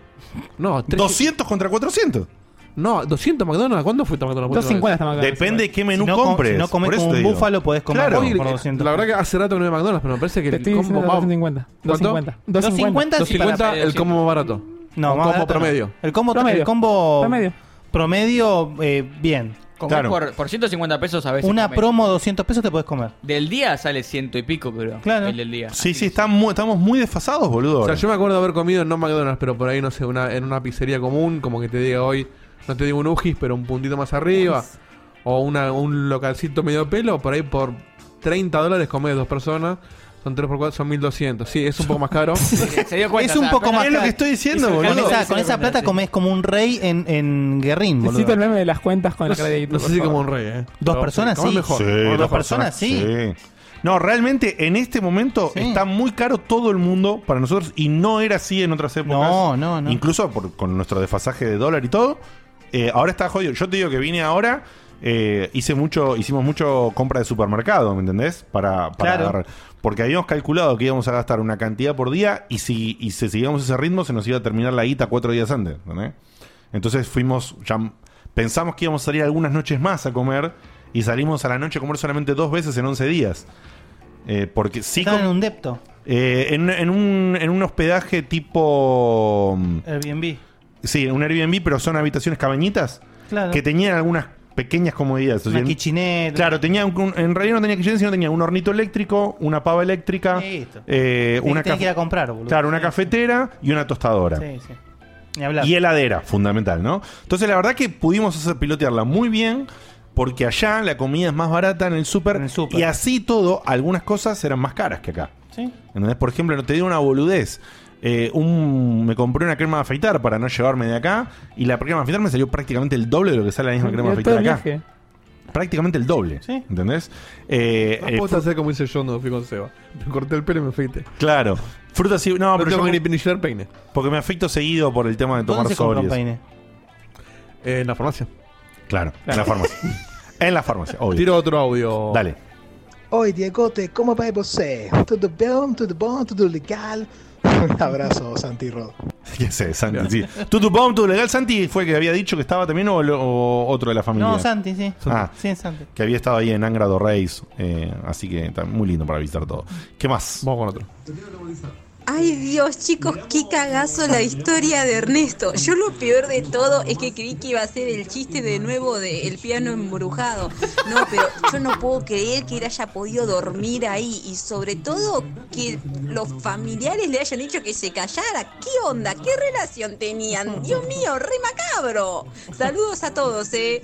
No, tres- 200 contra 400. no, 200 McDonald's. ¿Cuándo fuiste a McDonald's? 250 está más caro. Depende de qué menú si no com- compres. si no comes Por eso como te un digo. búfalo, podés comer Claro. como por Oye, 200. La verdad que hace rato que no voy a McDonald's, pero me parece que Te estoy el combo diciendo más- 250. ¿Cuánto? 250. 250. 250 para- el combo más barato. No, Un más combo barato no. promedio. El combo Promedio. El combo Promedio. promedio, eh, bien. Como Claro. por, por 150 pesos a veces. Una comés. promo 200 pesos te podés comer. Del día sale ciento y pico, pero Claro. el del día. Sí, sí, está mu- estamos muy desfasados, boludo. O sea, ahora. yo me acuerdo de haber comido no McDonald's, pero por ahí, no sé, una, en una pizzería común, como que te diga hoy, no te digo un Ujis, pero un puntito más arriba, o una, un localcito medio pelo, por ahí por 30 dólares comes dos personas, son 3 por 4, son 1200. Sí, es un poco más [LAUGHS] caro. Se dio cuenta, Es un o sea, poco apenas- más es lo que caro. estoy diciendo, Hizo el Con boludo. cálculo. esa, sí, con esa sí, plata sí. comes como un rey en, en Guerrín, boludo. Necesito el meme de las cuentas con no el crédito. no sé por si favor. como un rey, ¿eh? Dos Pero, personas, come sí. mejor, Sí, come dos mejor. personas, sí. No, realmente en este momento Sí. está muy caro todo el mundo para nosotros y no era así en otras épocas. No, no, no. Incluso por- con nuestro desfasaje de dólar y todo. eh, ahora está jodido. Yo te digo que vine ahora, eh, hice mucho, hicimos mucho compra de supermercado, ¿me entendés? Para, para Claro. agarrar. Porque habíamos calculado que íbamos a gastar una cantidad por día y si, y si seguíamos ese ritmo se nos iba a terminar la guita cuatro días antes, ¿entendés? Entonces fuimos, ya m- pensamos que íbamos a salir algunas noches más a comer y salimos a la noche a comer solamente dos veces en 11 días. Eh, porque sí, Están en com- un depto, eh, en, en un, en un hospedaje tipo. mm, Airbnb. Sí, un Airbnb, pero son habitaciones cabañitas Claro. que tenían algunas pequeñas comodidades. O sea, Una kitchenette. Claro, tenía un- un- en realidad no tenía kitchen, sino tenía un hornito eléctrico, una pava eléctrica, Listo. eh, Tenés una, que ir a caf- comprar, boludo. claro, una Sí, cafetera y una tostadora. Sí, sí. Ni hablar. Y heladera, fundamental, ¿no? Entonces, la verdad que pudimos hacer pilotearla muy bien. Porque allá la comida es más barata en el súper. En el súper. Y así todo, algunas cosas eran más caras que acá. Sí. ¿Entendés? Por ejemplo, no te digo una boludez. Eh, un, me compré una crema de afeitar para no llevarme de acá. Y la crema de afeitar me salió prácticamente el doble de lo que sale la misma crema de afeitar Todo el acá. viaje. Prácticamente el doble. Sí. ¿Entendés? Eh, eh, Vos te hacer como hice yo cuando fui con Seba. [LAUGHS] Me corté el pelo y me feité. claro. Fruta sí. No, No, pero tengo yo- ni, ni llevar peine. porque me afecto seguido por el tema de tomar ¿Dónde se sol. compra y un peine? eso. Eh, en la farmacia. Claro, en la farmacia. en la farmacia, obvio. Tiro otro audio. Dale. Oi, Diegote, como vai você? Tudo bem? Tudo bom? Tudo legal? [LAUGHS] Abraço, Santi Rod. [LAUGHS] Ya sé, Santi, sí. Tutu Pom, Tutu Legal. Santi fue el que había dicho que estaba también o, lo- o otro de la familia. No, Santi, sí. Ah. Sí, en Santi. que había estado ahí en Angra do Reis. eh, así que está muy lindo para visitar todo. ¿Qué más? Vamos con otro. Ay Dios, chicos, qué cagazo la historia de Ernesto. Yo lo peor de todo es que creí que iba a ser el chiste de nuevo del piano embrujado. No, pero yo no puedo creer que él haya podido dormir ahí y sobre todo que los familiares le hayan dicho que se callara. ¿Qué onda? ¿Qué relación tenían? Dios mío, re macabro. Saludos a todos, eh.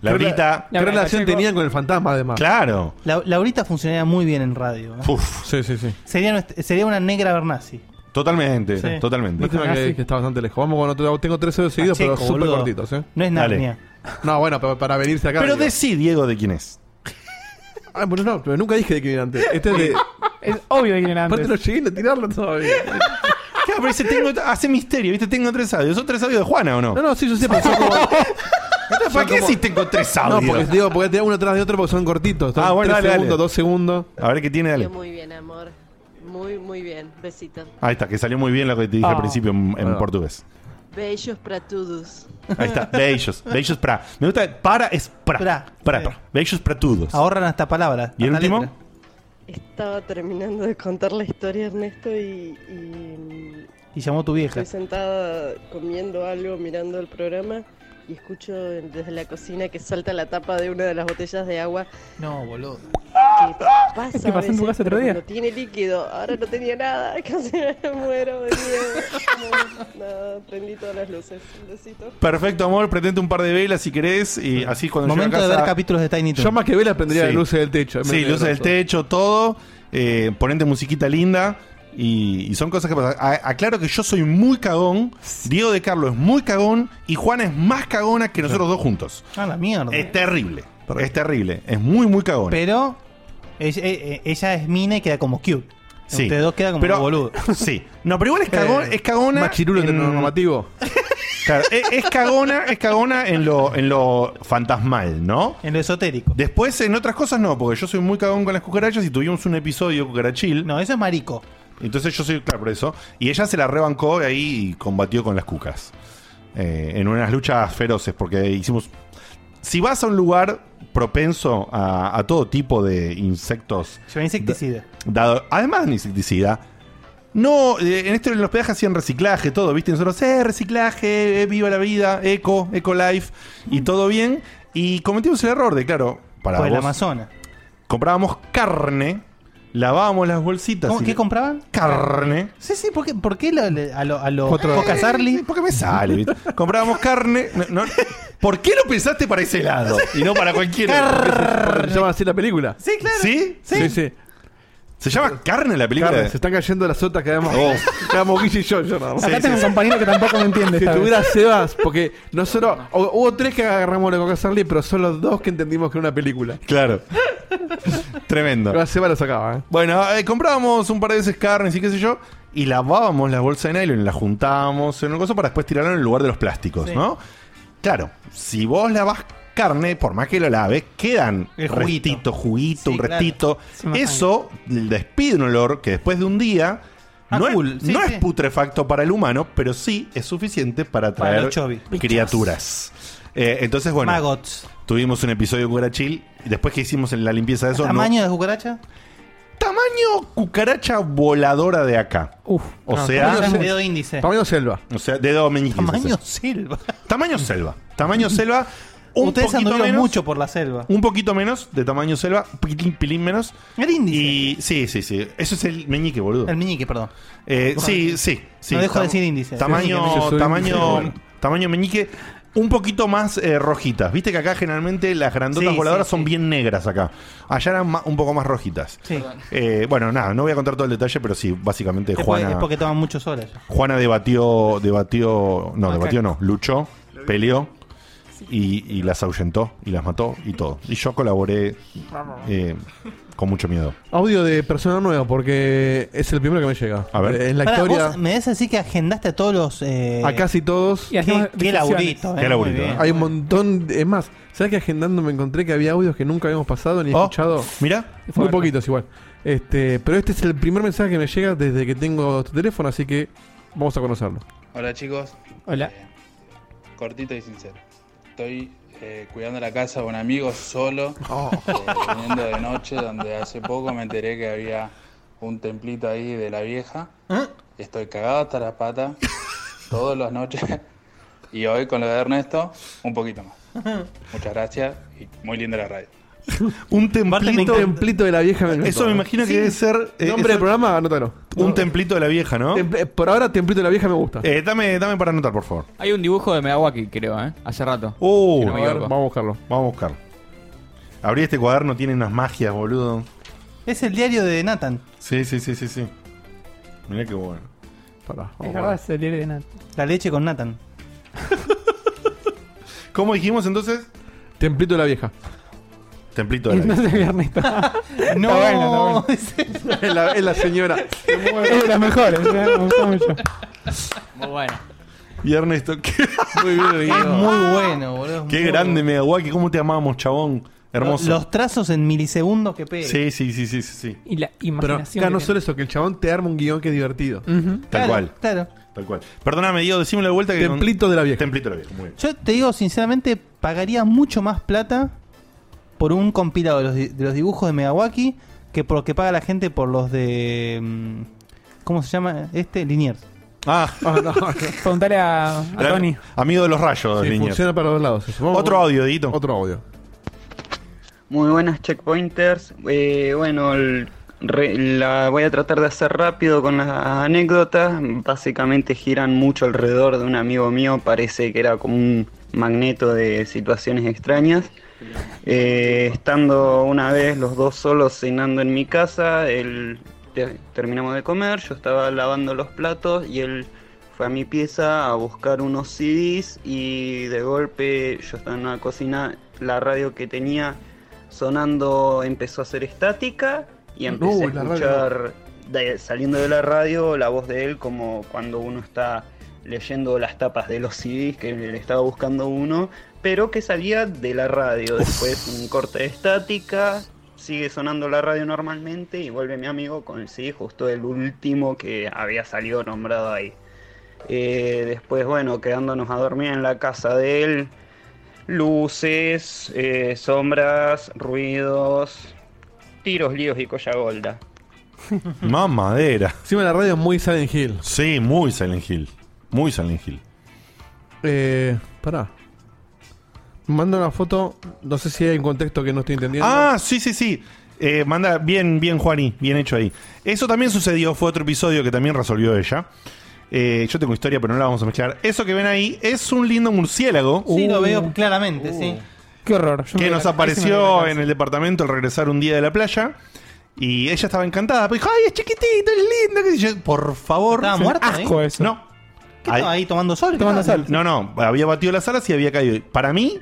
Laurita. ¿Qué Ya, relación Pacheco. tenían con el fantasma, además? Claro. La, Laurita funcionaría muy bien en radio. ¿eh? Uf, Sí, sí, sí. Sería, nuestra- sería una negra Bernasi. totalmente, Sí. totalmente. Lástima que, Ganassi. que está bastante lejos. Vamos con otro. Tengo tres Ah, audios seguidos, pero Pacheco, súper boludo. cortitos, ¿eh? No es Dale. Narnia. No, bueno, pero para venirse acá. Pero digo. decí, Diego, de quién es. [LAUGHS] Ah, bueno, no, pero nunca dije de quién era antes. Este [LAUGHS] es de. Es obvio que viene Aparte no antes. llegué a tirarlo todavía. Claro, pero dice, tengo, hace misterio, ¿viste? Tengo tres audios. ¿Son tres audios de Juana o Este no? No, no, Ah, sí, yo [LAUGHS] sé, pero son como. ¿Para qué decís tengo tres Este No, audios? porque digo, porque tirar uno atrás de otro porque son cortitos. Son Ah, bueno, tres dale, dale. segundos, dos segundos. A ver qué tiene, dale. Muy bien, amor. Muy, muy bien. Oh. Besitos. Ahí está, que salió muy bien lo que te dije al Ah. principio en, en Ah. portugués. Bellos para todos. Ahí está, [LAUGHS] bellos, bellos pra. Me gusta, para es pra. Pra. Pra, pra. Bellos pra todos. Ahorran hasta palabras. ¿Y el hasta último? letra. Estaba terminando de contar la historia, Ernesto, y, y, Y y llamó tu vieja. mm, Estoy sentada comiendo algo, mirando el programa y escucho desde la cocina que salta la tapa de una de las botellas de agua. No, boludo. ¿Qué pasa? ¿Qué pasó en tu a veces? casa otro Pero día? cuando tiene líquido, ahora no tenía nada, [LAUGHS] casi me muero de [LAUGHS] miedo. No, nada, prendí todas las luces. Un besito. Perfecto, amor, pretende un par de velas si querés y así cuando Momento llegue de a casa- ver capítulos de Tiny Toon. Yo más que velas prendría Sí. luces del techo. Sí, luces del techo, todo. eh, ponente musiquita linda. Y, y son cosas que pasan. A- aclaro que yo soy muy cagón. Diego de Carlos es muy cagón. Y Juana es más cagona que nosotros dos juntos. Ah, la mierda. Es terrible. Es terrible. Es muy, muy cagón. Pero ella, eh, ella es mina y queda como cute. Sí. Ustedes dos quedan como Pero- boludo. [LAUGHS] Sí. No, pero igual es, cagón, es cagona. Eh, machirulo heteronormativo. Claro, es, es cagona, es cagona en lo, en lo fantasmal, ¿no? En lo esotérico. Después, en otras cosas no, porque yo soy muy cagón con las cucarachas y tuvimos un episodio cucarachil. No, eso es marico. Entonces yo soy, claro, por eso. Y ella se la rebancó ahí y combatió con las cucas. Eh, en unas luchas feroces, porque hicimos. Si vas a un lugar propenso a, a todo tipo de insectos. Lleva insecticida. Dado, además de insecticida. No, eh, en esto en el hospedaje hacían reciclaje, todo, ¿viste? Nosotros, eh, reciclaje, eh, viva la vida, eco, eco life, y todo bien. Y cometimos el error de, claro, para Por Mm. Pues el vos- Amazonas. Comprábamos carne, lavábamos las bolsitas. ¿Cómo- y- ¿Qué compraban? Carne. Sí, sí, ¿por qué, por qué lo- le- a los a lo, Otro- Pocas Arly? ¿Por qué me sale? ¿viste? Comprábamos carne. no, [LAUGHS] no. ¿Por qué lo pensaste para ese lado? Y no para cualquiera. Se llama así la película. Sí, claro. ¿Sí? Sí, sí. ¿Se llama carne la película? Oh. Carne, se están cayendo las sotas que habíamos, [LAUGHS] que habíamos Guille y yo. yo nada más. Acá tengo un compañero que tampoco me entiende. Si esta vez. tuviera Sebas, porque nosotros hu- hubo tres que agarramos la coca Charlie, pero solo dos que entendimos que era una película. Claro. Tremendo. Pero a Sebas lo sacaba, ¿eh? Bueno, eh, comprábamos un par de veces carnes y qué sé yo, y lavábamos las bolsas de nylon, las juntábamos en una cosa para después tirarlo en el lugar de los plásticos, Sí. ¿no? Claro, si vos lavas carne, por más que lo laves, quedan El juguito. restitos, juguito, Sí, un claro. restito. Sí, me Eso despide un olor que después de un día Ah, no, cool. es, Sí, no sí. es putrefacto para el humano, pero sí es suficiente para Para atraer los chovis. criaturas. Eh, entonces, bueno, Magots. tuvimos un episodio de Cucarachil. y Después que hicimos la limpieza de eso, no- ¿Tamaño de cucaracha? Tamaño cucaracha voladora de acá. Uf. O No, sea, tamaño tamaño, dedo índice. selva. o sea, dedo meñique. Tamaño o sea. selva. Tamaño selva. Tamaño selva. Un Ustedes poquito anduvieron menos, mucho por la selva. Un poquito menos de tamaño selva, pilín, pilín menos. El índice. Y sí, sí, sí. Eso es el meñique, boludo. El meñique, perdón. Eh, sí, sí, sí. No dejo de Tam- decir índice. Tamaño, Meñique, meñique. tamaño, Bueno. tamaño meñique. Un poquito más eh, rojitas. Viste que acá generalmente las grandotas Sí, voladoras sí, son sí. bien negras acá. Allá eran ma- un poco más rojitas. Sí. Eh, bueno, nada, no voy a contar todo el detalle, pero sí, básicamente Es porque, Juana, es porque toman muchos horas. Juana debatió, debatió, no, debatió no, luchó, peleó y, y las ahuyentó y las mató y todo. Y yo colaboré eh, con mucho miedo. Audio de persona nueva, porque es el primero que me llega. A ver. Es la Pará, historia vos me des así que agendaste a todos los. eh, a casi todos. Y hacemos Qué, qué laburito, eh, Qué laburito, muy bien. eh. Hay un montón. de- Es más, ¿sabes que agendando me encontré que había audios que nunca habíamos pasado ni Oh, escuchado? Mira, Muy Fuerte. poquitos igual. Este, pero este es el primer mensaje que me llega desde que tengo tu teléfono, así que vamos a conocerlo. Hola chicos, Eh, Hola. cortito y sincero. Estoy eh, cuidando la casa de un amigo solo, eh, viniendo de noche, donde hace poco me enteré que había un templito ahí de la vieja. Estoy cagado hasta la pata, todas las noches. Y hoy con lo de Ernesto, un poquito más. Muchas gracias y muy linda la radio. [LAUGHS] un Aparte, me templito. encanta. templito de la vieja me encantó. Eso me imagino que Sí. debe ser eh, Nombre del eso- [LAUGHS] programa, anótalo. un templito de la vieja, ¿no? Temple- por ahora, templito de la vieja me gusta. Eh, dame, dame para anotar, por favor. Hay un dibujo de Megawaki, creo, ¿eh? Hace rato. Uh, Si no A me ver, equivoco. vamos a buscarlo. vamos a buscar. Abrí este cuaderno, tiene unas magias, boludo. Es el diario de Nathan. Sí, sí, sí, sí, sí. Mirá qué bueno. Pará, vamos Es a verdad, es el diario de Nat. La leche con Nathan. ¿Cómo dijimos entonces? ver. Templito de la vieja. Templito de la Y no vieja. se [LAUGHS] ve Ernesto. No, Oh, bueno, es, la, es [LAUGHS] la señora. es de los mejores. ¿eh? Me gustó mucho. Muy bueno. Y Ernesto, ¿qué? Muy bien, es Guido. muy bueno, boludo. es Qué muy grande, bueno. Megawaki. ¿Cómo te amamos, chabón? Hermoso. Los trazos en milisegundos que pega. Sí, sí, sí, sí, sí, sí. Y la Pero imaginación. acá no que solo eso, que el chabón te arma un guión que es divertido. tiene. Ujú. Tal Claro, cual, Claro. tal cual. Perdóname, Diego, decímelo de vuelta que. con- Templito de la vieja. Templito de la vieja, muy bien. Yo te digo, sinceramente, pagaría mucho más plata por un compilado de los, di- de los dibujos de Megawaki que por lo que paga la gente por los de. mm, ¿Cómo se llama? Este, Liniers. Ah, [LAUGHS] Preguntale a, a La- Tony. Amigo de los rayos, Sí, niños. funciona para los lados. eso. Vamos- Otro audio, Edito. Otro audio. Muy buenas checkpointers. Eh, bueno, el- re- la voy a tratar de hacer rápido con las anécdotas. Básicamente giran mucho alrededor de un amigo mío. Parece que era como un magneto de situaciones extrañas. Eh, estando una vez los dos solos cenando en mi casa, él te- terminamos de comer, yo estaba lavando los platos y él fue a mi pieza a buscar unos CDs y de golpe yo estaba en la cocina, la radio que tenía sonando empezó a ser estática y empecé Uy, la a radio. escuchar de- saliendo de la radio la voz de él como cuando uno está leyendo las tapas de los CDs que le estaba buscando uno, pero que salía de la radio. Después un corte de estática, sigue sonando la radio normalmente y vuelve mi amigo con el CD, justo el último que había salido nombrado ahí. Eh, después, bueno, quedándonos a dormir en la casa de él, luces, eh, sombras, ruidos, tiros, líos y collagolda. [LAUGHS] Mamadera. Encima la radio es muy Silent Hill. Sí, muy Silent Hill. Muy Silent Hill. Eh, pará. Manda una foto. No sé si hay un contexto que no estoy entendiendo. Ah, sí, sí, sí. Eh, manda bien, bien, Juani, bien hecho ahí. Eso también sucedió, fue otro episodio que también resolvió ella. Eh, yo tengo historia, pero no la vamos a mezclar. Eso que ven ahí es un lindo murciélago. Sí, lo Uh. veo claramente, sí. Qué horror. Yo que me- nos ahí se me ve la apareció casa. en el departamento al regresar un día de la playa. Y ella estaba encantada. Pero dijo, ay, es chiquitito, es lindo. qué sé yo. Por favor. ¿Estaba muerto ahí? Asco eso. No. estaba ahí tomando sol? Tomando sol. No, no. Había batido las alas y había caído. Para mí,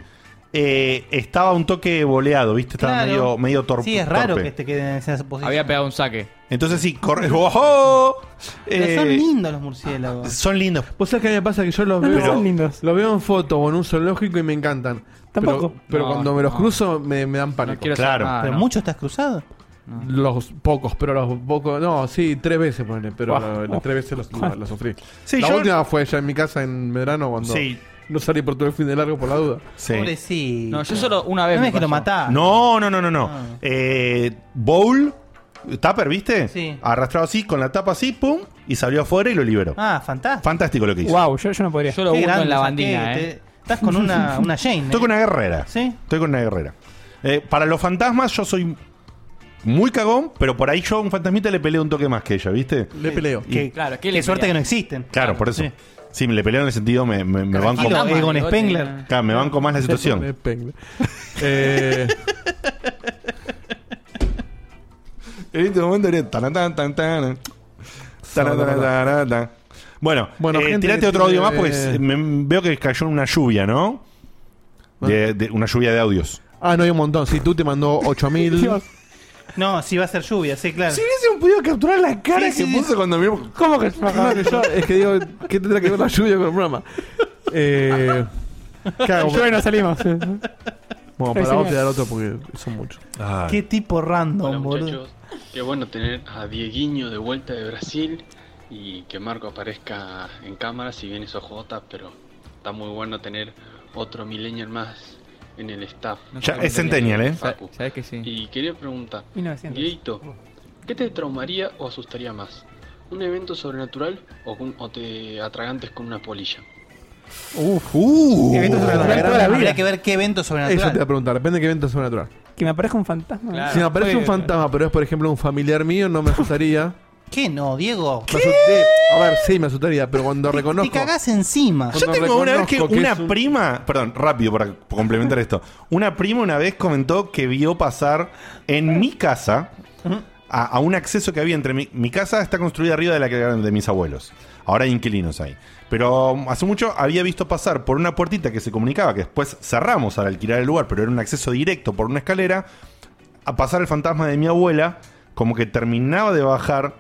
eh, estaba un toque boleado, ¿viste? Estaba Claro. medio, medio torpe. Sí, es raro torpe. que te queden en esa posición. Había pegado un saque. Entonces sí, corre. [LAUGHS] ¡Ojo! Pero Eh, son lindos los murciélagos. Son lindos. Vos sabés que a mí me pasa que yo los No, no veo. son Los veo en foto o en un zoológico y me encantan. Tampoco. Pero, pero No, cuando me los no. cruzo me, me dan pánico. quiero saber Claro. nada, Pero ¿no? mucho estás cruzado. Los pocos, pero los pocos. No, sí, tres veces, ponele, pero Ah, la- las oh. tres veces los, Ah. los sufrí. Sí, la yo- última fue ya en mi casa en verano cuando Sí. no salí por todo el fin de largo por la duda. Sí. Pobrecito. No, yo solo una vez. No me me que lo pasó. matás. No, no, no, no, Ah. no. Eh, bowl, tupper, ¿viste? Sí. Arrastrado así, con la tapa así, pum, y salió afuera y lo liberó. Ah, fantástico. Fantástico lo que hizo. Wow, yo, yo no podría. Yo lo Qué busco en grande, la Santiago, bandina, te- eh. Estás [LAUGHS] con [LAUGHS] una, una Jane. Estoy eh. con una guerrera. Sí. Estoy con una guerrera. Eh, para los fantasmas, yo soy muy cagón, pero por ahí yo a un fantasmita le peleo un toque más que ella, ¿viste? Le peleo. Y- Qué, claro, qué suerte que no existen. Claro, por eso. Sí. me le peleo en el sentido, me, me, me banco Tranquilo, Egon más. Spengler. Claro, me banco más la situación. Eh, [LAUGHS] En este momento era tan tan tan tan. Tan, tan, tan, tan. Bueno, Bueno, eh, gente tirate que otro audio tiene- eh, más porque eh, se- me- veo que cayó una lluvia, ¿no? De, de- una lluvia de audios. ah, no, hay un montón. Si tú te mandó 8000. No, sí va a ser lluvia, sí, claro. hubiésemos podido capturar la cara que puso cuando miró. ¿Cómo que [LAUGHS] No, que yo- es que digo, ¿qué tendrá que ver la lluvia con el programa? Eh, [LAUGHS] claro, Llueve, no salimos. bueno, para vos te dar otro porque son muchos. Qué tipo random, boludo. muchachos. Qué bueno tener a Dieguinho de vuelta de Brasil y que Marco aparezca en cámara, si bien eso jota, pero está muy bueno tener otro millennial más en el staff. Ya, es centennial, ¿eh? Facu. Sabes que sí. Y quería preguntar, 1900. Dieguito, ¿qué te traumaría o asustaría más? ¿Un evento sobrenatural o, con- o te atragantes con una polilla? Uf, uh. Eventos sobrenaturales toda la vida. Habría que ver qué evento sobrenatural. Eso te voy a preguntar, depende de qué evento sobrenatural. Que me aparezca un fantasma. Si me aparece un fantasma, pero es por ejemplo un familiar mío, no me asustaría. [LAUGHS] ¿Qué no, Diego? Me asusté. A ver, sí, me asustaría, pero cuando Te reconozco. cagás encima. Yo tengo una vez que Reconozco que una es un- prima, perdón, rápido para complementar esto. Una prima una vez comentó que vio pasar en mi casa a, a un acceso que había entre mi, mi casa está construida arriba de la que eran de mis abuelos. Ahora hay inquilinos ahí. Pero um, hace mucho había visto pasar por una puertita que se comunicaba, que después cerramos al alquilar el lugar, pero era un acceso directo por una escalera, a pasar el fantasma de mi abuela, como que terminaba de bajar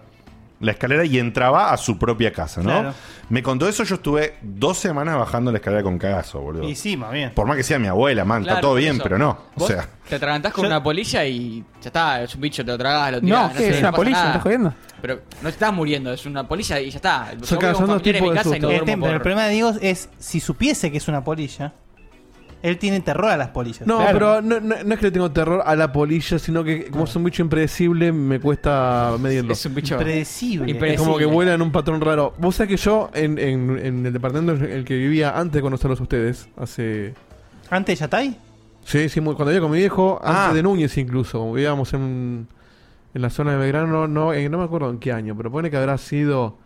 la escalera y entraba a su propia casa, ¿no? Claro. Me contó eso, yo estuve dos semanas bajando la escalera con cagazo, boludo. Y sí, más bien. Por más que sea mi abuela, man, Claro, está todo por bien, eso. pero no. O Vos sea, Te atragantás con Yo- una polilla y ya está, es un bicho, te lo tragás, lo tirás. No, ¿qué? sé, Es una pasa polilla, nada. ¿estás jodiendo? Pero no te estás muriendo, es una polilla y ya está. Yo Son vivo con dos familiares en tipos mi de casa y no Este, El duermo tema- por- el problema de Diego es si supiese que es una polilla. Él tiene terror a las polillas. No, pero no, no- no es que le tengo terror a la polilla, sino que como es un bicho impredecible, me cuesta medirlo. Es un bicho Impredecible. Es como que impredecible. vuela en un patrón raro. Vos sabés que yo, en, en- en el departamento en el que vivía antes de conocerlos a ustedes, hace. ¿Antes de Yatay? Sí, sí, muy- cuando vivía con mi viejo, Ah. antes de Núñez incluso. Como vivíamos en, en la zona de Belgrano, no, eh, no me acuerdo en qué año, pero pone que habrá sido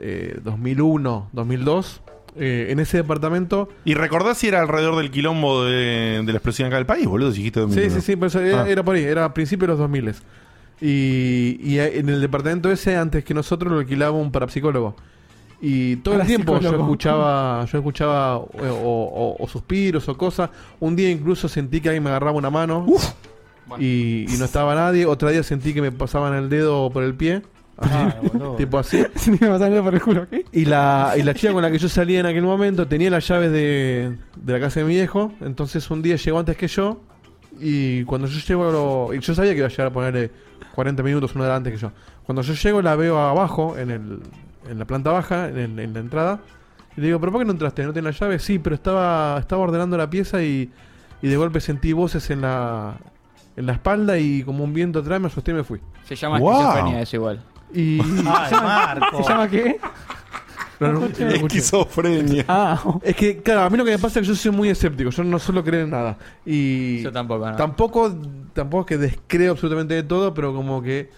eh, 2001, 2002. eh, en ese departamento ¿Y recordás si era alrededor del quilombo de, de la explosión acá del país, boludo? Si dijiste Sí, 2001. sí, sí, pero eso era, Ah. era por ahí, era a principios de los 2000. Y, y en el departamento ese, antes que nosotros, lo alquilaba un parapsicólogo. Y todo el tiempo yo Parapsicólogo. [LAUGHS] escuchaba yo escuchaba eh, o, o- o suspiros o cosas. Un día incluso sentí que alguien me agarraba una mano y, y no estaba nadie. Otro día sentí que me pasaban el dedo por el pie. Así, tipo así. me pasaron el por el culo, ¿qué? Y la, y la chica con la que yo salía en aquel momento tenía las llaves de, de la casa de mi viejo. Entonces un día llegó antes que yo. Y cuando yo llego. y yo sabía que iba a llegar a ponerle 40 minutos, una hora antes que yo. Cuando yo llego, la veo abajo, en, el, en la planta baja, en, el- en la entrada. Y le digo, ¿pero por qué no entraste? ¿No tenés la llave? Sí, pero estaba, estaba ordenando la pieza y, y de golpe sentí voces en la, en la espalda y como un viento atrás me asusté y me fui. Se llama esquizofrenia eso igual. Y. Ay, Marco. [LAUGHS] ¿Se llama qué? No escuché, no escuché. Ah. Esquizofrenia. Es que, claro, a mí lo que me pasa es que yo soy muy escéptico. Yo no suelo creer en nada. Y. Yo tampoco, no. Tampoco, tampoco es que descreo absolutamente de todo, pero como que.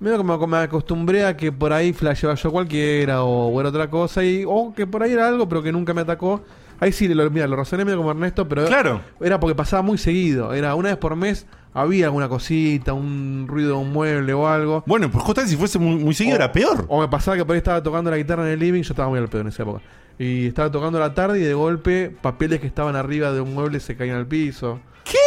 Medio como me acostumbré a que por ahí flasheaba yo cualquiera o, o era otra cosa. Y, o que por ahí era algo, pero que nunca me atacó. Ahí sí, lo, mira, lo razoné medio como Ernesto, pero. Claro. Era porque pasaba muy seguido. Era una vez por mes había alguna cosita, un ruido de un mueble o algo. Bueno, pues justamente si fuese muy, seguido era peor. O me pasaba que por ahí estaba tocando la guitarra en el living, yo estaba muy al pedo en esa época. Y estaba tocando a la tarde y de golpe papeles que estaban arriba de un mueble se caían al piso. ¿Qué?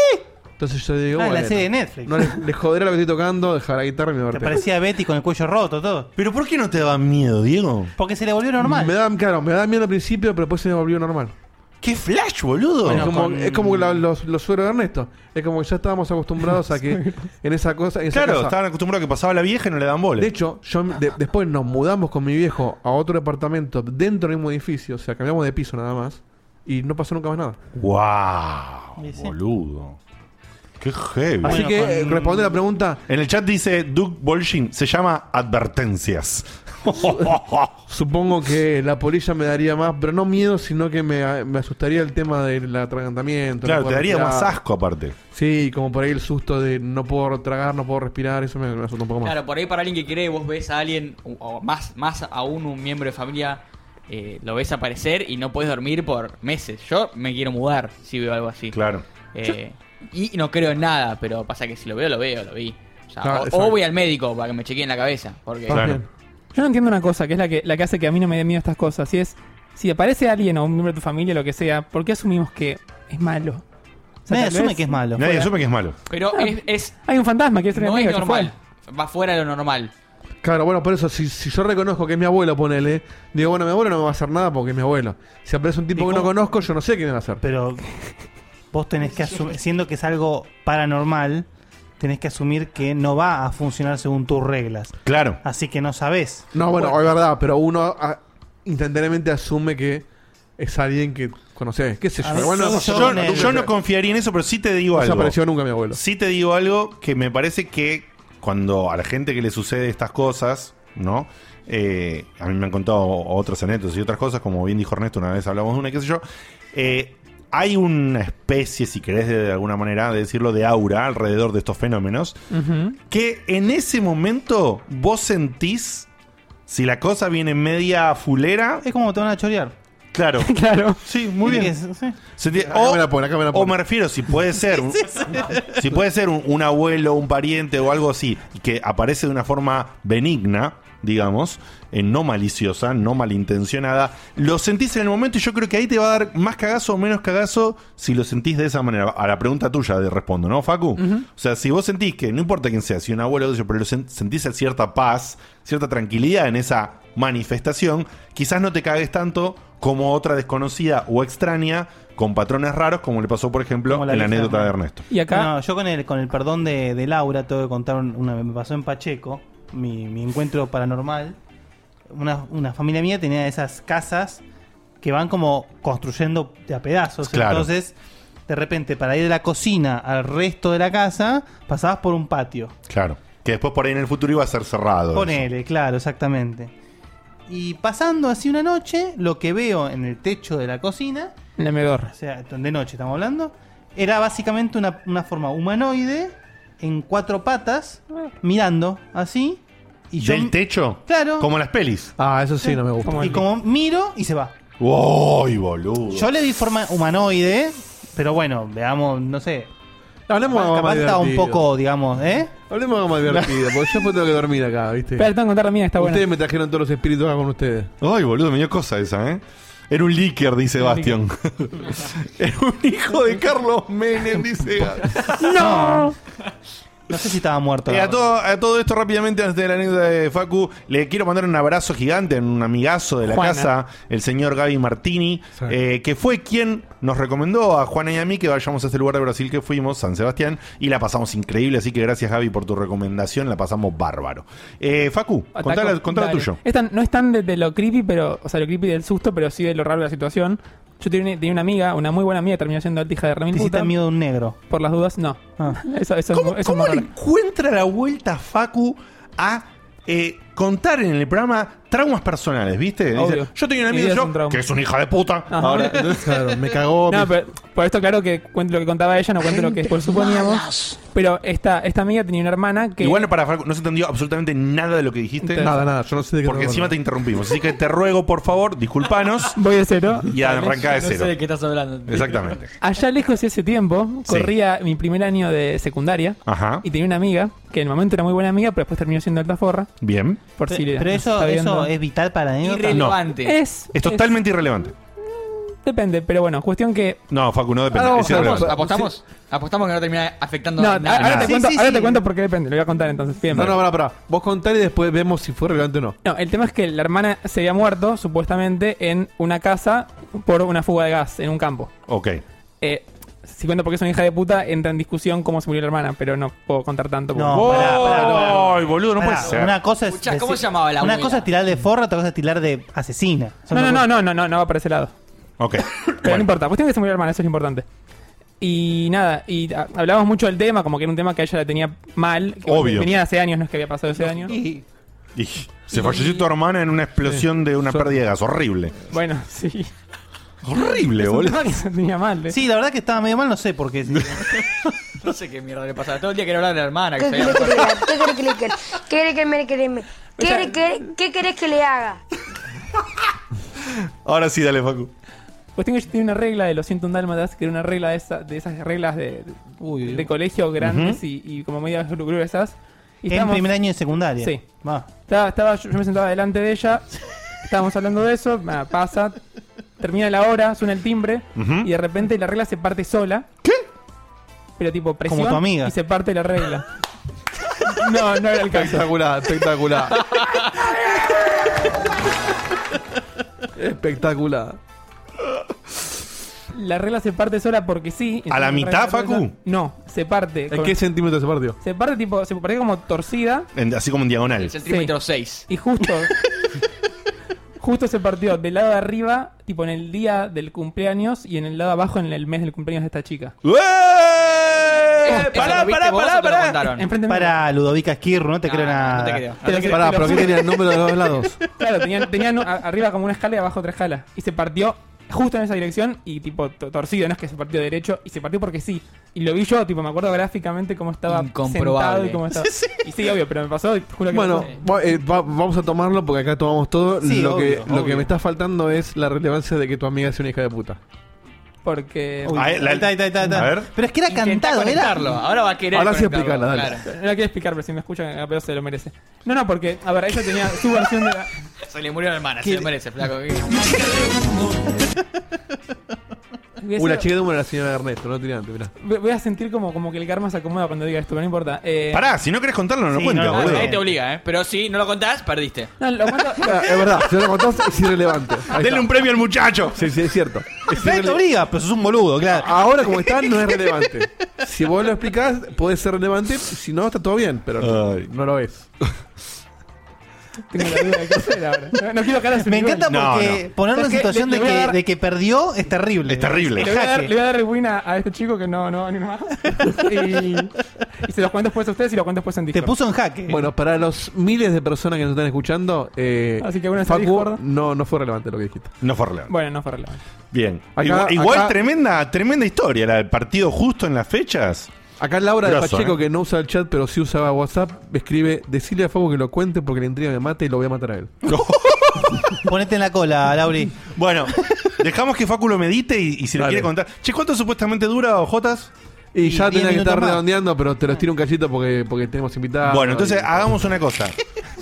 Entonces yo digo. Ah, la bueno, serie de Netflix. No le, le joderé lo que estoy tocando, dejar la guitarra y me Te divertiré. parecía Betty con el cuello roto, todo. ¿Pero por qué no te daba miedo, Diego? Porque se le volvió normal. Me da, claro, me da miedo al principio, pero después se me volvió normal. ¡Qué flash, boludo! es como, Bueno, con- es como la- los, los suegros de Ernesto. Es como que ya estábamos acostumbrados [LAUGHS] a que en esa cosa. en esa Claro, casa- estaban acostumbrados a que pasaba la vieja y no le dan bola. De hecho, yo de- después nos mudamos con mi viejo a otro departamento dentro del mismo edificio, o sea, cambiamos de piso nada más, y no pasó nunca más nada. ¡Wow! Sí, sí. Boludo. ¡Qué heavy! Así que, eh, responde la pregunta. En el chat dice Duke Bolshin, se llama advertencias. [LAUGHS] Supongo que la polilla me daría más, pero no miedo, sino que me, me asustaría el tema del atragantamiento. Claro, no te poder daría respirar. más asco aparte. Sí, como por ahí el susto de no puedo tragar, no puedo respirar, eso me, me asusta un poco más. Claro, por ahí para alguien que cree, vos ves a alguien, o- o más, más aún un miembro de familia, eh, lo ves aparecer y no puedes dormir por meses. Yo me quiero mudar si veo algo así. Claro. Eh, y no creo en nada, pero pasa que si lo veo, lo veo, lo vi. O, sea, Claro, o- exacto. o voy al médico para que me chequeen la cabeza. Porque Claro. Yo no entiendo una cosa, que es la que, la que hace que a mí no me den miedo estas cosas. Y es, si aparece alguien o un miembro de tu familia, lo que sea, ¿por qué asumimos que es malo? O sea, Nadie tal asume vez- que es malo. Ah. Nadie asume que es malo. Pero es, es- Hay un fantasma que es no enemigo, es ya normal. Va fuera de lo normal. Claro, bueno, por eso, si, si yo reconozco que es mi abuelo, ponele, digo, bueno, mi abuelo no me va a hacer nada porque es mi abuelo. Si aparece un tipo que no conozco, yo no sé quién va a hacer. Pero vos tenés que asumir, siendo que es algo paranormal, tenés que asumir que no va a funcionar según tus reglas. Claro. Así que no sabés. No, bueno, es verdad, pero uno ah, instantáneamente asume que es alguien que conoces. ¿Qué sé yo? Yo, Igual no pasó yo- nunca. yo no confiaría en eso, pero sí te digo No se algo. apareció nunca mi abuelo. Sí te digo algo que me parece que cuando a la gente que le sucede estas cosas, ¿no? Eh, a mí me han contado otras anécdotas y otras cosas, como bien dijo Ernesto, una vez hablamos de una, qué sé yo. Eh, hay una especie, si querés de, de alguna manera de decirlo, de aura alrededor de estos fenómenos, que en ese momento vos sentís si la cosa viene media fulera. Es como te van a chorear. [LAUGHS] Claro. claro. Sí, muy bien. Sentí- o, o me refiero, si puede ser, un- si puede ser un, un abuelo, un pariente o algo así, y que aparece de una forma benigna, digamos, eh, no maliciosa, no malintencionada, lo sentís en el momento y yo creo que ahí te va a dar más cagazo o menos cagazo si lo sentís de esa manera. A la pregunta tuya de respondo, ¿no, Facu? Ujú. O sea, si vos sentís que, no importa quién sea, si un abuelo o eso, pero lo sen- sentís cierta paz, cierta tranquilidad en esa manifestación, quizás no te cagues tanto como otra desconocida o extraña con patrones raros, como le pasó, por ejemplo, Como la en la vieja. anécdota de Ernesto. Y acá- No, yo con el, con el perdón de, de Laura, tengo que contar una. Me pasó en Pacheco, mi, mi encuentro paranormal. Una, una familia mía tenía esas casas que van como construyendo de a pedazos. Claro. Entonces, de repente, para ir de la cocina al resto de la casa, pasabas por un patio. Claro. Que después por ahí en el futuro iba a ser cerrado. Ponele, claro, exactamente. Y pasando así una noche, lo que veo en el techo de la cocina, En la medorra. o sea, de noche estamos hablando, era básicamente una, una forma humanoide en cuatro patas, mirando así. Y yo- ¿Del techo? Claro. Como las pelis. Ah, eso sí no me gusta. Y como miro y se va. ¡Uy, boludo! Yo le di forma humanoide, pero bueno, veamos, no sé. Hablemos algo Capaz más estaba un divertido. poco, digamos, ¿eh? Hablemos de algo más divertido, porque yo después tengo que dormir acá, [LAUGHS] ¿viste? Espera, tengo que contar la mía, está buena. Ustedes me trajeron todos los espíritus acá con ustedes. Ay, boludo, me dio cosa esa, ¿eh? Era un líquier, dice Bastian. [LAUGHS] Era [LAUGHS] un hijo de Carlos Menem, dice. [LAUGHS] [LAUGHS] ¡No! No sé si estaba muerto. Eh, a, todo, a todo esto rápidamente, antes de la anécdota de Facu, le quiero mandar un abrazo gigante, un amigazo de la Juana. casa, el señor Gaby Martini, eh, que fue quien nos recomendó a Juana y a mí que vayamos a este lugar de Brasil que fuimos, San Sebastián, y la pasamos increíble, así que gracias Gaby por tu recomendación, la pasamos bárbaro. Eh, Facu, Ataco. contá la- contá la Dale. tuyo. Es tan- no es tan de, de lo creepy, pero, o sea, lo creepy del susto, pero sí de lo raro de la situación. Yo tenía, tenía una amiga, una muy buena amiga, terminó siendo altija de Ramil ¿Te hiciste miedo de un negro? Ah. Por las dudas, no. Eso, eso es ¿Cómo, muy- eso es cómo muy le raro. encuentra la vuelta Facu a eh, contar en el programa traumas personales, viste? Dice, Obvio. yo tenía una Mi amiga vida es yo, un trauma. que es una hija de puta. Ajá. [LAUGHS] Pues, Ahora, claro, me cagó. No, pero por esto claro que cuento lo que contaba ella, no cuento lo que después suponíamos. Pero esta, esta amiga tenía una hermana que... Igual para Facu, no se entendió absolutamente nada de lo que dijiste. Entonces- Nada, nada, yo no sé de qué Porque estamos encima te interrumpimos. Así que te ruego, por favor, disculpanos. [LAUGHS] Voy de cero. Y arranca de No sé cero. de qué estás hablando. Exactamente. Allá lejos de ese tiempo, Sí. corría mi primer año de secundaria Ajá. y tenía una amiga, que en el momento era muy buena amiga, pero después terminó siendo alta forra. Bien. Por Pe- si le- pero nos eso, está eso viendo. es vital para la anécdota. Irrelevante. No. Es- Es totalmente irrelevante. Depende, pero bueno, cuestión que No, Facu, no depende. Ah, es irrelevante. ¿Apostamos? ¿Apostamos que no termina afectando No, a ahora, nada? te cuento, ahora te cuento porque depende, lo voy a contar entonces. Bien, No, no, Vale. pará, pará. Vos contale y después vemos si fue relevante o no. No, el tema es que la hermana se había muerto, supuestamente, en una casa por una fuga de gas, en un campo. Ok. Eh, si cuento porque es una hija de puta, entra en discusión cómo se murió la hermana, pero no puedo contar tanto. No, porque- pará, pará, pará. Ay, boludo, no Pará, puede ser. Una cosa es. Escuchá, ¿cómo decir- se llamaba la Una abuela? cosa es tirar de forra, otra cosa es tirar de asesina. Son No, no, dos no, no, no, no, no va para ese lado. Ok. Pero no importa, cuestión que se murió la hermana, eso es lo [LAUGHS] importante. Y nada, y ah, hablábamos mucho del tema, como que era un tema que a ella la tenía mal. que Obvio. Tenía hace años, no es que había pasado ese año. Y se falleció tu hermana en una explosión de una pérdida de gas. Horrible. Bueno, [LAUGHS] sí. Horrible, Es un boludo. tema que se tenía mal. eh. Sí, la verdad que estaba medio mal, no sé [LAUGHS] por qué. No sé qué mierda le pasaba. Todo el día quería hablar de la hermana. Que se había muerto. ¿Qué que me ¿Qué, querés que le haga? Ahora sí, dale, Facu. Cuestión que yo tenía Pues una regla de los 101 dálmatas, que era una regla de, esa- de esas reglas de, de- de colegio grandes Ujú. y, y como medias gruesas. Y En estábamos- primer año de secundaria. Sí. Va. Estaba, estaba- yo, yo me sentaba delante de ella, estábamos hablando de eso, nada, pasa, termina la hora, suena el timbre, Ujú. y de repente la regla se parte sola. ¿Qué? Pero tipo, presión tu amiga. y se parte la regla. [LAUGHS] no, no era el caso. Espectacular, espectacular. [LAUGHS] espectacular. La regla se parte sola porque sí. ¿A la entonces mitad, regla gruesa- Facu? No, se parte. ¿En con- qué centímetro se partió? Se parte tipo, se parte como torcida. En- así como en diagonal. Centímetro 6. Y justo. justo se partió del lado de arriba, tipo en el día del cumpleaños, y en el lado de abajo en el mes del cumpleaños de esta chica. pará, pará, pará, pará. Enfrente mío. Para Ludovica Esquirro, no te creo nada. no te creo. Te lo Pará, creo. Ah. pero ¿qué tenía el número de los [LAUGHS] lados? Claro, tenían, tenían a- arriba como una escala y abajo otra escala. Y se partió justo en esa dirección y tipo to- torcido, no es que se partió derecho, y se partió porque sí. Y lo vi yo, tipo, me acuerdo gráficamente cómo estaba sentado y cómo estaba. Y sí, obvio, pero me pasó y juro que Bueno, me pasó. va- eh, va- vamos a tomarlo porque acá tomamos todo. Sí, lo, que, obvio, lo que obvio. me está faltando es la relevancia de que tu amiga es una hija de puta. porque Uy, ahí está, ahí está, ahí está, ahí está. Pero es que era cantado, era. conectarlo, ahora va a querer Ahora sí conectarlo, explícala, dale. claro. No la quiero explicar, pero si me escuchan, a pedo se lo merece. No, no, porque, a ver, ella tenía su versión de la. Se le murió la hermana, se lo merece, flaco. [LAUGHS] Uy, la chica de humo era la señora de Ernesto, no tiene antes, mirá. Voy voy a sentir como, como que el karma se acomoda cuando diga esto, pero no importa. Eh, Pará, si no querés contarlo, no lo Sí, cuentes, no, no, boludo. Nadie te obliga, ¿eh? Pero si no lo contás, perdiste. No, lo [LAUGHS] cuento. es verdad, si no lo contás es irrelevante. Denle un premio al muchacho. Sí, sí, es [LAUGHS] cierto. Es Nadie te obliga, pero sos un boludo, claro. Ahora como está, [LAUGHS] no es relevante. Si vos lo explicás, puede ser relevante. Si no, está todo bien, pero no, no lo es. [LAUGHS] Tengo la duda de qué hacer ahora. No, no quiero caras Me encanta porque ponerlo en situación de, que, Le de que perdió es terrible. Es le voy a dar, le voy a dar el win a, a este chico que no, no, ni [LAUGHS] más. Y, y se los cuento después a ustedes y los cuento después en Discord. Bueno, para los miles de personas que nos están escuchando, eh, Así que bueno, está Facu, Discord. no, no fue relevante lo que dijiste. No fue relevante. Bueno, no fue relevante. Bien. Acá- igual igual acá- tremenda, tremenda historia. La del partido justo en las fechas. Acá Laura de ¿eh? Pacheco, que no usa el chat, pero sí usaba WhatsApp, escribe: Decirle a Facu que lo cuente porque la intriga me mata y lo voy a matar a él. Ponete en la cola, Lauri. ¿eh? Bueno, dejamos que Facu lo medite y, y si lo quiere contar. Che, ¿cuánto supuestamente dura, Jotas? Y ya tiene tenía que estar redondeando, pero te los tiro un cachito porque, porque tenemos invitados. Bueno, entonces ah, y- hagamos una [LAUGHS] cosa.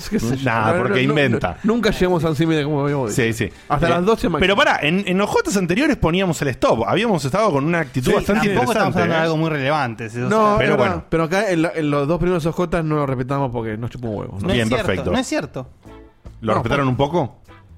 qué sé yo. Nada, No, no, porque no, inventa. no, nunca llegamos a encima de cómo vemos. Sí, sí. Hasta Eh, las 12 máximo. Pero pará, en, en los Jotas anteriores poníamos el stop. Habíamos estado con una actitud Sí, bastante tampoco interesante. estamos hablando de ¿eh? algo muy relevante. No, pero bueno. Pero acá en, la- en los dos primeros OJ no lo respetamos porque nos chupó un huevo. No es Bien, cierto, perfecto. No es cierto. ¿Lo respetaron un poco?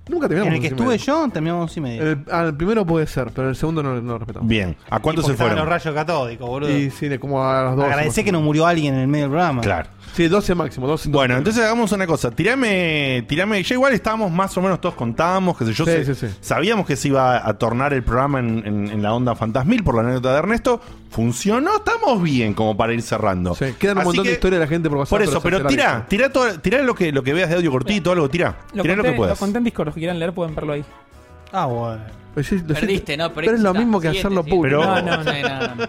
Nunca terminamos En el que once y estuve media. yo, terminamos once y media. El, al primero puede ser, pero el segundo no, no lo respetamos. Bien. ¿A cuánto Y porque estaban los rayos catódicos, boludo. Y sí, de como a las 12. Agradecé que no murió alguien en el medio del programa. Claro. Sí, 12 máximo. 12, Bueno, entonces hagamos una cosa. Tirame, tirame. Ya igual estábamos más o menos todos contábamos, qué sé yo. Sí, se- sí, sí. Sabíamos que se iba a tornar el programa en, en- en la onda fantasmil por la anécdota de Ernesto. Funcionó, estamos bien como para ir cerrando. Quedan un Así montón de que- historias de la gente por WhatsApp. Por eso, se hace pero largo. tira, tira, todo- tira lo que, lo que veas de audio cortito, algo, tira. Lo Tira lo conté- que puedas. Lo conté en Discord, los que quieran leer pueden verlo ahí. Ah, bueno. Perdiste, no, pero pero es lo mismo que siguiente, hacerlo siguiente. público. No, no, no, no, no,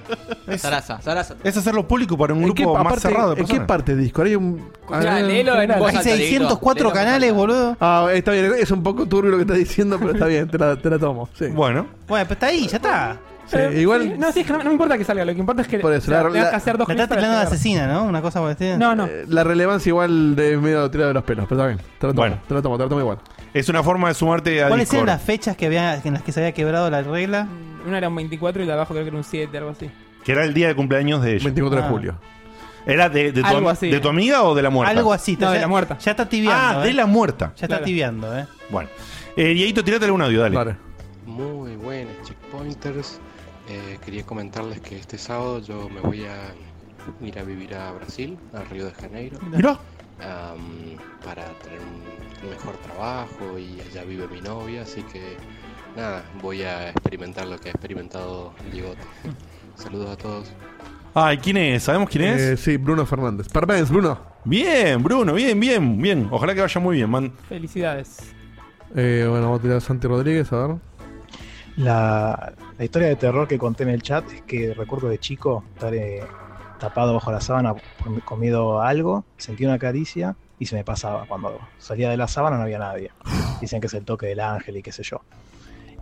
no. Zaraza, Zaraza. Eh, Es hacerlo público para un ¿En grupo más aparte- cerrado de ¿En qué personas. parte de Discord? Hay un. Ya, hay un- léelo en voz Hay alta, Dieguito, léelo en voz canales, boludo. Ah, está bien, es un poco turbio lo que estás diciendo, pero está bien, te la, te la tomo. Sí. Bueno. Bueno, pero está ahí, ya está. Sí, igual- No, sí, es que no, no me importa que salga, lo que importa es que. Por eso, la- tengas la- que hacer dos Me estás clics para tirando de llegar. asesina, ¿no? Una cosa por el estilo. No, no. Eh, La relevancia igual de medio tirada de los pelos, pero está bien. Te la tomo, Bueno. te la tomo, te la tomo igual. Es una forma de sumarte a ¿Cuáles eran Discord. las fechas que había, en las que se había quebrado la regla? Una era un 24 y la de abajo creo que era un 7, algo así. Que era el día de cumpleaños de ella. 24 de Ah. julio. ¿Era de, de tu, Algo am- así. de tu amiga o de la muerta? Algo así. No, de la muerta. Ya está tibiando. Ah, de ¿eh? la muerta. Ya está tibiando, ¿eh? Bueno. Eh, Dieguito, tirate algún audio, dale. Muy buenas, checkpointers. Eh, quería comentarles que este sábado yo me voy a ir a vivir a Brasil, a Río de Janeiro. Mirá. Am, para tener un mejor trabajo y allá vive mi novia, así que nada, voy a experimentar lo que ha experimentado Diego. Saludos a todos. Ay, ¿quién es? ¿Sabemos quién es? Eh, sí, Bruno Fernández. Parabéns, Bruno. Bien, Bruno, bien, bien, bien. Ojalá que vaya muy bien, man. Felicidades. Eh, bueno, vamos a tirar a Santi Rodríguez, a ver. La, la historia de terror que conté en el chat es que recuerdo de chico estar eh, tapado bajo la sábana, por- comido algo, sentí una caricia y se me pasaba. Cuando salía de la sábana no había nadie. Dicen que es el toque del ángel y qué sé yo.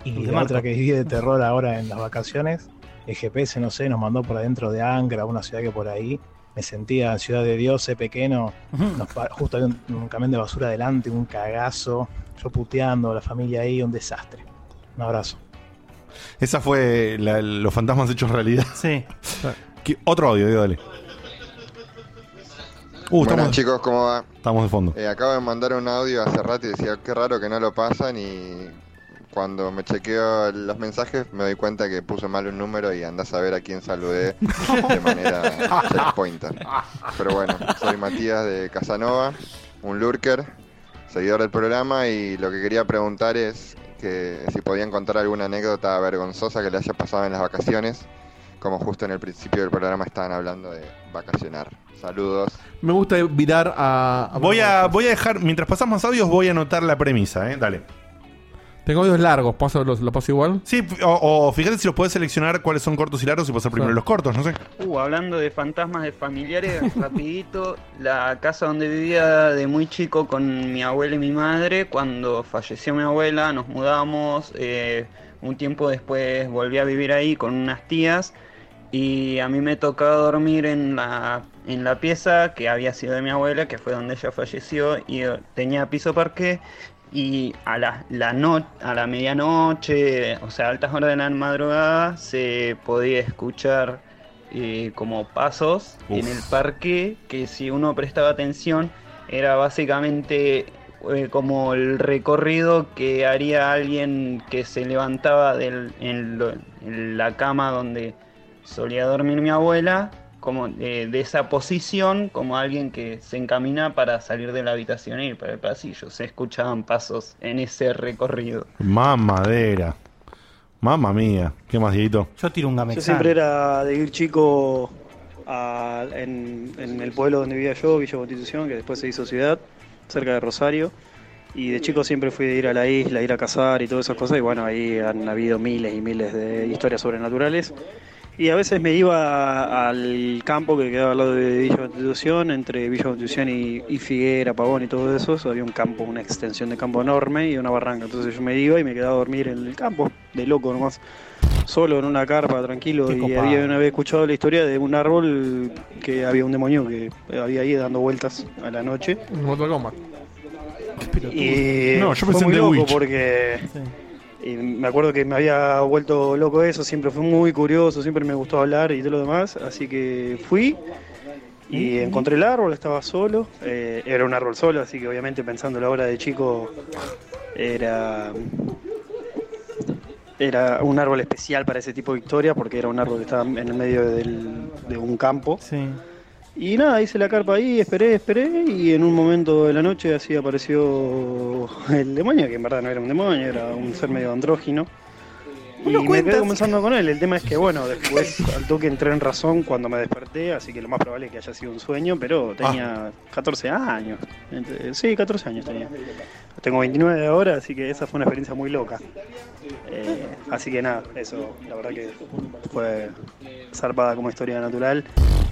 Y Te la marco. otra que viví de terror ahora en las vacaciones, el GPS, no sé, nos mandó por adentro de Angra, una ciudad que por ahí. Me sentía en Ciudad de Dios, eh, pequeño. Nos pa- justo había un, un camión de basura adelante, un cagazo. Yo puteando, la familia ahí, un desastre. Un abrazo. Esa fue la- los fantasmas hechos realidad. [LAUGHS] Sí. Otro audio, Diego, dale. Uh, Buenas estamos, chicos, ¿cómo va? estamos de fondo. Eh, acabo de mandar un audio hace rato y decía, qué raro que no lo pasan y cuando me chequeo los mensajes me doy cuenta que puse mal un número y andás a ver a quién saludé [LAUGHS] de [LAUGHS] manera checkpointer. Pero bueno, soy Matías de Casanova, un lurker, seguidor del programa y lo que quería preguntar es que si podían contar alguna anécdota vergonzosa que le haya pasado en las vacaciones, como justo en el principio del programa estaban hablando de vacacionar. Saludos. Me gusta virar a. Voy a, voy a dejar, mientras pasamos más audios, voy a anotar la premisa, ¿eh? Dale. Tengo audios largos, ¿paso, los- ¿lo paso igual? Sí, o, o fíjate si los puedes seleccionar cuáles son cortos y largos y pasar primero los cortos, no sé. Uh, hablando de fantasmas de familiares, rapidito, la casa donde vivía de muy chico con mi abuela y mi madre, cuando falleció mi abuela nos mudamos, eh, un tiempo después volví a vivir ahí con unas tías y a mí me tocaba dormir en la, en la pieza que había sido de mi abuela, que fue donde ella falleció y eh, tenía piso parqué y a la, la no, a la medianoche, o sea, a altas horas de la madrugada, se podía escuchar eh, como pasos Uf. en el parque que si uno prestaba atención era básicamente eh, como el recorrido que haría alguien que se levantaba del- en, lo- en la cama donde solía dormir mi abuela como eh, de esa posición como alguien que se encamina para salir de la habitación e ir para el pasillo. Se escuchaban pasos en ese recorrido. Mamadera. Mamma mía. ¿Qué más, Dieguito? Yo tiro un Yo siempre era de ir chico a- en, en el pueblo donde vivía yo, Villa Constitución, que después se hizo ciudad, cerca de Rosario. Y de chico siempre fui de ir a la isla, ir a cazar y todas esas cosas. Y bueno, ahí han habido miles y miles de historias sobrenaturales. Y a veces me iba al campo que quedaba al lado de Villa Constitución, entre Villa Constitución y, y Figuera, Pavón y todo eso. Había un campo, una extensión de campo enorme y una barranca. Entonces yo me iba y me quedaba a dormir en el campo, de loco nomás, solo en una carpa, tranquilo. Qué Y copado. había una vez escuchado la historia de un árbol que había un demonio que había ahí dando vueltas a la noche. Y No, yo fue pensé en muy The loco Witch. porque y me acuerdo que me había vuelto loco eso, siempre fui muy curioso, siempre me gustó hablar y todo lo demás, así que fui y encontré el árbol, estaba solo, eh, era un árbol solo, así que obviamente pensando la hora de chico era era un árbol especial para ese tipo de historia porque era un árbol que estaba en el medio del- de un campo. Y nada, hice la carpa ahí, esperé, esperé y en un momento de la noche así apareció el demonio, que en verdad no era un demonio, era un ser medio andrógino. Y me quedé comenzando con él. El tema es que, bueno, después al toque entré en razón cuando me desperté, así que lo más probable es que haya sido un sueño, pero tenía 14 años. Ent- Sí, 14 años tenía. Tengo 29 ahora, así que esa fue una experiencia muy loca. Eh, así que nada, eso, la verdad que fue zarpada como historia natural,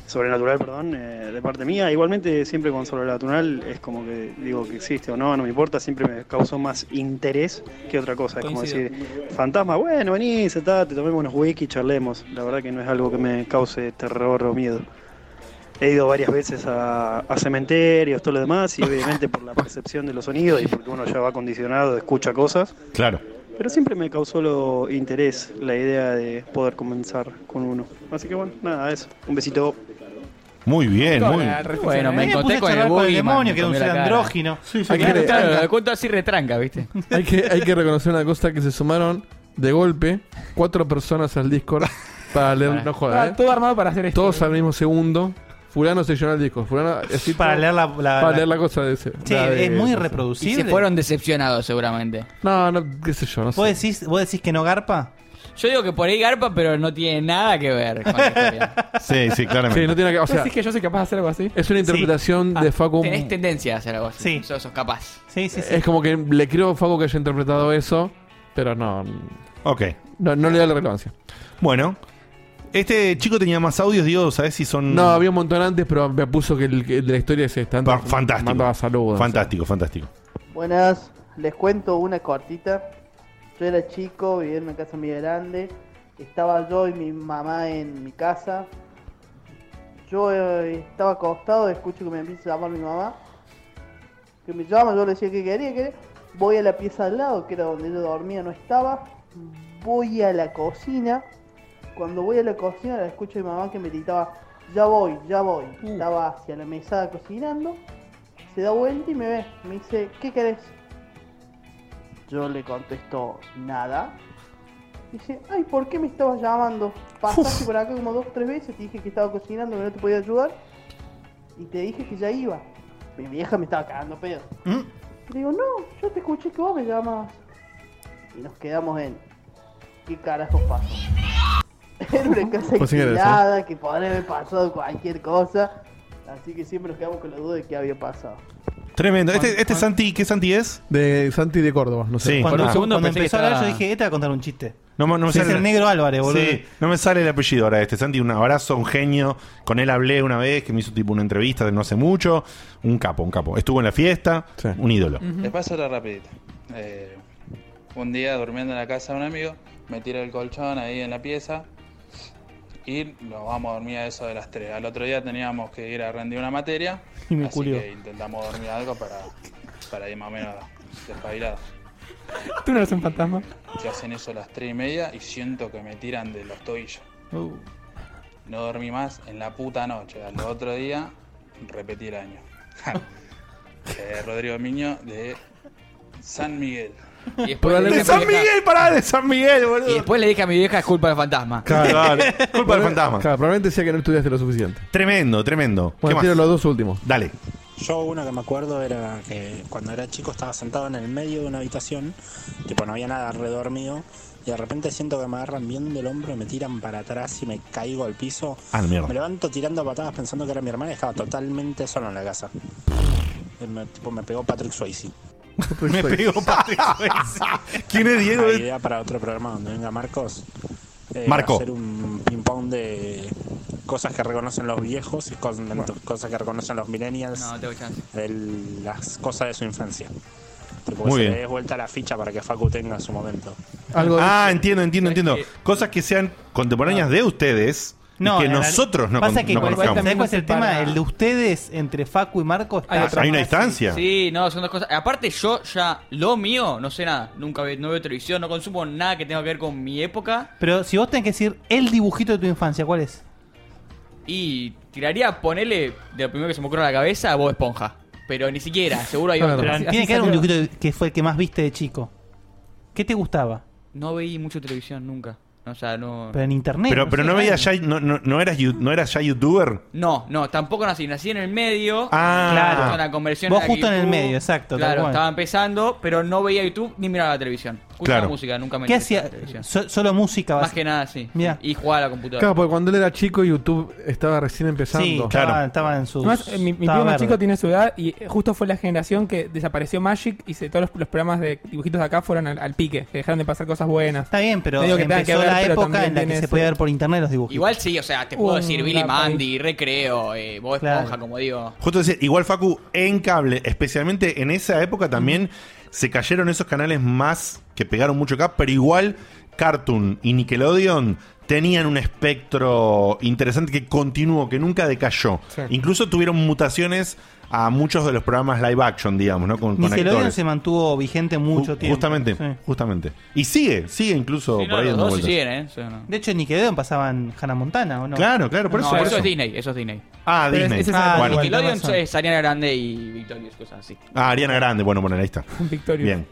sobrenatural, perdón, eh, de parte mía. Igualmente, siempre con sobrenatural es como que digo que existe o no, no me importa, siempre me causó más interés que otra cosa. Es como Coincido. decir, fantasma, bueno, vení, sentate, tomemos unos wiki y charlemos. La verdad que no es algo que me cause terror o miedo. He ido varias veces a, a cementerios, todo lo demás, y obviamente por la percepción de los sonidos y porque uno ya va condicionado, escucha cosas. Claro. Pero siempre me causó lo interés la idea de poder comenzar con uno. Así que bueno, nada, eso. Un besito. Muy bien, muy Bueno, me encontré con el, boogeyman, me cambió la cara. Ah, Hay que- claro, lo cuento así retranca, ¿viste? Hay que, hay que reconocer una cosa que se sumaron de golpe cuatro personas al Discord para leer. No jodas, eh. Estaba todo armado para hacer esto. Todos al mismo segundo. Fulano se llenó el disco. Fulano, así Para todo- leer la- la- para la- leer la cosa de ese. Sí, la de- es muy ese. reproducible. Y se fueron decepcionados seguramente. No, no, qué sé yo, no sé. ¿Vos decís, ¿Vos decís que no garpa? Yo digo que por ahí garpa, pero no tiene nada que ver con la historia. Sí, sí, claramente. Sí, no tiene que- o sea, que yo soy capaz de hacer algo así? es una interpretación de Facu. Tenés tendencia a hacer algo así. Sí. Sos, sos capaz. Ah, Sí, Es como que le creo a Facu que haya interpretado eso, pero no. Ok. No, no le da la relevancia. Bueno. mm. Este chico tenía más audios, Dios, ¿sabes si son...? No, había un montón antes, pero me puso que el, que el de la historia es esta. Fantástico. Mandaba saludos. Fantástico, fantástico. Buenas, les cuento una cortita. Yo era chico, vivía en una casa muy grande. Estaba yo y mi mamá en mi casa. Yo eh, estaba acostado, escucho que me empieza a llamar mi mamá. Que me llama, yo le decía que quería, quería. Voy a la pieza al lado, que era donde yo dormía, no estaba. Voy a la cocina. Cuando voy a la cocina, la escucho a mi mamá que me gritaba, ya voy, ya voy. Estaba hacia la mesada cocinando se da vuelta y me ve. Me dice, ¿qué querés? Yo le contesto, nada. Dice, ay, ¿por qué me estabas llamando? Pasaste por acá como dos o tres veces, te dije que estaba cocinando, que no te podía ayudar. Y te dije que ya iba. Mi vieja me estaba cagando pedo. Le digo, no, yo te escuché que vos me llamabas. Y nos quedamos en, ¿qué carajos pasó? [LAUGHS] Era una casa Pues sin gracia. alquilada, que podría haber pasado cualquier cosa. Así que siempre nos quedamos con la duda de qué había pasado. Tremendo. Este, este Santi, ¿qué Santi es? De Santi de Córdoba, no sé. Sí. Cuando, Ah. cuando Pensé que empezó a hablar, estaba- yo dije, este va a contar un chiste. No, me- no me Sí, sale es el negro Álvarez, boludo. Sí, no me sale el apellido ahora de este Santi. Un abrazo, un genio. Con él hablé una vez que me hizo tipo una entrevista de no hace mucho. Un capo, un capo. Estuvo en la fiesta, un ídolo. Les paso la rapidita. Eh, un día durmiendo en la casa de un amigo, me tira el colchón ahí en la pieza y nos vamos a dormir a eso de las 3. Al otro día teníamos que ir a rendir una materia, [LAUGHS] Y me así culió. que intentamos dormir algo para, para ir más o menos despabilados. Tú no eres un fantasma. Que hacen eso a las 3 y media y siento que me tiran de los tobillos. Uh. No dormí más en la puta noche. Al otro día repetí [LAUGHS] el año. Eh, Rodrigo Miño de San Miguel. Y después le dije ¡De a mi San vieja- Miguel, pará! ¡De San Miguel, boludo! Y después le dije a mi vieja, es culpa del fantasma. [LAUGHS] [LAUGHS] culpa del fantasma. Claro, probablemente sea que no estudiaste lo suficiente. Tremendo, tremendo. Bueno, más? tiro los dos últimos. Dale. Yo una que me acuerdo era que cuando era chico estaba sentado en el medio de una habitación, tipo no había nada alrededor mío, y de repente siento que me agarran bien del hombro, me tiran para atrás y me caigo al piso. Ah, la mierda. Me levanto tirando patadas pensando que era mi hermana y estaba totalmente solo en la casa. Y Me, tipo, me pegó Patrick Swayze. Me pegó Patrick Swayze. [LAUGHS] ¿Quién es Diego? Hay idea para otro programa donde venga Marcos. Eh, Marco. Hacer un ping-pong de cosas que reconocen los viejos y con- cosas que reconocen los millennials. No, tengo chance. el- las cosas de su infancia. Tipo, Muy que se bien. le dé vuelta la ficha para que Facu tenga su momento. ah, entiendo, entiendo, entiendo. Cosas que sean contemporáneas de ustedes y que en realidad- nosotros no, pasa con- que no igual- conozcamos. ¿sabes cuál es el tema? separa- El de ustedes entre Facu y Marco está- Ah, Hay una distancia. Sí, no, son dos cosas. Aparte, yo ya, lo mío, no sé nada. Nunca ve- no veo televisión, no consumo nada que tenga que ver con mi época. Pero si vos tenés que decir el dibujito de tu infancia, ¿cuál es? Y tiraría, ponele, de lo primero que se me ocurre a la cabeza, Bob Esponja. Pero ni siquiera, seguro hay Pero otro. tiene que haber un dibujito que fue el que más viste de chico. ¿Qué te gustaba? No veí mucho televisión nunca. O sea, no... Pero en internet. Pero, pero no veías ya, no, no, no eras, you- no eras ya youtuber. No, no, tampoco nací. Nací en el medio. Ah. Claro. Justo en la conversión Vos a la justo en el YouTube. medio, exacto, tal Claro, cual. estaba empezando, pero no veía YouTube ni miraba la televisión. Escuchaba Claro. música, nunca me ¿Qué interesaba hacía? la televisión. So- solo música. Más base- que nada, sí. Mirá. Y jugaba a la computadora. Claro, porque cuando él era chico YouTube estaba recién empezando. Sí, estaba, estaba en su. Además, eh, mi, mi estaba primo más verde. chico tiene su edad y eh, justo fue la generación que desapareció Magic y se, todos los, los programas de dibujitos de acá fueron al, al pique, que dejaron de pasar cosas buenas. Está bien, pero No digo que tengan empezó que ver, la pero época también en la que tiene se ese- podía ver por internet los dibujos. Igual sí, o sea, te puedo Uh, decir Billy la Mandy, Recreo, eh, Bob Esponja, como digo. Justo decir, igual Facu, en cable, especialmente en esa época también se cayeron esos canales más que pegaron mucho acá, pero igual Cartoon y Nickelodeon tenían un espectro interesante que continuó, que nunca decayó. Sí. Incluso tuvieron mutaciones a muchos de los programas live action, digamos, ¿no? Con, con Nickelodeon actores. se mantuvo vigente mucho Ju- tiempo. Justamente, justamente. Y sigue, sigue incluso por ahí dando vueltas. ¿eh? De hecho, en Nickelodeon pasaban Hannah Montana, ¿o no? Claro, claro, por No, eso. por eso es Disney, eso es Disney. Ah, Pero Disney. es- es Ah, Ah, bueno. Nickelodeon es Ariana Grande y Victorious, cosas así. Ah, Ariana Grande, bueno, bueno, [LAUGHS] ahí está. Victorio. Bien.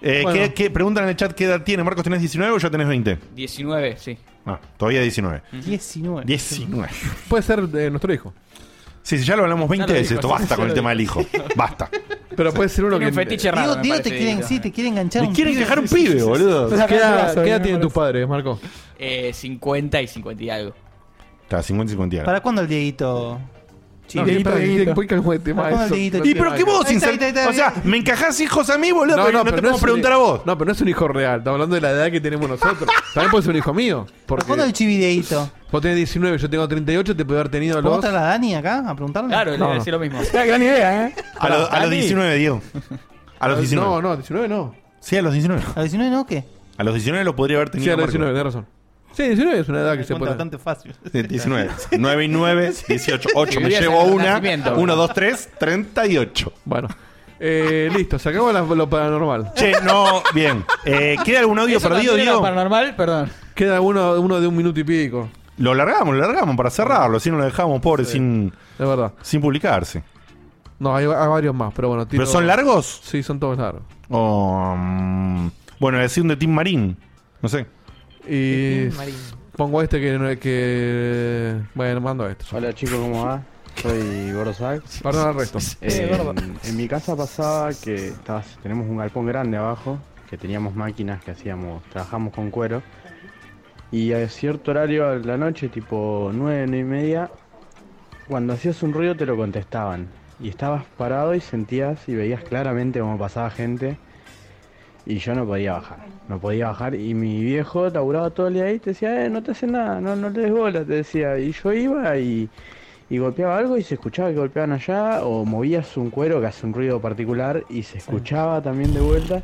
Eh, Bueno. ¿qué- qué- preguntan en el chat qué edad tiene. Marcos, ¿tenés 19 o ya tenés 20? 19, sí. No, Ah, todavía 19. 19. 19. Puede ser de nuestro hijo. Sí, sí, ya lo hablamos 20 Ya lo veces. dijo, Esto sí, basta ya con lo el tema del dijo. [LAUGHS] hijo. Basta. Pero puede ser uno Tiene que. un fetiche raro, Digo, Diego, te quieren, sí, te quieren enganchar Me un quieren pibe. dejar un pibe, boludo. ¿Qué edad, qué edad tienen tus padres, Marco? Eh, 50 y 50 y algo. Está, 50 y 50. ¿Para cuándo el Dieguito? No, Dieguito, Dieguito. ¿Para cuándo el Dieguito? Y pero que vos, Ahí está, ahí insert- está, ahí está, o sea, bien. me encajás hijos a mí, boludo, pero no, te podemos es un preguntar a hijo- vos. No, pero no es un hijo real. Estamos hablando de la edad que tenemos nosotros. También puede ser un hijo mío. Porque ¿Cuándo el chivideíto? Vos tenés 19, yo tengo 38, te puede haber tenido ¿Podemos los. traer a Dani acá a preguntarle? Claro, le No, voy a no. decir lo mismo. gran idea, ¿eh? A, los- a los 19, [LAUGHS] Diego. A los 19. No, no, 19 no. Sí, a los 19. ¿A los 19 no qué? A los 19 lo podría haber tenido. Sí, a los Marco. 19, tenés razón. Sí, 19 es una edad que se Cuenta puede. bastante fácil. Sí, [LAUGHS] 19. 9 y 9, 18. 8. Me Vivías llevo en el una. nacimiento. 1, 2, 3, 38. Bueno. Eh, listo, se acabó la- lo paranormal. Che, no, bien. Eh, ¿Queda algún audio Eso perdido, también era Diego? paranormal, perdón. Queda uno, uno de un minuto y pico. Lo largamos, lo largamos para cerrarlo. Así no lo dejamos, pobre, sin, sin publicarse. No, hay, hay varios más, pero bueno. ¿Pero son largos? Sí, son todos largos. O, mm, bueno, decir un de Tim Marín. No sé. Y pongo este que, no- que... Bueno, mando este. esto. Hola chicos, ¿cómo va? Soy Gordo Sax. Perdón al [LAUGHS] resto. Eh, Eh, gordo. en mi casa pasaba que estabas- tenemos un galpón grande abajo, que teníamos máquinas que hacíamos, trabajamos con cuero. Y a cierto horario de la noche, tipo 9, 9 y media, cuando hacías un ruido te lo contestaban. Y estabas parado y sentías y veías claramente cómo pasaba gente. Y yo no podía bajar, no podía bajar. Y mi viejo laburaba todo el día ahí y te decía, eh, no te hacen nada, no, no le des bola, te decía. Y yo iba y, y golpeaba algo y se escuchaba que golpeaban allá, o movías un cuero que hace un ruido particular y se escuchaba también de vuelta.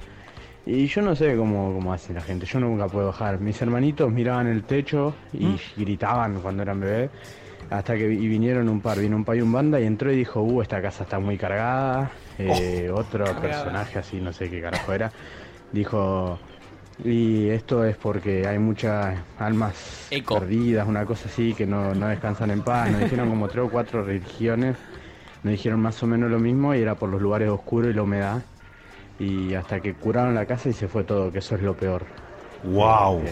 Y yo no sé cómo, cómo hace la gente, yo nunca puedo bajar. Mis hermanitos miraban el techo y gritaban cuando eran bebés. Hasta que vi- y vinieron un par, vino un pay un banda y entró y dijo, uh, esta casa está muy cargada. Eh, otro personaje así, no sé qué carajo era, dijo, y esto es porque hay muchas almas perdidas, una cosa así, que no, no descansan en paz. Nos dijeron como tres o cuatro religiones, nos dijeron más o menos lo mismo y era por los lugares oscuros y la humedad. Y hasta que curaron la casa y se fue todo, que eso es lo peor. Eh, Wow.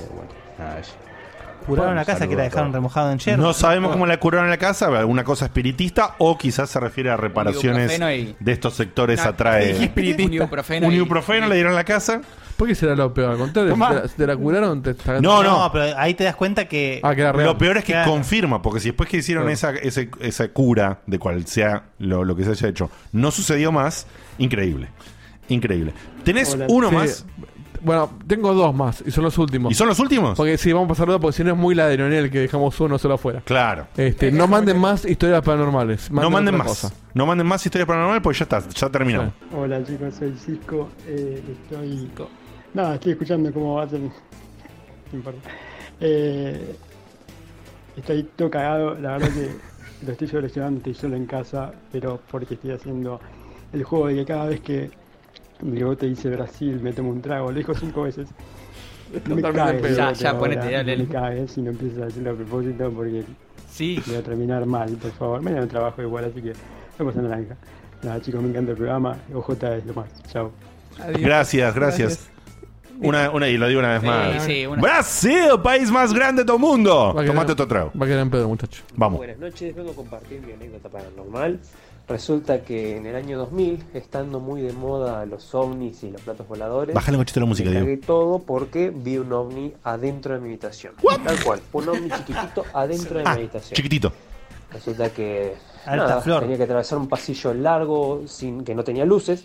Curaron la casa que la dejaron remojada en yerba. No sabemos cómo la curaron la casa, alguna cosa espiritista o quizás se refiere a reparaciones Ibuprofeno y- de estos sectores Ah, Dije atrae. espiritista. Un ibuprofeno Un y- ibuprofeno le dieron la casa. ¿Por qué será lo peor? Al contrario, Tomá. si te la- si te la curaron, te está- No, no. pero ahí te das cuenta que. Ah, lo peor es que Claro. confirma, porque si después que hicieron Claro. esa, ese- esa cura, de cual sea lo, lo que se haya hecho, no sucedió más, increíble. Increíble. ¿Tenés Hola. uno Sí. más? Bueno, tengo dos más y son los últimos. ¿Y son los últimos? Porque sí, vamos a pasar dos porque si no es muy ladrón el que dejamos uno solo afuera. Claro. Este, no manden más historias paranormales. no manden otra más. cosa. No manden más historias paranormales porque ya está, ya terminamos. Hola chicos, soy Cisco. eh, estoy. Nada, estoy escuchando cómo hacen. [LAUGHS] No importa. Eh, estoy todo cagado, la verdad que lo estoy solucionando, estoy solo en casa, pero porque estoy haciendo el juego de que cada vez que mi te dice Brasil, me tomo un trago, lo dijo cinco veces. No me Totalmente en cagues, pedo. Ya, Diegote, ya, ponete, ahora, dale. No me cagues si no empiezas a hacerlo a propósito porque voy a terminar mal, por favor. Me dan trabajo igual, así que vamos a naranja. Nada chicos, me encanta el programa. OJ es lo más. Chao. Gracias, gracias. Una, una, y lo digo una vez Sí, más. sí, una- Brasil, país más grande del mundo. Va a quedar- Tomate otro trago. Va a quedar en pedo, muchacho. Vamos. Buenas noches, vengo a compartir mi anécdota paranormal. Resulta que en el año 2000, estando muy de moda los ovnis y los platos voladores, Bájale un cachito la música, me Diego. cagué todo porque vi un ovni adentro de mi habitación. Tal cual, un ovni chiquitito adentro de mi Ah, habitación. chiquitito. Resulta que Alta nada, flor. tenía que atravesar un pasillo largo sin que no tenía luces.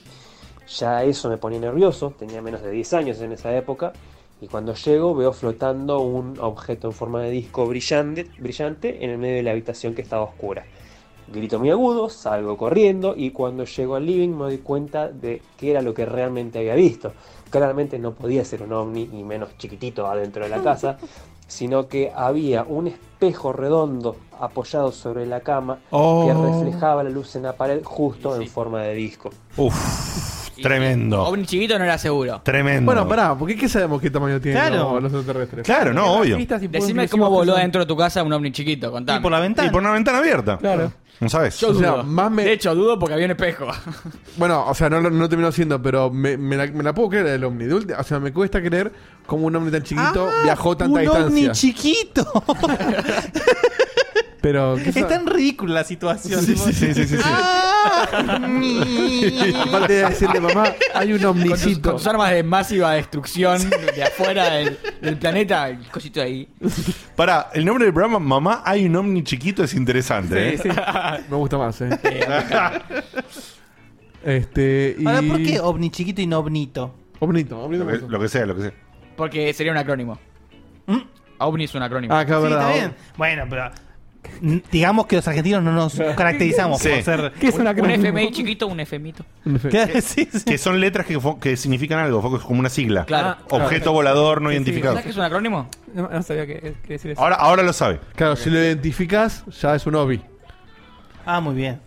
Ya eso me ponía nervioso, tenía menos de 10 años en esa época. Y cuando llego veo flotando un objeto en forma de disco brillante, brillante en el medio de la habitación que estaba oscura. Grito muy agudo, salgo corriendo y cuando llego al living me doy cuenta de qué era lo que realmente había visto. Claramente no podía ser un ovni y menos chiquitito adentro de la casa, sino que había un espejo redondo apoyado sobre la cama que Oh. reflejaba la luz en la pared justo en forma de disco. Uf, [LAUGHS] tremendo. Ovni chiquito no era seguro. Tremendo. Bueno, pará, ¿por qué, qué sabemos qué tamaño tienen Claro. los, los extraterrestres? Claro, no, obvio. Decime cómo voló dentro de tu casa un ovni chiquito, contame. Y por la ventana. Y por una ventana abierta. Claro. No sabes. Yo dudo. De hecho, dudo porque había un espejo. Bueno, o sea, no, lo- no terminó siendo, pero me, me la, me la puedo creer el ovni. De última- o sea, me cuesta creer cómo un ovni tan chiquito [LAUGHS] viajó tanta Ah, un distancia. ovni chiquito. pero ¿qué Es tan ridícula la [LAUGHS] situación. Ah. Sí, sí, sí, sí, sí, sí. [LAUGHS] Aparte de decirle, mamá, hay un Con tus, omnicito. con tus armas de masiva destrucción de afuera del, del planeta, el cosito ahí. Pará, el nombre del programa, Mamá, hay un ovni chiquito, es interesante. ¿eh? Me gusta más, eh. este, [LAUGHS] y... Ahora, ¿por qué ovni chiquito y no ovnito? Ovnito, ovnito. Pues Lo, que, lo que sea, lo que sea. Porque sería un acrónimo. OVNI es un acrónimo. Ah, Sí, está bien. Bueno, pero. n- Digamos que los argentinos no [LAUGHS] nos caracterizamos por ser. Un FMI chiquito, un FMito. [LAUGHS] Que, que son letras que, fo- que significan algo, foco, es como una sigla. Ah, Claro. Ah, Objeto Claro. volador no Sí, sí. identificado. ¿Sabes que es un acrónimo? No, no sabía que, que decir eso. Ahora, ahora lo sabe. Claro, si lo identificas, ya es un ovni. [LAUGHS] Ah, muy bien.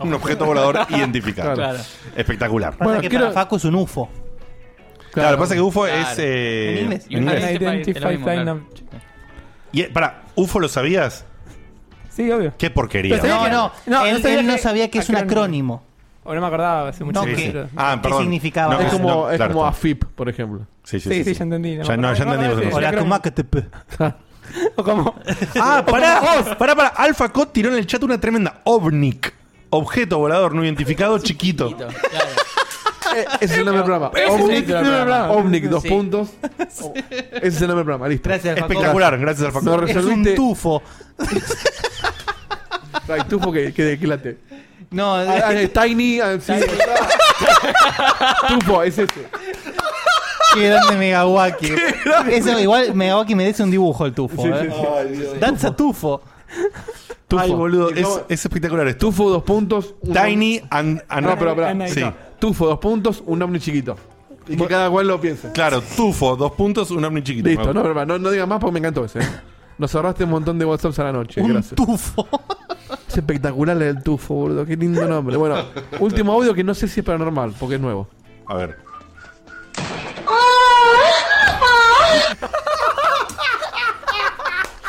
Un objeto [LAUGHS] [LAUGHS] volador identificado. Claro. Espectacular. Pasa que para Facu es un UFO. Claro, lo que pasa es que UFO Claro. es. eh, En inglés. en inglés. Identified Es lo mismo, claro. Flying Y, eh, pará, ¿UFO lo sabías? Sí, obvio. Qué porquería. No, no, no, él, no sabía él no que- sabía que es un acrónimo. O no me acordaba hace mucho No, tiempo. que- Pero- Ah, perdón. No, es como, no, es claro, como está. AFIP, por ejemplo. Sí, sí, Sí, sí, sí, sí. ya entendí, no Ya, me no, ya acuerdo. entendí. Sí, vosotros. Hola, Tumac. Ah. ¿Cómo? [LAUGHS] Ah, pará, pará, pará. Alpha Cot tiró en el chat una tremenda ovnic. Objeto volador no identificado chiquito. Eh, Ese es el nombre del programa. Ese es el Ovnic, título del programa. Ovnic, dos Sí. puntos. Ese es el nombre del programa, listo. Gracias, Facu. Espectacular, gracias, Facu. Lo Es un resolviste. tufo. Ay, tufo que, que, que late. No, Ah, ah, es Tiny. ah, sí. tufo, es ese. [LAUGHS] Qué grande Megawaki. Qué grande. Eso, igual Megawaki merece un dibujo el tufo. Sí, ¿eh? sí, sí. Ay, Dios. Danza tufo. Tufo. Ay, boludo, Y es, luego- es espectacular. Es Tufo, dos puntos. un Tiny ovni- and. and- no, pero, pero, Sí. Tufo, dos puntos, un ovni chiquito. Y que cada cual lo piense. Claro, tufo, dos puntos, un ovni chiquito. Listo, no, pero, no, no digas más porque me encantó ese. ¿eh? Nos ahorraste un montón de WhatsApps a la noche. gracias. tufo. Es espectacular el tufo, boludo. Qué lindo nombre. Bueno, último audio que no sé si es paranormal, porque es nuevo. A ver. Ah.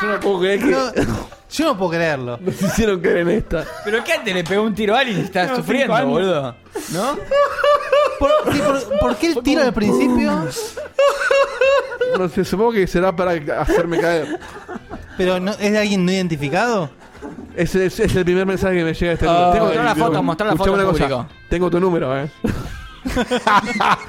Yo no puedo creer que. yo no puedo creerlo. Nos hicieron caer en esta. Pero que antes le pegó un tiro a alguien y está Tengo cinco sufriendo, años. boludo. ¿No? ¿Por, sí, por- por qué el tiro al principio? No sé, supongo que será para hacerme caer. ¿Pero no, es de alguien no identificado? Ese es, es el primer mensaje que me llega a este Ah, número. mostrá la foto, mostrá la Escuchame foto una al cosa. Tengo tu número, eh.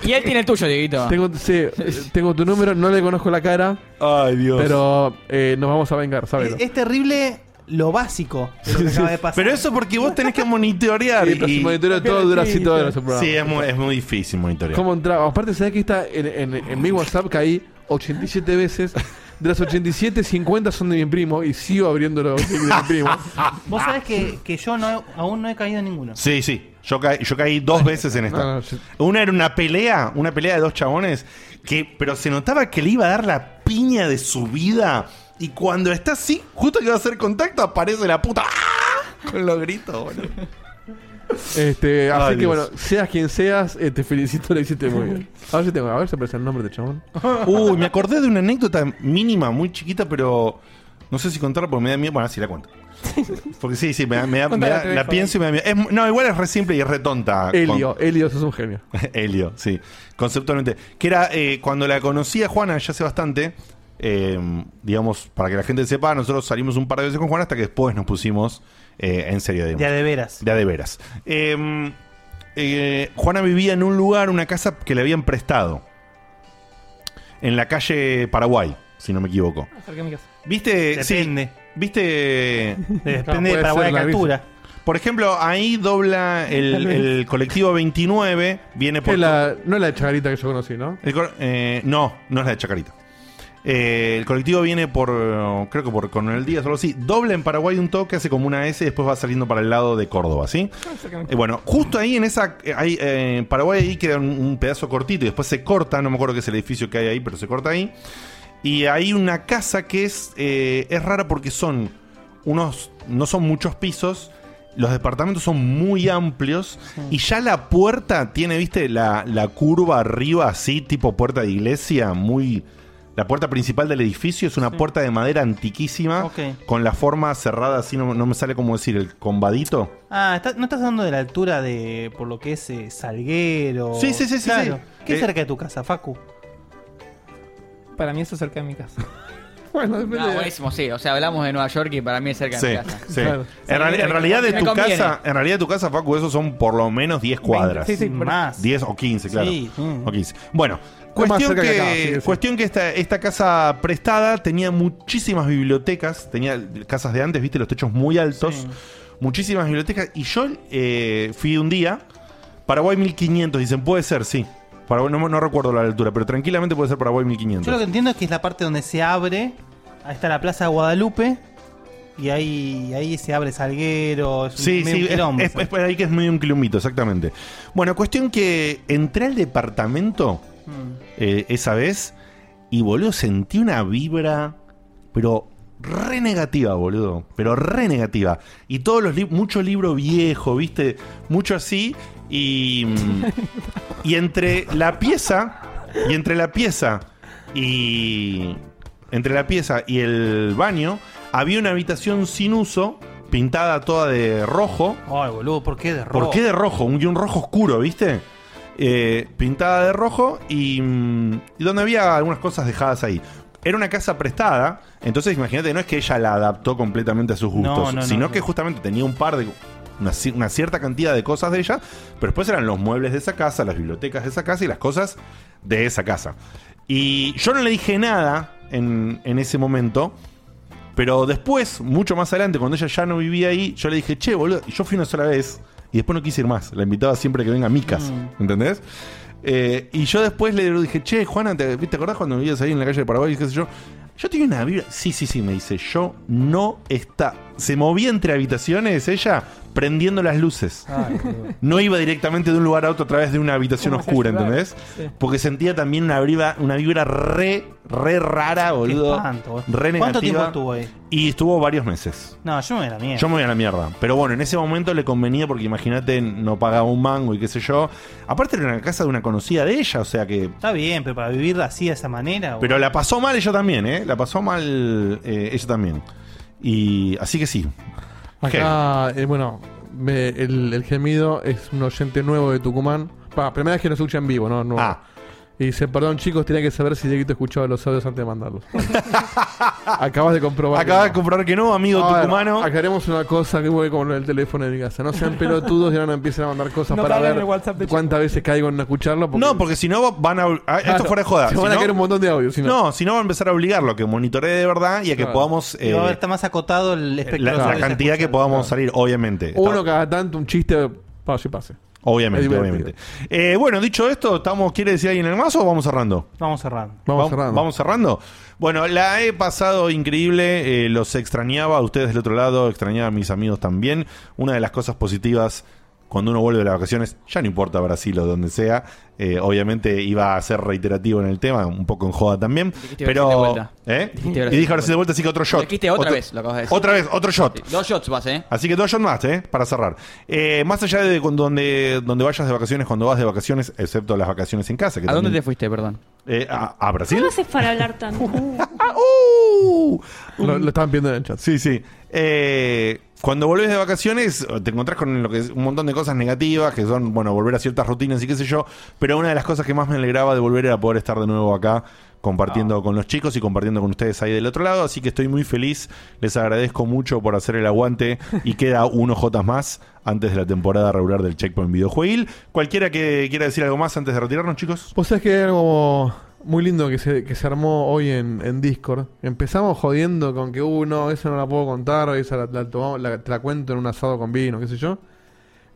Y él tiene el tuyo, Dieguito. Tengo, sí, eh, tengo tu número, no le conozco la cara. Ay, Dios. Pero eh, nos vamos a vengar, Es, sábelo. es terrible lo básico de lo que acaba de pasar. Pero eso porque vos tenés que monitorear. Sí, pero si monitoreo todo, dura siete horas el programa. Sí, es muy, es muy difícil monitorear. ¿Cómo entraba? Aparte, ¿sabés que está en, en- en mi WhatsApp caí 87 veces? De las 87, 50 son de mi primo y sigo abriéndolo de mi primo. Ah, Vos sabés que, que yo no, he- aún no he caído en ninguno. Sí, sí. Yo caí, yo caí dos veces en esta. No, Una era una pelea, una pelea de dos chabones, que, pero se notaba que le iba a dar la piña de su vida. Y cuando está así, justo que va a hacer contacto, aparece la puta. ¡Ah! Con los gritos, [LAUGHS] boludo. Este, así Ay, que Dios. bueno, seas quien seas, eh, te felicito, lo hiciste muy bien. A ver si tengo, a ver si aparece el nombre de chabón. Uy, me acordé de una anécdota mínima, muy chiquita, pero no sé si contarla porque me da miedo. Bueno, sí la [LAUGHS] cuento. Porque sí, sí, me da, me da- me da- Contala, te la dejo. pienso y me da miedo. Es- no, igual es re simple y es re tonta. Helio, Con- Helio, sos [LAUGHS] un genio. Helio, sí. Conceptualmente. Que era eh, cuando la conocí a Juana ya hace bastante. eh, digamos, para que la gente sepa, nosotros salimos un par de veces con Juana hasta que después nos pusimos eh, en serio. digamos. De a de veras. De a de veras. Eh, eh, Juana vivía en un lugar, una casa que le habían prestado. En la calle Paraguay, si no me equivoco. Acerqué mi casa. ¿Viste? Depende. ¿Viste? [LAUGHS] Depende de Paraguay de captura. Por ejemplo, ahí dobla Tal el, vez. el colectivo 29, viene por... Es la- Ah, no es la chagarita que yo conocí, ¿no? El cor- eh, no, no es la de Chacarita. Eh, el colectivo viene por, eh, creo que por Coronel Díaz o algo así. Dobla en Paraguay un toque, hace como una S y después va saliendo para el lado de Córdoba, ¿sí? Eh, bueno, justo ahí en esa. eh, ahí, eh, en Paraguay ahí queda un, un pedazo cortito y después se corta, no me acuerdo qué es el edificio que hay ahí, pero se corta ahí. Y hay una casa que es, eh, es rara porque son unos. No son muchos pisos. Los departamentos son muy amplios y ya la puerta tiene, viste, la, la curva arriba así, tipo puerta de iglesia, muy... La puerta principal del edificio es una puerta de madera antiquísima, con la forma cerrada así, no, no me sale cómo decir, el combadito. Ah, está- ¿no estás hablando de la altura de por lo que es eh, Salguero? Sí, sí, sí, sí, Claro. sí. ¿Qué Eh, cerca de tu casa, Facu? Para mí eso es cerca de mi casa. [LAUGHS] bueno, No, buenísimo, sí. O sea, hablamos de Nueva York y para mí es cerca de Sí, mi casa. sí. En, reali- en realidad de Me tu conviene. casa, en realidad de tu casa, Facu, eso son por lo menos 10 cuadras. sí, sí, por- Más. 10 o 15, claro. Sí, O 15. Bueno, Es más cuestión que, cerca que acá, sí, sí. cuestión que esta, esta casa prestada tenía muchísimas bibliotecas, tenía casas de antes, viste, los techos muy altos, muchísimas bibliotecas. Y yo eh, fui un día, Paraguay 1500, dicen, puede ser, sí. Paraguay, no, no recuerdo la altura, pero tranquilamente puede ser Paraguay 1500. Yo lo que entiendo es que es la parte donde se abre. Ahí está la Plaza de Guadalupe. Y ahí, ahí se abre Salguero. Es un- Sí, medio sí, un es- quilombo, es, ¿sabes? es por ahí que es medio un quilombito, exactamente. Bueno, cuestión que entré al departamento Mm. eh, esa vez y, boludo, sentí una vibra, pero re negativa, boludo. Pero re negativa. Y todos los libros, mucho libro viejo, viste, mucho así. Y, mm, y entre la pieza, y entre la pieza y... Entre la pieza y el baño había una habitación sin uso, pintada toda de rojo. Ay, boludo, ¿por qué de rojo? ¿Por qué de rojo? Un, y un rojo oscuro, ¿viste? Eh, pintada de rojo y, mm, y donde había algunas cosas dejadas ahí. Era una casa prestada, entonces imagínate, no es que ella la adaptó completamente a sus gustos, no, no, sino no. que justamente tenía un par de. Una, ci- una cierta cantidad de cosas de ella, pero después eran los muebles de esa casa, las bibliotecas de esa casa y las cosas de esa casa. Y yo no le dije nada en, en ese momento, pero después, mucho más adelante, cuando ella ya no vivía ahí, yo le dije, che, boludo, y yo fui una sola vez y después no quise ir más. La invitaba siempre que venga a mi casa, Mm. ¿entendés? Eh, y yo después le dije, che, Juana, ¿te, ¿te acordás cuando vivías ahí en la calle de Paraguay? Y qué sé yo. Yo tenía una vibra. Sí, sí, sí, me dice. Yo no está. Se movía entre habitaciones ella prendiendo las luces. Ah, no iba directamente de un lugar a otro a través de una habitación ¿Cómo se oscura, ayudar? ¿entendés? Sí. Porque sentía también una vibra, una vibra re, re rara, boludo. espanto, boludo. re negativa. ¿Cuánto tiempo estuvo ahí? Y estuvo varios meses. No, yo me voy a la mierda. Yo me voy a la mierda. Pero bueno, en ese momento le convenía porque imagínate, no pagaba un mango y qué sé yo. Aparte era una casa de una conocida de ella, o sea que Está bien, pero para vivir así de esa manera. pero la pasó mal ella también, ¿eh? La pasó mal eh, ella también. Y así que sí. Acá, eh, bueno, me- el, el gemido es un oyente nuevo de Tucumán. Pa, primera vez que nos escucha en vivo, ¿no? no. Ah. Y dice, perdón chicos, tenía que saber si Dieguito escuchaba los audios antes [LAUGHS] de mandarlos. Acabas de comprobar. Acabas de comprobar que no, amigo A ver, tucumano. aclaremos una cosa que fue con el teléfono de mi casa. No sean pelotudos y ahora no empiecen a mandar cosas No para caigan en ver el WhatsApp de cuántas veces caigo en no escucharlo. No, porque si no van a. ah, esto Claro, fuera de joda. se van a caer un montón de audios, si no. No, si no va a empezar a obligarlo a que monitoree de verdad ah, y a que Claro. podamos. eh, Y va a haber Está más acotado el espectro. la, claro. la Claro. cantidad que podamos salir, obviamente. Está- Uno cada tanto, un chiste, Uh, pase y pase. obviamente, es divertido. obviamente. Eh, bueno, dicho esto, estamos, ¿quiere decir alguien el más o vamos cerrando? Vamos cerrando. Vamos, cerrando. Vamos cerrando. Bueno, la he pasado increíble. eh, los extrañaba a ustedes del otro lado, extrañaba a mis amigos también. Una de las cosas positivas cuando uno vuelve de las vacaciones, ya no importa Brasil o donde sea. eh, obviamente iba a ser reiterativo en el tema, un poco en joda también. Dijiste Brasil de Pero. vuelta. ¿eh? Y Dijiste Brasil dije de Brasil de vuelta, así que otro shot. Dijiste otra Otro- vez, lo acabas de decir. Otra vez, otro shot. Dos shots vas, ¿eh? Así que dos shots más, ¿eh? Para cerrar. Eh, más allá de con- donde, donde vayas de vacaciones, cuando vas de vacaciones, excepto las vacaciones en casa. ¿A dónde te fuiste, perdón? a, a Brasil. ¿Cómo haces para hablar tanto? [LAUGHS] Lo, estaban viendo en el chat. ¡Oh! Sí, sí. Eh, cuando volvés de vacaciones, te encontrás con lo que es un montón de cosas negativas, que son, bueno, volver a ciertas rutinas y qué sé yo. Pero una de las cosas que más me alegraba de volver era poder estar de nuevo acá compartiendo con los chicos y compartiendo con ustedes ahí del otro lado. Así que estoy muy feliz. Les agradezco mucho por hacer el aguante [LAUGHS] y queda uno J más antes de la temporada regular del Checkpoint Videojueguil. Cualquiera que quiera decir algo más antes de retirarnos, chicos. Vos sabés que hay algo muy lindo que se, que se armó hoy en, en Discord. Empezamos jodiendo con que, uh, no, eso no la puedo contar, esa la, la tomamos- la- te la cuento en un asado con vino, qué sé yo.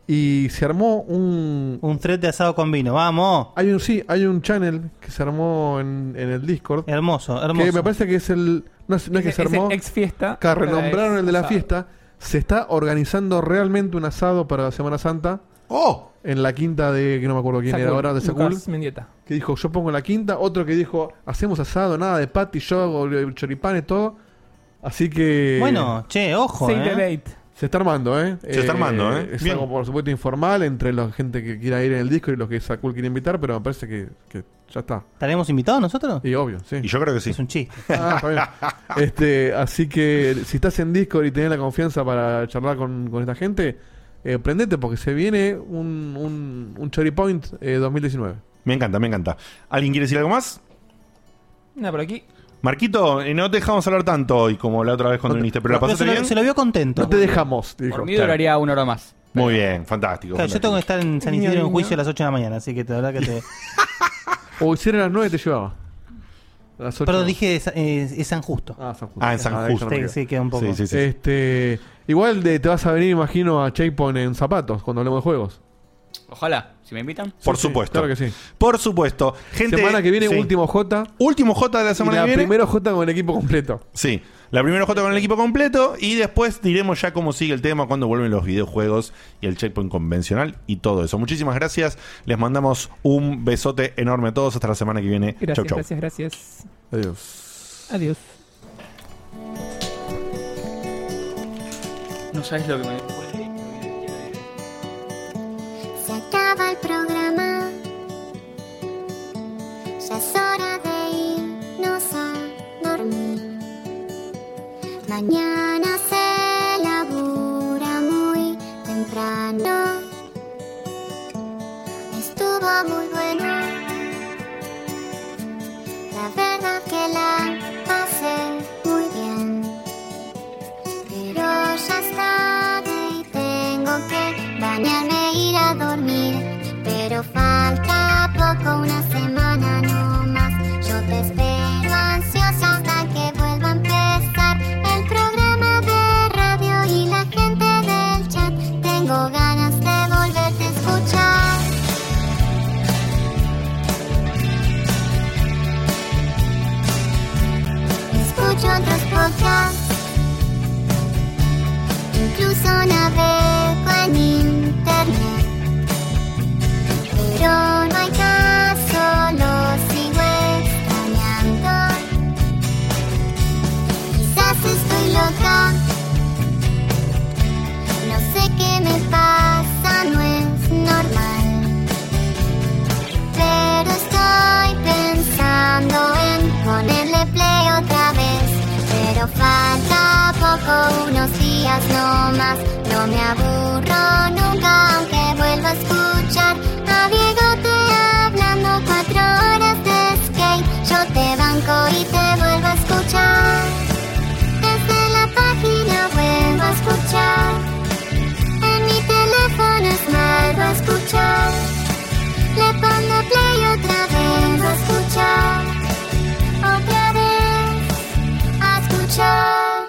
Y se armó un... Un thread de asado con vino, vamos. Hay un, sí, hay un channel que se armó en, en el Discord. Hermoso, hermoso. Que me parece que es el... No es, no es que Es- se es el armó... ex fiesta. Que renombraron Ahora es el de la asado. fiesta. Se está organizando realmente un asado para la Semana Santa. ¡Oh! En la quinta de... que no me acuerdo quién era Sacul, ahora, de Sacul Lucas Mendieta. que dijo yo pongo la quinta, otro que dijo hacemos asado, nada de patty, yo hago eh, choripanes, todo. Así que... Bueno, che, ojo, Save the eh. date. Se está armando, ¿eh? Se está armando, ¿eh? Es Bien. algo, por supuesto, informal entre la gente que quiera ir en el disco y los que Sakul quiere invitar, pero me parece que, que ya está. ¿Estaremos invitados nosotros? Y obvio, sí. Y yo creo que sí. Es un chiste. Ah, está bien. [LAUGHS] este, así que si estás en Discord y tenés la confianza para charlar con, con esta gente, eh, prendete porque se viene un, un, un Choripoint eh, 2019. Me encanta, me encanta. ¿Alguien quiere decir algo más? No, por aquí. Marquito, eh, no te dejamos hablar tanto hoy como la otra vez cuando viniste, pero la pasaste bien. vio contento. No te dejamos, dijo. Por mí Claro. duraría una hora más. Muy bien, fantástico. Claro, yo fantástico. tengo que estar en San Isidro en juicio a las 8 de la mañana, así que la verdad que te. O hicieron las 9 te llevaba. Las [LAUGHS] ocho. Perdón, dije es, es- es San Justo. Ah, San Ah, en San Justo. Sí, sí, queda un poco. Este, igual de- te vas a venir, imagino, a Checkpoint en zapatos cuando hablemos de juegos. Ojalá, si me invitan. Por supuesto. claro que sí. Por supuesto. Gente, Semana que viene, sí. último J. Último J de la semana y la que viene. primero J con el equipo completo. Sí, la primera J con el equipo completo y después diremos ya cómo sigue el tema, cuando vuelven los videojuegos y el checkpoint convencional y todo eso. Muchísimas gracias, les mandamos un besote enorme a todos, hasta la semana que viene. Gracias, chau, chau. gracias, gracias. Adiós. Adiós. No sabes lo que me. Se acaba el programa. Ya es hora de irnos a dormir. Mañana se labura muy temprano. Estuvo muy bueno. La verdad que la pasé muy bien. Pero ya es tarde y tengo que bañarme e ir a dormir. Pero falta poco, una semana no más. Yo te espero ansiosa hasta que vuelva a empezar el programa de radio y la gente del chat. Tengo ganas de volverte a escuchar. Escucho otros podcasts. Incluso navego en internet. Pero no hay caso, lo sigo extrañando. Quizás estoy loca. No sé qué me pasa, no es normal. Pero estoy pensando en ponerle play otra vez. Pero falta poco, unos días no más. No me aburro nunca, aunque vuelva a escuchar a Diego escuchar.